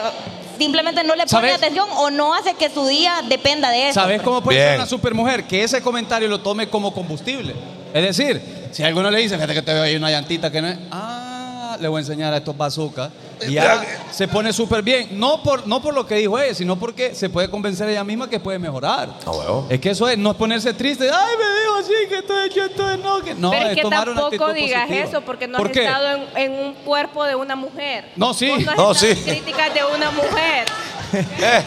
[SPEAKER 9] simplemente no le pone
[SPEAKER 7] ¿Sabes?
[SPEAKER 9] atención o no hace que su día dependa de eso.
[SPEAKER 7] ¿Sabes cómo puede ser
[SPEAKER 3] Bien.
[SPEAKER 7] una supermujer? Que ese comentario lo tome como combustible. Es decir, si alguno le dice, fíjate que te veo ahí una llantita que no es. Ah, le voy a enseñar a estos bazookas. Y ya se pone súper bien. No por, no por lo que dijo ella, sino porque se puede convencer ella misma que puede mejorar.
[SPEAKER 3] Ah, huevo.
[SPEAKER 7] Es que eso es, no es ponerse triste. Ay, me dijo así, que estoy hecho, estoy no. Que... No,
[SPEAKER 8] Pero es que
[SPEAKER 7] tomar una
[SPEAKER 8] tampoco
[SPEAKER 7] actitud
[SPEAKER 8] digas
[SPEAKER 7] positiva.
[SPEAKER 8] eso, porque no
[SPEAKER 7] ¿Por
[SPEAKER 8] has
[SPEAKER 7] qué?
[SPEAKER 8] estado en, en un cuerpo de una mujer.
[SPEAKER 7] No, sí.
[SPEAKER 8] Vos no has
[SPEAKER 3] No,
[SPEAKER 8] estado en
[SPEAKER 3] sí.
[SPEAKER 8] críticas de una mujer.
[SPEAKER 3] Eh,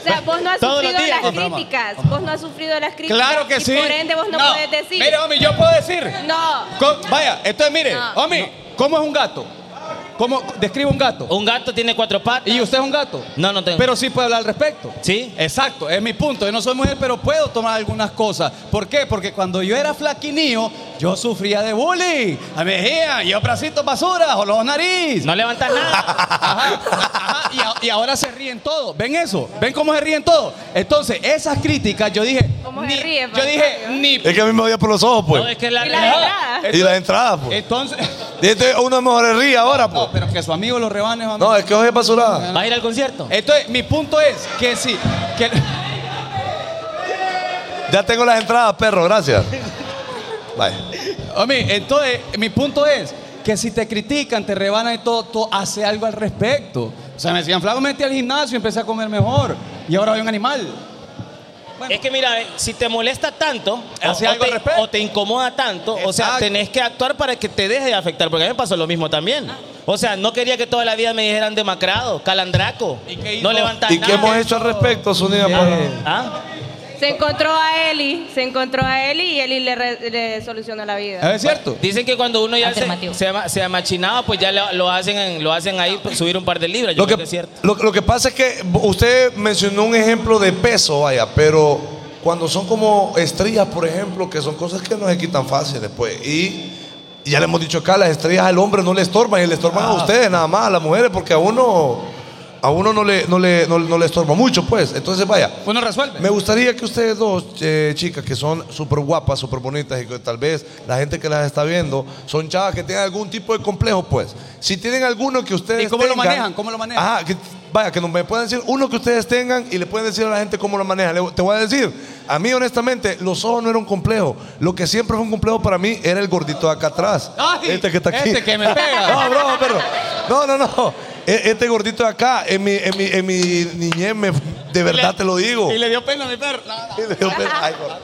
[SPEAKER 8] O sea, vos no has
[SPEAKER 7] Todos los
[SPEAKER 8] sufrido
[SPEAKER 7] días.
[SPEAKER 8] las
[SPEAKER 7] No, broma.
[SPEAKER 8] críticas. Vos no has sufrido las críticas.
[SPEAKER 7] Claro que
[SPEAKER 8] y
[SPEAKER 7] sí.
[SPEAKER 8] Por ende, vos no, puedes decir.
[SPEAKER 7] Mire, homie, yo puedo decir.
[SPEAKER 8] no.
[SPEAKER 7] Co- Vaya, entonces mire,
[SPEAKER 8] No.
[SPEAKER 7] homie, ¿cómo es un gato? ¿Cómo describe un gato?
[SPEAKER 4] Un gato tiene cuatro patas.
[SPEAKER 7] ¿Y usted es un gato?
[SPEAKER 4] No, no tengo.
[SPEAKER 7] Pero sí puede hablar al respecto.
[SPEAKER 4] Sí.
[SPEAKER 7] Exacto, es mi punto. Yo no soy mujer, pero puedo tomar algunas cosas. ¿Por qué? Porque cuando yo era flaquinío, yo sufría de bullying. A mí me decían, yo bracito basura, los nariz.
[SPEAKER 4] No levantas
[SPEAKER 3] Ah,
[SPEAKER 4] nada.
[SPEAKER 7] Ajá, ajá, y, a- y ahora se ríen todos. ¿Ven eso? ¿Ven cómo se ríen todos? Entonces, esas críticas, yo dije.
[SPEAKER 8] ¿Cómo se
[SPEAKER 7] ni-
[SPEAKER 8] ríe,
[SPEAKER 7] Yo dije,
[SPEAKER 8] Fabio?
[SPEAKER 7] ni.
[SPEAKER 3] es que a mí me odia por los ojos, pues.
[SPEAKER 4] No, es que la
[SPEAKER 8] Y las entradas.
[SPEAKER 3] Y las entradas, pues.
[SPEAKER 7] Entonces.
[SPEAKER 3] Y este, uno mejor ríe ahora, pues.
[SPEAKER 7] No, pero que su amigo los rebanes, homie.
[SPEAKER 3] No, es que hoy es basurada.
[SPEAKER 4] ¿Va a ir al concierto?
[SPEAKER 7] Entonces, mi punto es que sí. Que,
[SPEAKER 3] Ya tengo las entradas, perro, gracias. Vaya.
[SPEAKER 7] Hombre, entonces, mi punto es que si te critican, te rebanan y todo, todo, hace algo al respecto. O sea, me decían, Flaco, me metí al gimnasio y empecé a comer mejor. Y ahora soy un animal.
[SPEAKER 4] Es que mira, eh, si te molesta tanto, o,
[SPEAKER 7] Hace
[SPEAKER 4] o
[SPEAKER 7] algo al
[SPEAKER 4] te,
[SPEAKER 7] respecto.
[SPEAKER 4] o te incomoda tanto, o sea,
[SPEAKER 7] Exacto.
[SPEAKER 4] tenés que actuar para que te deje de afectar, porque a mí me pasó lo mismo también. O sea, no quería que toda la vida me dijeran demacrado, calandraco,
[SPEAKER 7] ¿Y qué hizo?
[SPEAKER 4] no levantas
[SPEAKER 3] ¿Y
[SPEAKER 4] nada.
[SPEAKER 3] qué hemos hecho al respecto, Zúñiga? pues? Por-
[SPEAKER 4] ¿Ah?
[SPEAKER 8] Se encontró a Eli, se encontró a Eli y Eli le, re- le solucionó la vida.
[SPEAKER 7] ¿Es cierto?
[SPEAKER 4] Dicen que cuando uno ya se,
[SPEAKER 9] Afirmativo.
[SPEAKER 4] se, ama- se amachinaba, pues ya lo, lo hacen en- lo hacen ahí pues, subir un par de libras. Yo
[SPEAKER 3] Lo
[SPEAKER 4] creo
[SPEAKER 3] que,
[SPEAKER 4] que es cierto.
[SPEAKER 3] lo, lo que pasa es que usted mencionó un ejemplo de peso, vaya, pero cuando son como estrellas, por ejemplo, que son cosas que no se quitan fácil después. Y ya le hemos dicho acá, las estrellas al hombre no le estorban y le estorban
[SPEAKER 4] Ah.
[SPEAKER 3] a ustedes nada más, a las mujeres, porque a uno, a uno no, le, no, le, no, no le estorba mucho, pues. Entonces, vaya.
[SPEAKER 7] Uno resuelve.
[SPEAKER 3] Me gustaría que ustedes dos, eh, chicas, que son súper guapas, súper bonitas y que tal vez la gente que las está viendo son chavas que tienen algún tipo de complejo, pues. Si tienen alguno que ustedes
[SPEAKER 7] ¿Y cómo lo
[SPEAKER 3] tengan-
[SPEAKER 7] manejan? ¿Cómo lo manejan?
[SPEAKER 3] Ajá, que- vaya, que nos me puedan decir uno que ustedes tengan y le pueden decir a la gente cómo lo manejan. Le- te voy a decir, a mí honestamente, los ojos no era un complejo. Lo que siempre fue un complejo para mí era el gordito de acá atrás.
[SPEAKER 7] Ay,
[SPEAKER 3] este que está aquí.
[SPEAKER 7] este que me pega.
[SPEAKER 3] no, broma, pero. No, no, no. E- Este gordito de acá, en mi, en mi, en mi niñez, me- de verdad te lo digo.
[SPEAKER 7] Y le dio pena a mi perro. No, no.
[SPEAKER 3] Y le digo, "Pero, ay, gordo".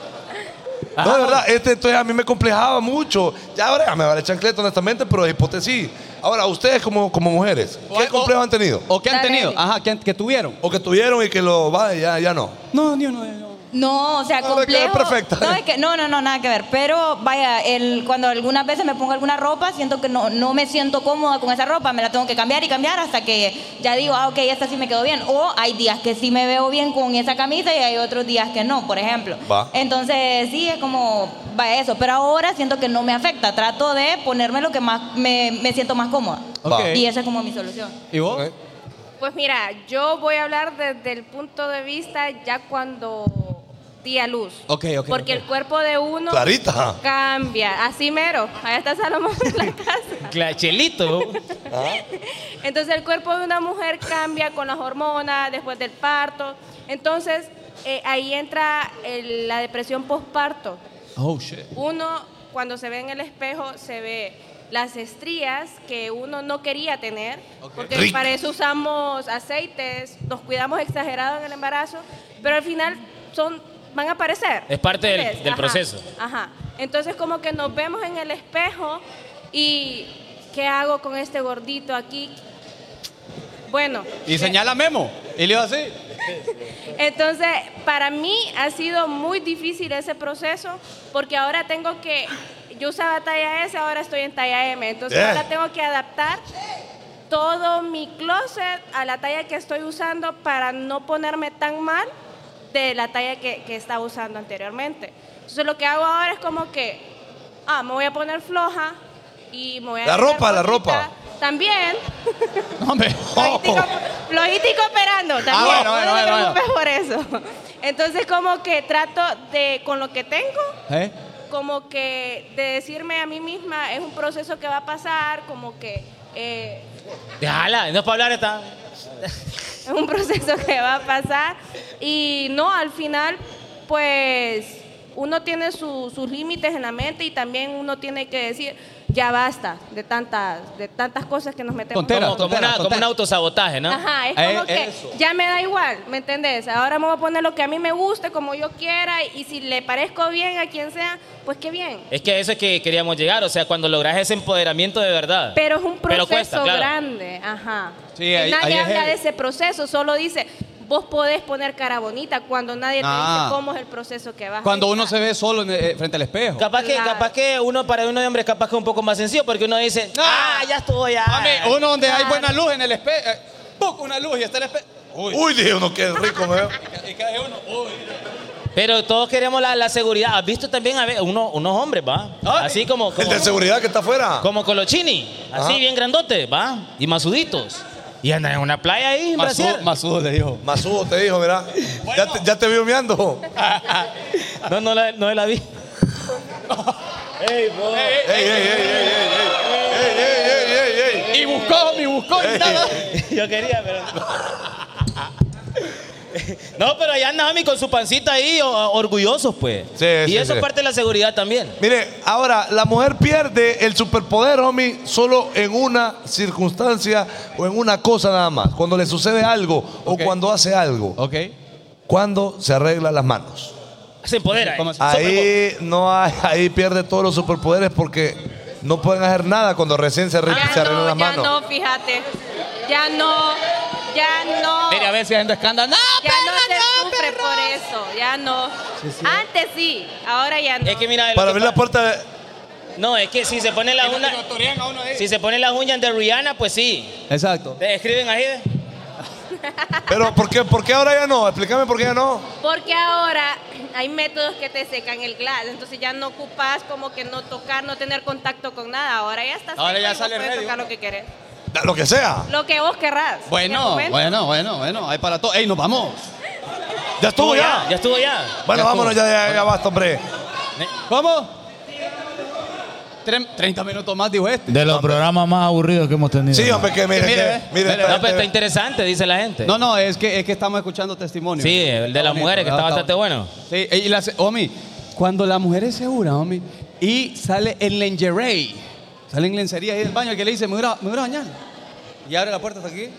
[SPEAKER 3] No, de verdad, este entonces a mí me complejaba mucho. Ya ahora ya me vale chancleta, honestamente, pero de hipote sí. Ahora, ustedes como, como mujeres,
[SPEAKER 7] O-
[SPEAKER 3] ¿qué
[SPEAKER 7] o-
[SPEAKER 3] complejo han tenido?
[SPEAKER 7] ¿O qué han
[SPEAKER 8] Dale,
[SPEAKER 7] tenido?
[SPEAKER 8] Eli.
[SPEAKER 7] Ajá, ¿qué, han- qué tuvieron?
[SPEAKER 3] O que tuvieron y que lo va, ya, ya no.
[SPEAKER 7] No, ni uno. ni uno.
[SPEAKER 9] No, o sea,
[SPEAKER 3] No, de que
[SPEAKER 9] complejo.
[SPEAKER 3] era perfecta.
[SPEAKER 9] No, es que- no, no, no, nada que ver. Pero vaya, el, cuando algunas veces me pongo alguna ropa, siento que no, no me siento cómoda con esa ropa, me la tengo que cambiar y cambiar hasta que ya digo, ah, ok, esta sí me quedó bien. O hay días que sí me veo bien con esa camisa y hay otros días que no, por ejemplo.
[SPEAKER 3] Va.
[SPEAKER 9] Entonces, sí, es como, vaya eso. Pero ahora siento que no me afecta, trato de ponerme lo que más me, me siento más cómoda.
[SPEAKER 7] Ok.
[SPEAKER 9] Y esa es como mi solución.
[SPEAKER 7] ¿Y vos?
[SPEAKER 3] Ok.
[SPEAKER 8] Pues mira, yo voy a hablar desde el punto de vista ya cuando di a luz.
[SPEAKER 7] Ok, ok,
[SPEAKER 8] Porque
[SPEAKER 7] ok.
[SPEAKER 8] el cuerpo de uno
[SPEAKER 3] Clarita.
[SPEAKER 8] cambia. Así mero. Ahí está Salomón en la casa.
[SPEAKER 4] Clachelito.
[SPEAKER 8] Entonces el cuerpo de una mujer cambia con las hormonas, después del parto. Entonces eh, ahí entra el- la depresión postparto.
[SPEAKER 7] Oh, shit.
[SPEAKER 8] Uno, cuando se ve en el espejo, se ve las estrías que uno no quería tener, porque
[SPEAKER 3] Rico.
[SPEAKER 8] para eso usamos aceites, nos cuidamos exagerado en el embarazo, pero al final son van a aparecer.
[SPEAKER 4] Es parte del-
[SPEAKER 8] ¿Entiendes?
[SPEAKER 4] del
[SPEAKER 8] Ajá,
[SPEAKER 4] proceso.
[SPEAKER 8] Ajá. Entonces como que nos vemos en el espejo y ¿qué hago con este gordito aquí? Bueno,
[SPEAKER 7] Y señala a Memo. Y le iba así.
[SPEAKER 8] entonces, para mí ha sido muy difícil ese proceso porque ahora tengo que, yo usaba talla S, ahora estoy en talla M, entonces
[SPEAKER 3] Yeah.
[SPEAKER 8] ahora tengo que adaptar todo mi closet a la talla que estoy usando para no ponerme tan mal de la talla que, que estaba usando anteriormente. Entonces lo que hago ahora es como que, ah, me voy a poner floja y me voy a...
[SPEAKER 3] La
[SPEAKER 8] poner
[SPEAKER 3] ropa, la
[SPEAKER 8] gordita
[SPEAKER 3] ropa.
[SPEAKER 8] También.
[SPEAKER 7] No, hombre.
[SPEAKER 8] Logística, logística operando también.
[SPEAKER 7] Oh. Ah, bueno, bueno,
[SPEAKER 8] no te
[SPEAKER 7] bueno,
[SPEAKER 8] preocupes por eso. Entonces, como que trato de, con lo que tengo,
[SPEAKER 7] ¿Eh?
[SPEAKER 8] como que de decirme a mí misma, es un proceso que va a pasar, como que eh,
[SPEAKER 4] Déjala, no es para hablar esta.
[SPEAKER 8] es un proceso que va a pasar. Y no, al final, pues uno tiene su- sus límites en la mente y también uno tiene que decir, ya basta de tantas, de tantas cosas que nos metemos.
[SPEAKER 7] Tontera,
[SPEAKER 4] Como, como
[SPEAKER 7] tontera,
[SPEAKER 4] una- como
[SPEAKER 7] tontera.
[SPEAKER 4] un autosabotaje, ¿no?
[SPEAKER 8] Ajá, es
[SPEAKER 7] Eh,
[SPEAKER 8] como que
[SPEAKER 7] eso.
[SPEAKER 8] ya me da igual, ¿me entendés? Ahora me voy a poner lo que a mí me guste, como yo quiera, y si le parezco bien a quien sea, pues qué bien.
[SPEAKER 4] Es que a eso es que queríamos llegar, o sea, cuando logras ese empoderamiento de verdad.
[SPEAKER 8] Pero es un proceso
[SPEAKER 4] cuesta, claro.
[SPEAKER 8] grande, ajá.
[SPEAKER 7] Sí,
[SPEAKER 8] Y
[SPEAKER 7] ahí- ahí
[SPEAKER 8] nadie
[SPEAKER 7] es
[SPEAKER 8] habla
[SPEAKER 7] heavy.
[SPEAKER 8] de ese proceso, solo dice, vos podés poner cara bonita cuando nadie
[SPEAKER 7] Ah.
[SPEAKER 8] te dice cómo es el proceso que vas a
[SPEAKER 7] Cuando uno
[SPEAKER 8] llevar.
[SPEAKER 7] se ve solo en- eh, frente al espejo.
[SPEAKER 4] Capaz que,
[SPEAKER 8] Claro.
[SPEAKER 4] capaz que uno para uno de hombre es capaz que es un poco más sencillo porque uno dice, ah, ya estuvo ya.
[SPEAKER 7] Mami, uno donde hay buena luz en el espejo. eh, ¡puc! una luz y está el espejo. Uy.
[SPEAKER 3] Uy, dije uno, qué rico me veo.
[SPEAKER 7] Y cae uno. Uy.
[SPEAKER 4] Pero todos queremos la, la seguridad. ¿Has visto también a ver, uno- unos hombres, va?
[SPEAKER 7] Ay.
[SPEAKER 4] Así como,
[SPEAKER 3] El
[SPEAKER 4] como,
[SPEAKER 3] de seguridad que está afuera.
[SPEAKER 4] como Colochini, así
[SPEAKER 3] Ajá.
[SPEAKER 4] bien grandote, va, y masuditos. Y andan en una playa ahí, en
[SPEAKER 7] Masú,
[SPEAKER 4] brasier.
[SPEAKER 7] Masú le dijo.
[SPEAKER 3] Masudo te dijo, mira. Ya, te, ya te vi humeando.
[SPEAKER 4] No, no la, no la vi.
[SPEAKER 3] Ey, ey, ey, ey, ey, ey, ey, ey, ey, ey, ey.
[SPEAKER 7] Y buscó, me buscó y nada.
[SPEAKER 4] Yo quería, pero. No, pero allá anda Ami con su pancita ahí, o- orgullosos, pues.
[SPEAKER 3] Sí,
[SPEAKER 4] y
[SPEAKER 3] sí,
[SPEAKER 4] eso
[SPEAKER 3] sí.
[SPEAKER 4] es parte de la seguridad también.
[SPEAKER 3] Mire, ahora, la mujer pierde el superpoder, homie, solo en una circunstancia o en una cosa nada más. Cuando le sucede algo
[SPEAKER 7] Ok.
[SPEAKER 3] o cuando hace algo.
[SPEAKER 7] Ok.
[SPEAKER 3] Cuando se arregla las manos.
[SPEAKER 4] Se empodera.
[SPEAKER 7] ¿Cómo
[SPEAKER 4] eh.
[SPEAKER 7] así?
[SPEAKER 3] Ahí no hay, ahí pierde todos los superpoderes porque no pueden hacer nada cuando recién se, arre-
[SPEAKER 8] Ya
[SPEAKER 3] se arreglan
[SPEAKER 8] Ah, no,
[SPEAKER 3] las
[SPEAKER 8] ya
[SPEAKER 3] manos.
[SPEAKER 8] no, fíjate. Ya no, ya no.
[SPEAKER 7] Mire, a ver si haciendo escándalo. ¡No,
[SPEAKER 8] Ya no
[SPEAKER 7] perra,
[SPEAKER 8] se
[SPEAKER 7] no,
[SPEAKER 8] sufre
[SPEAKER 7] perra!
[SPEAKER 8] por eso, ya no. Antes sí, ahora ya no.
[SPEAKER 4] Es que mira, lo
[SPEAKER 3] Para
[SPEAKER 4] que
[SPEAKER 3] abrir la
[SPEAKER 4] pa-
[SPEAKER 3] puerta.
[SPEAKER 4] No, es que si se pone las uñas. Si se pone las uñas de Rihanna, pues sí.
[SPEAKER 7] Exacto.
[SPEAKER 4] Te escriben ahí. ve.
[SPEAKER 3] Pero ¿por qué, ¿por qué ahora ya no? Explícame por qué ya no.
[SPEAKER 8] Porque ahora hay métodos que te secan el glass, entonces ya no ocupas como que no tocar, no tener contacto con nada. Ahora ya estás
[SPEAKER 7] Ahora
[SPEAKER 8] seco
[SPEAKER 7] ya
[SPEAKER 8] y vos
[SPEAKER 7] sale
[SPEAKER 8] puedes
[SPEAKER 7] ready,
[SPEAKER 8] tocar
[SPEAKER 7] ¿no?
[SPEAKER 8] lo que querés.
[SPEAKER 3] Da Lo que sea.
[SPEAKER 8] Lo que vos querrás. este
[SPEAKER 7] Bueno,
[SPEAKER 8] ¿Te das cuenta?
[SPEAKER 7] bueno, bueno, bueno. Hay para todo. ¡Ey, nos vamos!
[SPEAKER 3] Ya estuvo ya.
[SPEAKER 4] Ya estuvo ya.
[SPEAKER 3] Bueno,
[SPEAKER 7] Ya estuvo.
[SPEAKER 3] vámonos, ya, ya, ya basta, hombre.
[SPEAKER 7] ¿Cómo? Tre- 30 minutos más, dijo este.
[SPEAKER 5] De los programas más aburridos que hemos tenido.
[SPEAKER 3] Sí, hombre, que mire,
[SPEAKER 7] Mire,
[SPEAKER 3] que,
[SPEAKER 7] ve.
[SPEAKER 3] mire,
[SPEAKER 7] Mire,
[SPEAKER 4] No, pero está
[SPEAKER 3] espérate.
[SPEAKER 4] interesante, dice la gente.
[SPEAKER 7] No, no, es que, es que estamos escuchando testimonios.
[SPEAKER 4] Sí, el de las mujeres, que está bastante bueno.
[SPEAKER 7] Sí, y las, Omi, cuando la mujer es segura, Omi, y sale en lingerie, sale en lencería ahí del baño, el que le dice, me voy a, me voy a bañar. Y abre la puerta hasta aquí.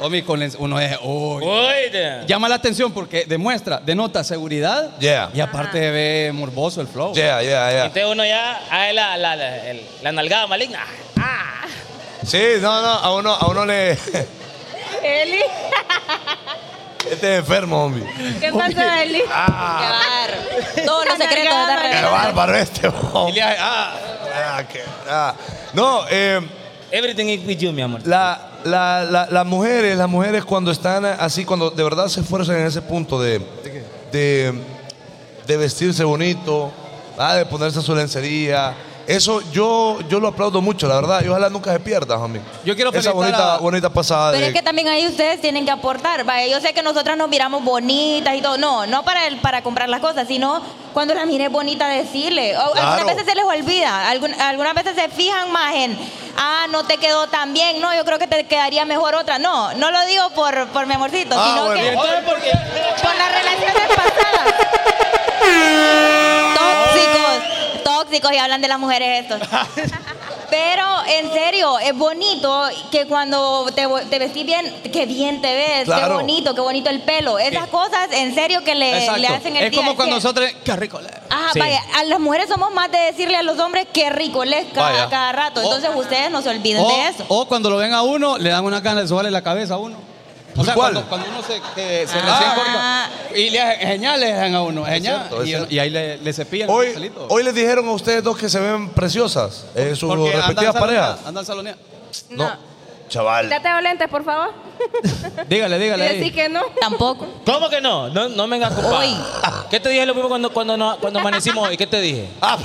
[SPEAKER 7] Omi, con lens- uno es, uy.
[SPEAKER 4] Uy, de-
[SPEAKER 7] Llama la atención porque demuestra, denota seguridad.
[SPEAKER 3] Yeah.
[SPEAKER 7] Y aparte se ve morboso el flow.
[SPEAKER 3] Yeah, yeah, yeah.
[SPEAKER 4] Entonces uno ya ah, la, la, la, el- la nalgada maligna. Ah.
[SPEAKER 3] Sí, no, no, a uno, a uno le. Este
[SPEAKER 8] Eli,
[SPEAKER 3] es enfermo, hombre.
[SPEAKER 8] ¿qué pasa, Eli?
[SPEAKER 9] Qué
[SPEAKER 3] Ah,
[SPEAKER 9] bárbaro. Todos los secretos de la
[SPEAKER 3] qué
[SPEAKER 9] realidad.
[SPEAKER 3] bárbaro este,
[SPEAKER 7] Y le
[SPEAKER 3] hombre.
[SPEAKER 7] hace, ah.
[SPEAKER 3] Ah, qué- ah. No, eh,
[SPEAKER 4] Everything is with you, mi amor.
[SPEAKER 3] la- la- la- las mujeres, las mujeres cuando están así, cuando de verdad se esfuerzan en ese punto de, de, de vestirse bonito, ah, de ponerse su lencería. Eso yo, yo lo aplaudo mucho, la verdad. Y ojalá nunca se pierda, homie.
[SPEAKER 7] Yo quiero
[SPEAKER 3] Esa
[SPEAKER 7] felicitar
[SPEAKER 3] bonita,
[SPEAKER 7] a-
[SPEAKER 3] bonita pasada
[SPEAKER 9] Pero
[SPEAKER 3] de-
[SPEAKER 9] es que también ahí ustedes tienen que aportar. Vaya, yo sé que nosotras nos miramos bonitas y todo. No, no para el, para comprar las cosas, sino cuando las mires bonita decirle. O
[SPEAKER 3] Claro.
[SPEAKER 9] Algunas veces se les olvida, algun- algunas veces se fijan más en, ah, no te quedó tan bien, no, yo creo que te quedaría mejor otra. No, no lo digo por, por mi amorcito,
[SPEAKER 3] Ah,
[SPEAKER 9] sino
[SPEAKER 3] bueno.
[SPEAKER 9] que
[SPEAKER 4] Entonces, ¿por qué?
[SPEAKER 9] por las relaciones pasadas. tóxicos, tóxicos y hablan de las mujeres estos. Pero en serio, es bonito que cuando te, vo- te vestís bien, que bien te ves, qué
[SPEAKER 3] Claro.
[SPEAKER 9] bonito, qué bonito el pelo. Esas cosas en serio que Eh, le,
[SPEAKER 7] Exacto.
[SPEAKER 9] le hacen el
[SPEAKER 7] es
[SPEAKER 9] día
[SPEAKER 7] como
[SPEAKER 9] al
[SPEAKER 7] cuando
[SPEAKER 9] cien.
[SPEAKER 7] nosotros, qué rico. le-
[SPEAKER 9] Ajá,
[SPEAKER 4] Sí.
[SPEAKER 9] vaya, a las mujeres somos más de decirle a los hombres qué rico les cada,
[SPEAKER 3] Vaya.
[SPEAKER 9] cada rato. Entonces ustedes no se olviden
[SPEAKER 7] O,
[SPEAKER 9] de eso.
[SPEAKER 7] o cuando lo ven a uno, le dan una gana de sobarle la cabeza a uno. O sea,
[SPEAKER 3] ¿Cuál?
[SPEAKER 7] Cuando, cuando uno se, que se
[SPEAKER 9] Ah.
[SPEAKER 7] recién corta. Y le hacen genial, le dejan a uno. genial.
[SPEAKER 3] cierto, es
[SPEAKER 7] y,
[SPEAKER 3] cierto.
[SPEAKER 7] y ahí le, le cepillan el
[SPEAKER 3] Hoy,
[SPEAKER 7] pelito.
[SPEAKER 3] hoy les dijeron a ustedes dos que se ven preciosas en sus
[SPEAKER 7] Porque andan
[SPEAKER 3] respectivas
[SPEAKER 7] saloneadas,
[SPEAKER 3] parejas.
[SPEAKER 7] Andan saloneadas.
[SPEAKER 3] No. Chaval.
[SPEAKER 8] Date los lentes, por favor.
[SPEAKER 7] Dígale,
[SPEAKER 8] Y
[SPEAKER 7] dígale. ahí.
[SPEAKER 8] así que no.
[SPEAKER 9] Tampoco.
[SPEAKER 4] ¿Cómo que no? No, no me vengas con paja.
[SPEAKER 9] Uy.
[SPEAKER 4] ¿Qué te dije lo mismo cuando, cuando, no- cuando amanecimos hoy? ¿Qué te dije?
[SPEAKER 3] Ah,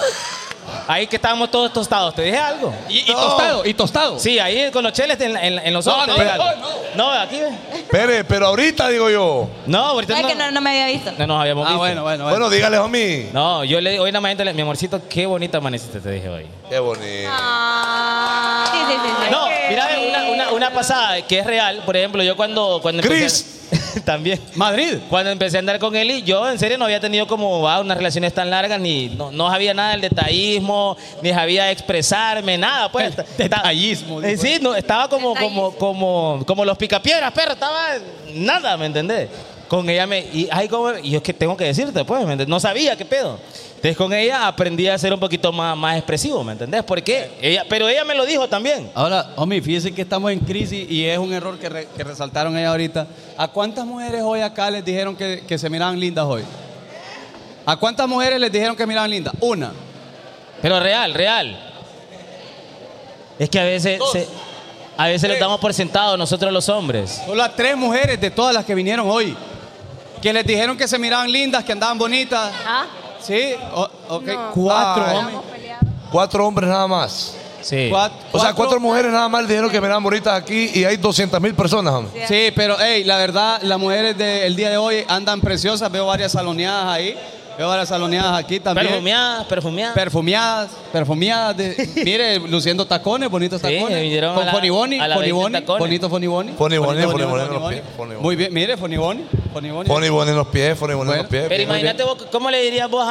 [SPEAKER 4] Ahí que estábamos todos tostados. ¿Te dije algo?
[SPEAKER 7] Y, y tostado, y tostado.
[SPEAKER 4] Sí, ahí con los cheles en, en- en los
[SPEAKER 7] No,
[SPEAKER 4] ojos.
[SPEAKER 7] no,
[SPEAKER 4] te dije
[SPEAKER 7] no,
[SPEAKER 4] algo. no, aquí. ve.
[SPEAKER 3] Pere, pero ahorita digo yo.
[SPEAKER 4] No, ahorita
[SPEAKER 9] No es
[SPEAKER 4] no,
[SPEAKER 9] que no, no me había visto.
[SPEAKER 4] no nos habíamos
[SPEAKER 7] Ah,
[SPEAKER 4] visto.
[SPEAKER 7] bueno, bueno, bueno.
[SPEAKER 3] Bueno, dígale, homie.
[SPEAKER 4] No, yo le hoy nada más mi amorcito, qué bonita amaneciste, te dije hoy.
[SPEAKER 3] Qué bonito.
[SPEAKER 9] Sí, sí, sí. sí.
[SPEAKER 4] No, mira, una, una, una pasada que es real. Por ejemplo, yo cuando. cuando
[SPEAKER 3] Chris.
[SPEAKER 4] empecé- también.
[SPEAKER 7] Madrid.
[SPEAKER 4] Cuando empecé a andar con Eli, yo en serio no había tenido como va, unas relaciones tan largas, ni no, no sabía nada del detallismo, ni sabía expresarme, nada. Pues, Esta-
[SPEAKER 7] Detallismo,
[SPEAKER 4] Eh,
[SPEAKER 7] dijo
[SPEAKER 4] sí, no, estaba como,
[SPEAKER 8] Detallismo.
[SPEAKER 4] como, como, como los picapieras, pero estaba nada, ¿me entendés? Con ella me. Y, ay, cómo- y yo es que tengo que decirte, pues, ¿me entendés? No sabía qué pedo. Entonces con ella aprendí a ser un poquito más, más expresivo, ¿me entendés? ¿Por qué? Ella, pero ella me lo dijo también.
[SPEAKER 7] Ahora, homie, fíjense que estamos en crisis y es un error que, re- que resaltaron ella ahorita. ¿A cuántas mujeres hoy acá les dijeron que, que se miraban lindas hoy? ¿A cuántas mujeres les dijeron que miraban lindas? Una.
[SPEAKER 4] Pero real, real. Es que a veces, se- a veces lo damos por sentado nosotros los hombres.
[SPEAKER 7] Solo a tres mujeres de todas las que vinieron hoy. Que les dijeron que se miraban lindas, que andaban bonitas.
[SPEAKER 8] Ah,
[SPEAKER 7] Sí, o- ok. Cuatro, Eh,
[SPEAKER 3] Ay.
[SPEAKER 7] homie.
[SPEAKER 3] Cuatro hombres nada más.
[SPEAKER 4] Sí.
[SPEAKER 7] Cuat-
[SPEAKER 3] O sea, cuatro mujeres nada más le dijeron que me dan bonitas aquí y hay 200 mil personas, homie.
[SPEAKER 7] Sí, pero hey, la verdad, las mujeres del día de hoy andan preciosas. Veo varias saloneadas ahí. Veo a las saloneadas aquí también.
[SPEAKER 4] Perfumeadas, perfumeadas.
[SPEAKER 7] Perfumeadas, perfumeadas. de- mire, luciendo tacones, bonitos
[SPEAKER 4] Sí, me
[SPEAKER 7] tacones.
[SPEAKER 4] vinieron a
[SPEAKER 7] Con
[SPEAKER 4] la-
[SPEAKER 7] Foniboni,
[SPEAKER 4] a la vez de
[SPEAKER 7] Foniboni,
[SPEAKER 4] tacones.
[SPEAKER 7] bonito Foniboni.
[SPEAKER 3] Foniboni,
[SPEAKER 7] Bonito
[SPEAKER 3] Foniboni,
[SPEAKER 7] Foniboni.
[SPEAKER 3] en los pies, Foniboni.
[SPEAKER 7] Muy bien, mire, Foniboni, Foniboni.
[SPEAKER 3] Pone bueno en los pies, pone bueno en los pies.
[SPEAKER 4] Pero
[SPEAKER 3] Bien.
[SPEAKER 4] imagínate vos, ¿cómo le dirías vos a,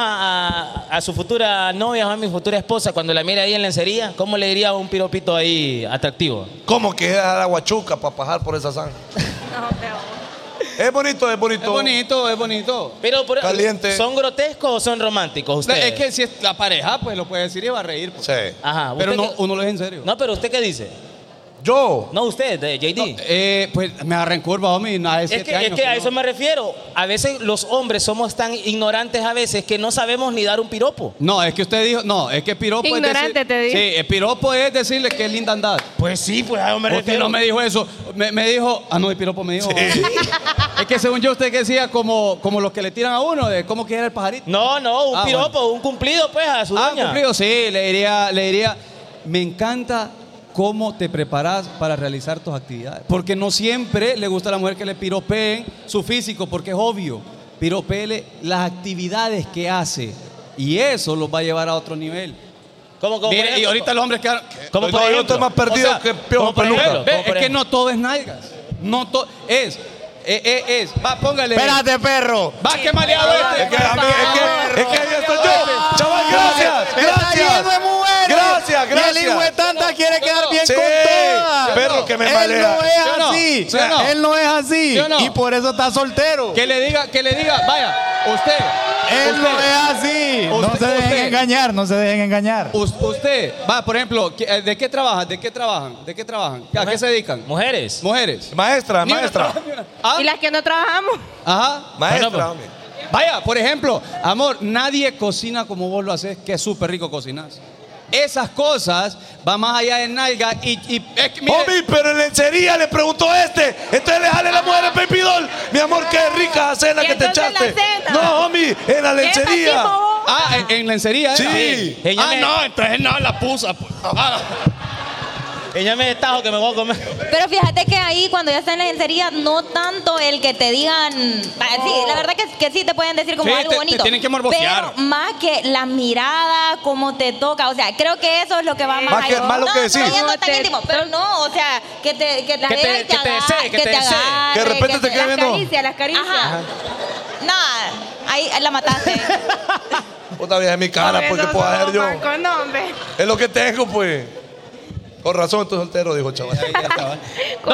[SPEAKER 4] a- a su futura novia o a mi futura esposa cuando la mire ahí en lencería? ¿Cómo le dirías un piropito ahí atractivo?
[SPEAKER 3] ¿Cómo que es la guachuca para pajar por esa zanja?
[SPEAKER 8] No, pero...
[SPEAKER 3] Es bonito, es bonito.
[SPEAKER 7] Es bonito, es bonito.
[SPEAKER 4] Pero por-
[SPEAKER 3] Caliente.
[SPEAKER 4] ¿Son grotescos o son románticos
[SPEAKER 7] No,
[SPEAKER 4] ustedes?
[SPEAKER 7] es que si es la pareja, pues lo puede decir y va a reír. pues.
[SPEAKER 3] Sí.
[SPEAKER 4] Ajá,
[SPEAKER 7] Pero
[SPEAKER 4] usted
[SPEAKER 7] no,
[SPEAKER 4] qué-
[SPEAKER 7] uno lo es en serio.
[SPEAKER 4] No, pero ¿usted qué dice?
[SPEAKER 3] Yo.
[SPEAKER 4] No, usted, de JD.
[SPEAKER 7] No, eh, pues me agarré en curva, homie. nada de
[SPEAKER 4] Es
[SPEAKER 7] siete
[SPEAKER 4] que,
[SPEAKER 7] años,
[SPEAKER 4] es que a
[SPEAKER 7] no.
[SPEAKER 4] eso me refiero. A veces los hombres somos tan ignorantes a veces que no sabemos ni dar un piropo.
[SPEAKER 7] No, es que usted dijo, no, es que piropo es
[SPEAKER 8] Ignorante,
[SPEAKER 7] decir-
[SPEAKER 8] te dije.
[SPEAKER 7] Sí, el piropo es decirle que es linda andar.
[SPEAKER 4] Pues sí, pues a eso me
[SPEAKER 7] Usted no me dijo eso. Me, me dijo, ah, no, el piropo me dijo. Es que según yo, usted que decía como, como los que le tiran a uno, de cómo quiere el pajarito.
[SPEAKER 4] No, no, un
[SPEAKER 7] Ah,
[SPEAKER 4] piropo, un cumplido, pues, a su
[SPEAKER 7] ah,
[SPEAKER 4] doña.
[SPEAKER 7] cumplido, sí, le diría, le diría, me encanta cómo te preparas para realizar tus actividades. Porque no siempre le gusta a la mujer que le piropeen su físico, porque es obvio, piropeele las actividades que hace. Y eso los va a llevar a otro nivel.
[SPEAKER 4] Como, como, por
[SPEAKER 7] Mire, y
[SPEAKER 4] ejemplo, eh,
[SPEAKER 7] ahorita los hombres quedaron.
[SPEAKER 4] Como
[SPEAKER 3] Hoy
[SPEAKER 4] por
[SPEAKER 3] no, yo
[SPEAKER 4] ejemplo.
[SPEAKER 3] estoy más perdido
[SPEAKER 7] O sea,
[SPEAKER 3] que
[SPEAKER 4] como
[SPEAKER 3] peor
[SPEAKER 4] por
[SPEAKER 3] peluca.
[SPEAKER 4] ejemplo.
[SPEAKER 7] Ve,
[SPEAKER 4] Como por
[SPEAKER 7] es que
[SPEAKER 4] ejemplo.
[SPEAKER 7] no todo es nalgas. No todo. Es. eh, eh, es. Va, póngale.
[SPEAKER 10] Espérate, perro.
[SPEAKER 7] Va, qué maleado este.
[SPEAKER 3] Es que, a mí- es que, es que ahí estoy yo. Chaval, gracias.
[SPEAKER 10] Está lleno de
[SPEAKER 3] Gracias.
[SPEAKER 10] mujeres.
[SPEAKER 3] Gracias, gracias.
[SPEAKER 10] Y el hijo de tanta quiere quedar bien
[SPEAKER 3] Sí,
[SPEAKER 10] con todas.
[SPEAKER 3] perro que me
[SPEAKER 10] Él
[SPEAKER 3] malea.
[SPEAKER 10] no es
[SPEAKER 7] ¿Sí o no?
[SPEAKER 10] así.
[SPEAKER 7] ¿Sí o no?
[SPEAKER 10] Él no es así.
[SPEAKER 7] ¿Sí o no?
[SPEAKER 10] Y por eso está soltero.
[SPEAKER 7] Que le diga, que le diga. Vaya, usted.
[SPEAKER 10] Él
[SPEAKER 7] usted,
[SPEAKER 10] no es así.
[SPEAKER 5] No
[SPEAKER 7] Usted-
[SPEAKER 5] se dejen
[SPEAKER 7] usted-
[SPEAKER 5] engañar, no se dejen engañar.
[SPEAKER 7] us- usted. Va, por ejemplo, que- eh, ¿de qué trabajan? ¿De qué trabajan? ¿De qué trabajan? ¿A qué se dedican?
[SPEAKER 4] Mujeres.
[SPEAKER 7] Mujeres.
[SPEAKER 3] Maestra,
[SPEAKER 7] Ni una
[SPEAKER 3] maestra.
[SPEAKER 7] trabaja, ni una. Ah,
[SPEAKER 8] Y las que no trabajamos.
[SPEAKER 7] Ajá.
[SPEAKER 3] Maestra,
[SPEAKER 4] Bueno,
[SPEAKER 3] hombre.
[SPEAKER 7] Vaya, por ejemplo, amor, nadie cocina como vos lo haces, que es súper rico cocinar. Esas cosas van más allá de nalga y, y- es que, mire,
[SPEAKER 3] Homie, pero en lencería le preguntó este. Entonces le jale la mujer el baby doll. Mi amor, qué rica cena
[SPEAKER 8] ¿Y
[SPEAKER 3] que te
[SPEAKER 8] entonces la
[SPEAKER 3] echaste.
[SPEAKER 8] cena?
[SPEAKER 3] No, homie, en la
[SPEAKER 8] ¿Qué
[SPEAKER 3] lencería.
[SPEAKER 8] machismo vos?
[SPEAKER 7] Ah, en, en lencería. era.
[SPEAKER 3] Sí.
[SPEAKER 4] Ella
[SPEAKER 7] Ah,
[SPEAKER 4] me,
[SPEAKER 7] no, entonces no la pusa. pues. Ah,
[SPEAKER 4] ella me destajo que me voy a comer.
[SPEAKER 9] Pero fíjate que ahí cuando ya está en la lencería, no tanto el que te digan. Ah, Sí, la verdad que, que sí te pueden decir como
[SPEAKER 7] Sí,
[SPEAKER 9] algo
[SPEAKER 7] te- te
[SPEAKER 9] bonito.
[SPEAKER 7] tienen que morbosear.
[SPEAKER 9] Pero más que la mirada, cómo te toca. O sea, creo que eso es lo que va más
[SPEAKER 3] Más que-
[SPEAKER 9] allá.
[SPEAKER 3] más lo
[SPEAKER 9] no,
[SPEAKER 3] que
[SPEAKER 9] no
[SPEAKER 3] decís.
[SPEAKER 9] yendo tan
[SPEAKER 8] Te-
[SPEAKER 9] íntimo, pero no, o sea, que te
[SPEAKER 4] Que
[SPEAKER 9] que te,
[SPEAKER 4] te-
[SPEAKER 9] agarre,
[SPEAKER 4] que te desee,
[SPEAKER 9] agarre,
[SPEAKER 4] que te desee.
[SPEAKER 9] agarre,
[SPEAKER 3] Que de repente te quede
[SPEAKER 8] Las
[SPEAKER 3] viendo.
[SPEAKER 8] caricias, las caricias.
[SPEAKER 9] Ajá. No, ahí la mataste.
[SPEAKER 3] Otra vez en mi cara, porque puedo hacer yo.
[SPEAKER 8] Con hombre.
[SPEAKER 3] Es lo que tengo, pues. Con razón estoy soltero, dijo el chaval.
[SPEAKER 4] No,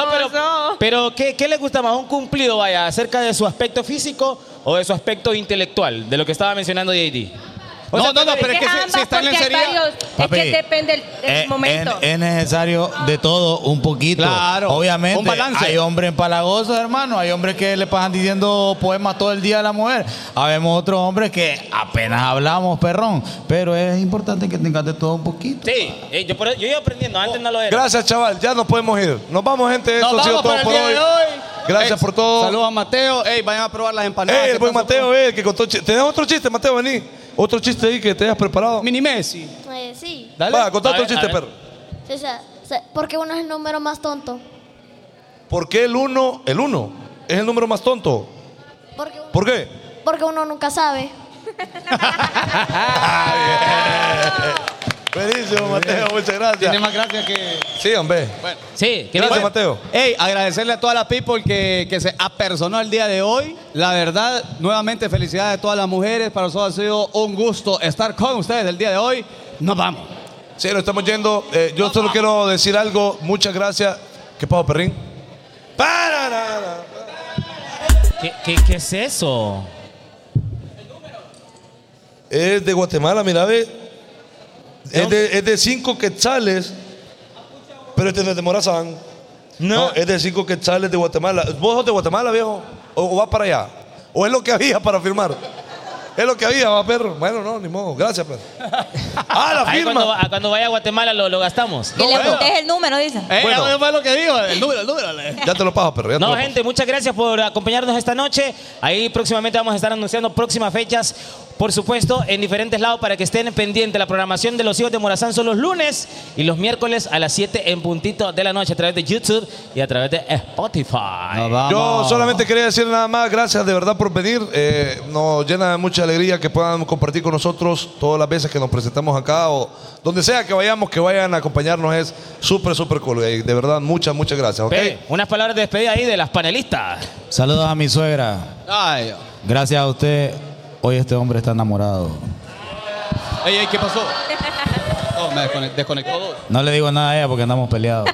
[SPEAKER 8] Con
[SPEAKER 4] pero,
[SPEAKER 8] sos.
[SPEAKER 4] pero ¿qué, qué le gusta más? ¿Un cumplido, vaya, acerca de su aspecto físico o de su aspecto intelectual? De lo que estaba mencionando JD.
[SPEAKER 7] No, no, no, pero es que
[SPEAKER 8] Es
[SPEAKER 7] si- si, está
[SPEAKER 8] ambas,
[SPEAKER 7] en
[SPEAKER 8] porque hay
[SPEAKER 7] lencería.
[SPEAKER 8] varios-
[SPEAKER 5] Papi,
[SPEAKER 8] es que depende del, del
[SPEAKER 5] eh,
[SPEAKER 8] momento.
[SPEAKER 5] en- Es necesario de todo un poquito.
[SPEAKER 7] Claro,
[SPEAKER 5] Obviamente.
[SPEAKER 7] un balance.
[SPEAKER 5] Hay hombres empalagosos, hermano. Hay hombres que le pasan diciendo poemas todo el día a la mujer. Habemos otros hombres que apenas hablamos, perrón. Pero es importante que tengas de todo un poquito.
[SPEAKER 4] Sí, eh, yo, por- yo iba aprendiendo, antes no lo era.
[SPEAKER 3] Gracias, chaval. Ya nos podemos ir. Nos vamos, gente.
[SPEAKER 7] Nos
[SPEAKER 3] Esto ha sido
[SPEAKER 7] vamos
[SPEAKER 3] todo
[SPEAKER 7] para el
[SPEAKER 3] por
[SPEAKER 7] día
[SPEAKER 3] hoy.
[SPEAKER 7] de hoy.
[SPEAKER 3] Gracias
[SPEAKER 7] Ey,
[SPEAKER 3] por todo.
[SPEAKER 7] Saludos a Mateo. Ey, vayan a probar las empanadas.
[SPEAKER 3] Ey,
[SPEAKER 7] que
[SPEAKER 3] el buen
[SPEAKER 7] están
[SPEAKER 3] Mateo, eh, el que contó. chi- ¿Tenés otro chiste, Mateo? Vení. Otro chiste ahí que te hayas preparado.
[SPEAKER 7] super- Mini Messi.
[SPEAKER 11] Eh, sí.
[SPEAKER 7] Dale.
[SPEAKER 3] Va, contá
[SPEAKER 4] A
[SPEAKER 3] otro
[SPEAKER 4] ver,
[SPEAKER 3] chiste,
[SPEAKER 4] a ver.
[SPEAKER 3] perro.
[SPEAKER 11] O sea, o sea, ¿por qué uno es el número más tonto?
[SPEAKER 3] ¿Por qué el 1? El 1 es el número más tonto.
[SPEAKER 11] Porque uno,
[SPEAKER 3] ¿Por qué?
[SPEAKER 11] porque uno nunca sabe.
[SPEAKER 3] Ah, Buenísimo, Mateo. Muchas
[SPEAKER 7] Tiene
[SPEAKER 3] gracias.
[SPEAKER 7] más gracia que.
[SPEAKER 3] Sí, hombre.
[SPEAKER 7] Bueno.
[SPEAKER 4] Sí, ¿qué
[SPEAKER 3] Gracias,
[SPEAKER 4] dice?
[SPEAKER 3] Mateo.
[SPEAKER 7] Hey, agradecerle a toda la people que, que se apersonó el día de hoy. La verdad, nuevamente felicidades a todas las mujeres. Para nosotros ha sido un gusto estar con ustedes el día de hoy. Nos vamos.
[SPEAKER 3] Sí, nos estamos yendo. Eh, yo solo quiero decir algo. Muchas gracias. ¿Qué pasó, perrín? Para, na, na.
[SPEAKER 4] ¿Qué, qué, qué es eso?
[SPEAKER 3] Es de Guatemala, mira, ve. Es de, es de cinco quetzales. Pero este no es de Morazán. No.
[SPEAKER 4] No,
[SPEAKER 3] es de cinco quetzales de Guatemala. ¿Vos sos de Guatemala, viejo? ¿O, o vas para allá? ¿O es lo que había para firmar? Es lo que había, va, perro. Bueno, no, ni modo. Gracias, perro. Ah, la
[SPEAKER 4] ahí cuando,
[SPEAKER 3] firma.
[SPEAKER 4] va- cuando vaya a Guatemala lo, lo gastamos.
[SPEAKER 9] y le
[SPEAKER 3] bueno.
[SPEAKER 9] conté el número, dice.
[SPEAKER 4] eh,
[SPEAKER 7] Ey,
[SPEAKER 3] Bueno.
[SPEAKER 7] eso fue lo que digo. El número, el número.
[SPEAKER 3] Ya te lo paso, perro. ya te
[SPEAKER 4] No,
[SPEAKER 3] lo paso.
[SPEAKER 4] gente, muchas gracias por acompañarnos esta noche. Ahí próximamente vamos a estar anunciando próximas fechas por supuesto, en diferentes lados para que estén pendientes. La programación de los hijos de Morazán son los lunes y los miércoles a las 7 en puntito de la noche a través de YouTube y a través de Spotify.
[SPEAKER 5] Nos vamos.
[SPEAKER 3] Yo solamente quería decir nada más, gracias de verdad por venir. Eh, nos llena de mucha alegría que puedan compartir con nosotros todas las veces que nos presentamos acá o donde sea que vayamos, que vayan a acompañarnos. Es súper, súper cool. Y de verdad, muchas, muchas gracias. ¿ok?
[SPEAKER 4] Pe, unas palabras de despedida ahí de las panelistas.
[SPEAKER 5] Saludos a mi suegra.
[SPEAKER 7] Ay,
[SPEAKER 5] Gracias a usted, hoy este hombre está enamorado.
[SPEAKER 7] ey, ey, ¿qué pasó? Oh, me descone- desconectó.
[SPEAKER 5] No le digo nada a ella porque andamos peleados.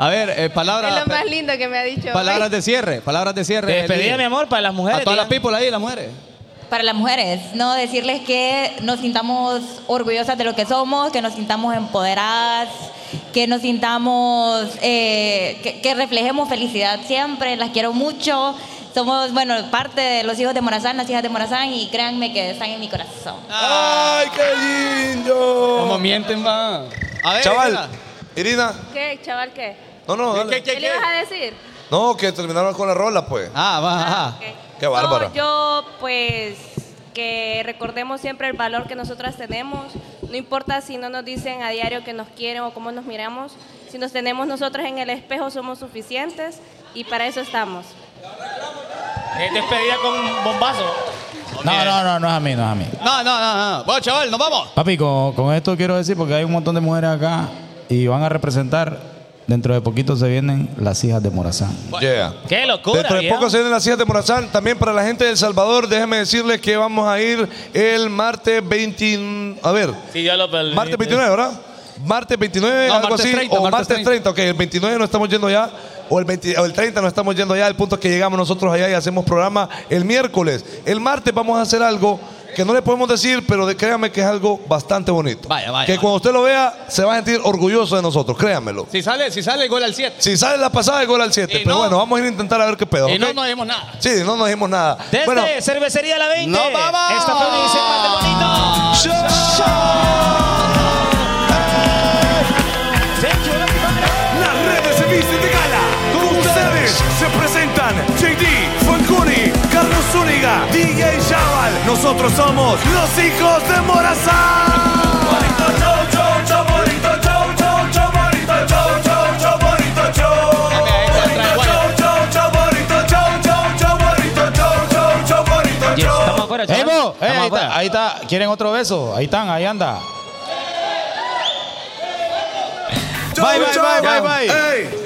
[SPEAKER 7] A ver, eh,
[SPEAKER 8] Es
[SPEAKER 7] palabras,
[SPEAKER 8] lo más lindo ¿eh? que me ha dicho.
[SPEAKER 7] palabras de cierre, palabras de cierre.
[SPEAKER 4] Despedida,
[SPEAKER 7] Lidia.
[SPEAKER 4] mi amor, para las mujeres.
[SPEAKER 7] A todas las
[SPEAKER 4] digan.
[SPEAKER 7] people ahí, las mujeres.
[SPEAKER 9] Para las mujeres, no decirles que nos sintamos orgullosas de lo que somos, que nos sintamos empoderadas, que nos sintamos, eh, que, que reflejemos felicidad siempre. Las quiero mucho. Somos, bueno, parte de los hijos de Morazán, las hijas de Morazán, y créanme que están en mi corazón.
[SPEAKER 3] ¡Ay, qué lindo!
[SPEAKER 7] Como Ah, mienten, va. A ver,
[SPEAKER 3] Chaval,
[SPEAKER 7] Irina.
[SPEAKER 3] Irina.
[SPEAKER 8] ¿Qué, chaval, qué?
[SPEAKER 3] No, no,
[SPEAKER 7] ¿Qué,
[SPEAKER 3] dale.
[SPEAKER 7] qué, qué,
[SPEAKER 8] ¿Qué,
[SPEAKER 7] qué?
[SPEAKER 8] le ibas a decir?
[SPEAKER 3] No, que terminaron con la rola, pues.
[SPEAKER 7] Ah, va,
[SPEAKER 8] Ah,
[SPEAKER 7] ajá.
[SPEAKER 8] ok.
[SPEAKER 3] Qué bárbara.
[SPEAKER 8] No, yo, pues, que recordemos siempre el valor que nosotras tenemos. No importa si no nos dicen a diario que nos quieren o cómo nos miramos. Si nos tenemos nosotras en el espejo, somos suficientes y para eso estamos.
[SPEAKER 4] Eh, Despedida con un bombazo.
[SPEAKER 5] No, no, no, no es a mí, no es a mí.
[SPEAKER 7] No, no, no, no. Bueno, chaval, nos vamos.
[SPEAKER 5] Papi, con, con esto quiero decir, porque hay un montón de mujeres acá y van a representar, dentro de poquito se vienen las hijas de Morazán.
[SPEAKER 3] Yeah.
[SPEAKER 4] Qué locura.
[SPEAKER 3] Dentro de
[SPEAKER 4] viejo.
[SPEAKER 3] poco se vienen las hijas de Morazán. También para la gente de El Salvador, déjenme decirles que vamos a ir el martes 20. A ver,
[SPEAKER 4] Sí, ya lo perdí.
[SPEAKER 3] martes 29, ¿verdad? Martes 29,
[SPEAKER 7] No,
[SPEAKER 3] algo
[SPEAKER 7] martes
[SPEAKER 3] así.
[SPEAKER 7] 30,
[SPEAKER 3] o
[SPEAKER 7] martes
[SPEAKER 3] martes 30.
[SPEAKER 7] 30.
[SPEAKER 3] ok. El 29 no estamos yendo ya. O el, 20 o el 30 no estamos yendo ya. El punto es que llegamos nosotros allá y hacemos programa el miércoles. El martes vamos a hacer algo que no le podemos decir, pero de- créanme que es algo bastante bonito.
[SPEAKER 7] Vaya, vaya,
[SPEAKER 3] Que
[SPEAKER 7] vaya.
[SPEAKER 3] cuando usted lo vea, se va a sentir orgulloso de nosotros, créanmelo.
[SPEAKER 7] Si sale, si sale, gol al 7.
[SPEAKER 3] Si sale la pasada, el gol al 7.
[SPEAKER 7] Y
[SPEAKER 3] Pero
[SPEAKER 7] no-
[SPEAKER 3] bueno, vamos a ir a intentar a ver qué pedo.
[SPEAKER 7] Y
[SPEAKER 3] ¿ok?
[SPEAKER 7] no nos dimos nada.
[SPEAKER 3] Sí, no nos dijimos nada.
[SPEAKER 4] Desde
[SPEAKER 3] bueno,
[SPEAKER 4] Cervecería La 20.
[SPEAKER 7] ¡Nos vamos!
[SPEAKER 4] Esta fue una edición más de Bonito.
[SPEAKER 2] Las redes se visten de gala. Con ustedes se presentan JD, Fancuni, Carlos Zúñiga, DJ Chaval. Nosotros somos los hijos de Morazán. Bonito show, show, show, bonito show, show, show, bonito show, show, show, bonito show. Bonito show, show, show, bonito show, show, show, bonito show, show, show, bonito
[SPEAKER 4] Yes,
[SPEAKER 2] show.
[SPEAKER 4] estamos afuera,
[SPEAKER 5] ¡Ey,
[SPEAKER 4] chaval.
[SPEAKER 5] vos! ¡Ey,
[SPEAKER 4] Estamos
[SPEAKER 5] ahí,
[SPEAKER 7] pues.
[SPEAKER 4] afuera.
[SPEAKER 5] está, ahí está! ¿Quieren otro beso? Ahí están, ahí anda.
[SPEAKER 3] Bye, bye, bye, bye, bye.
[SPEAKER 2] Hey.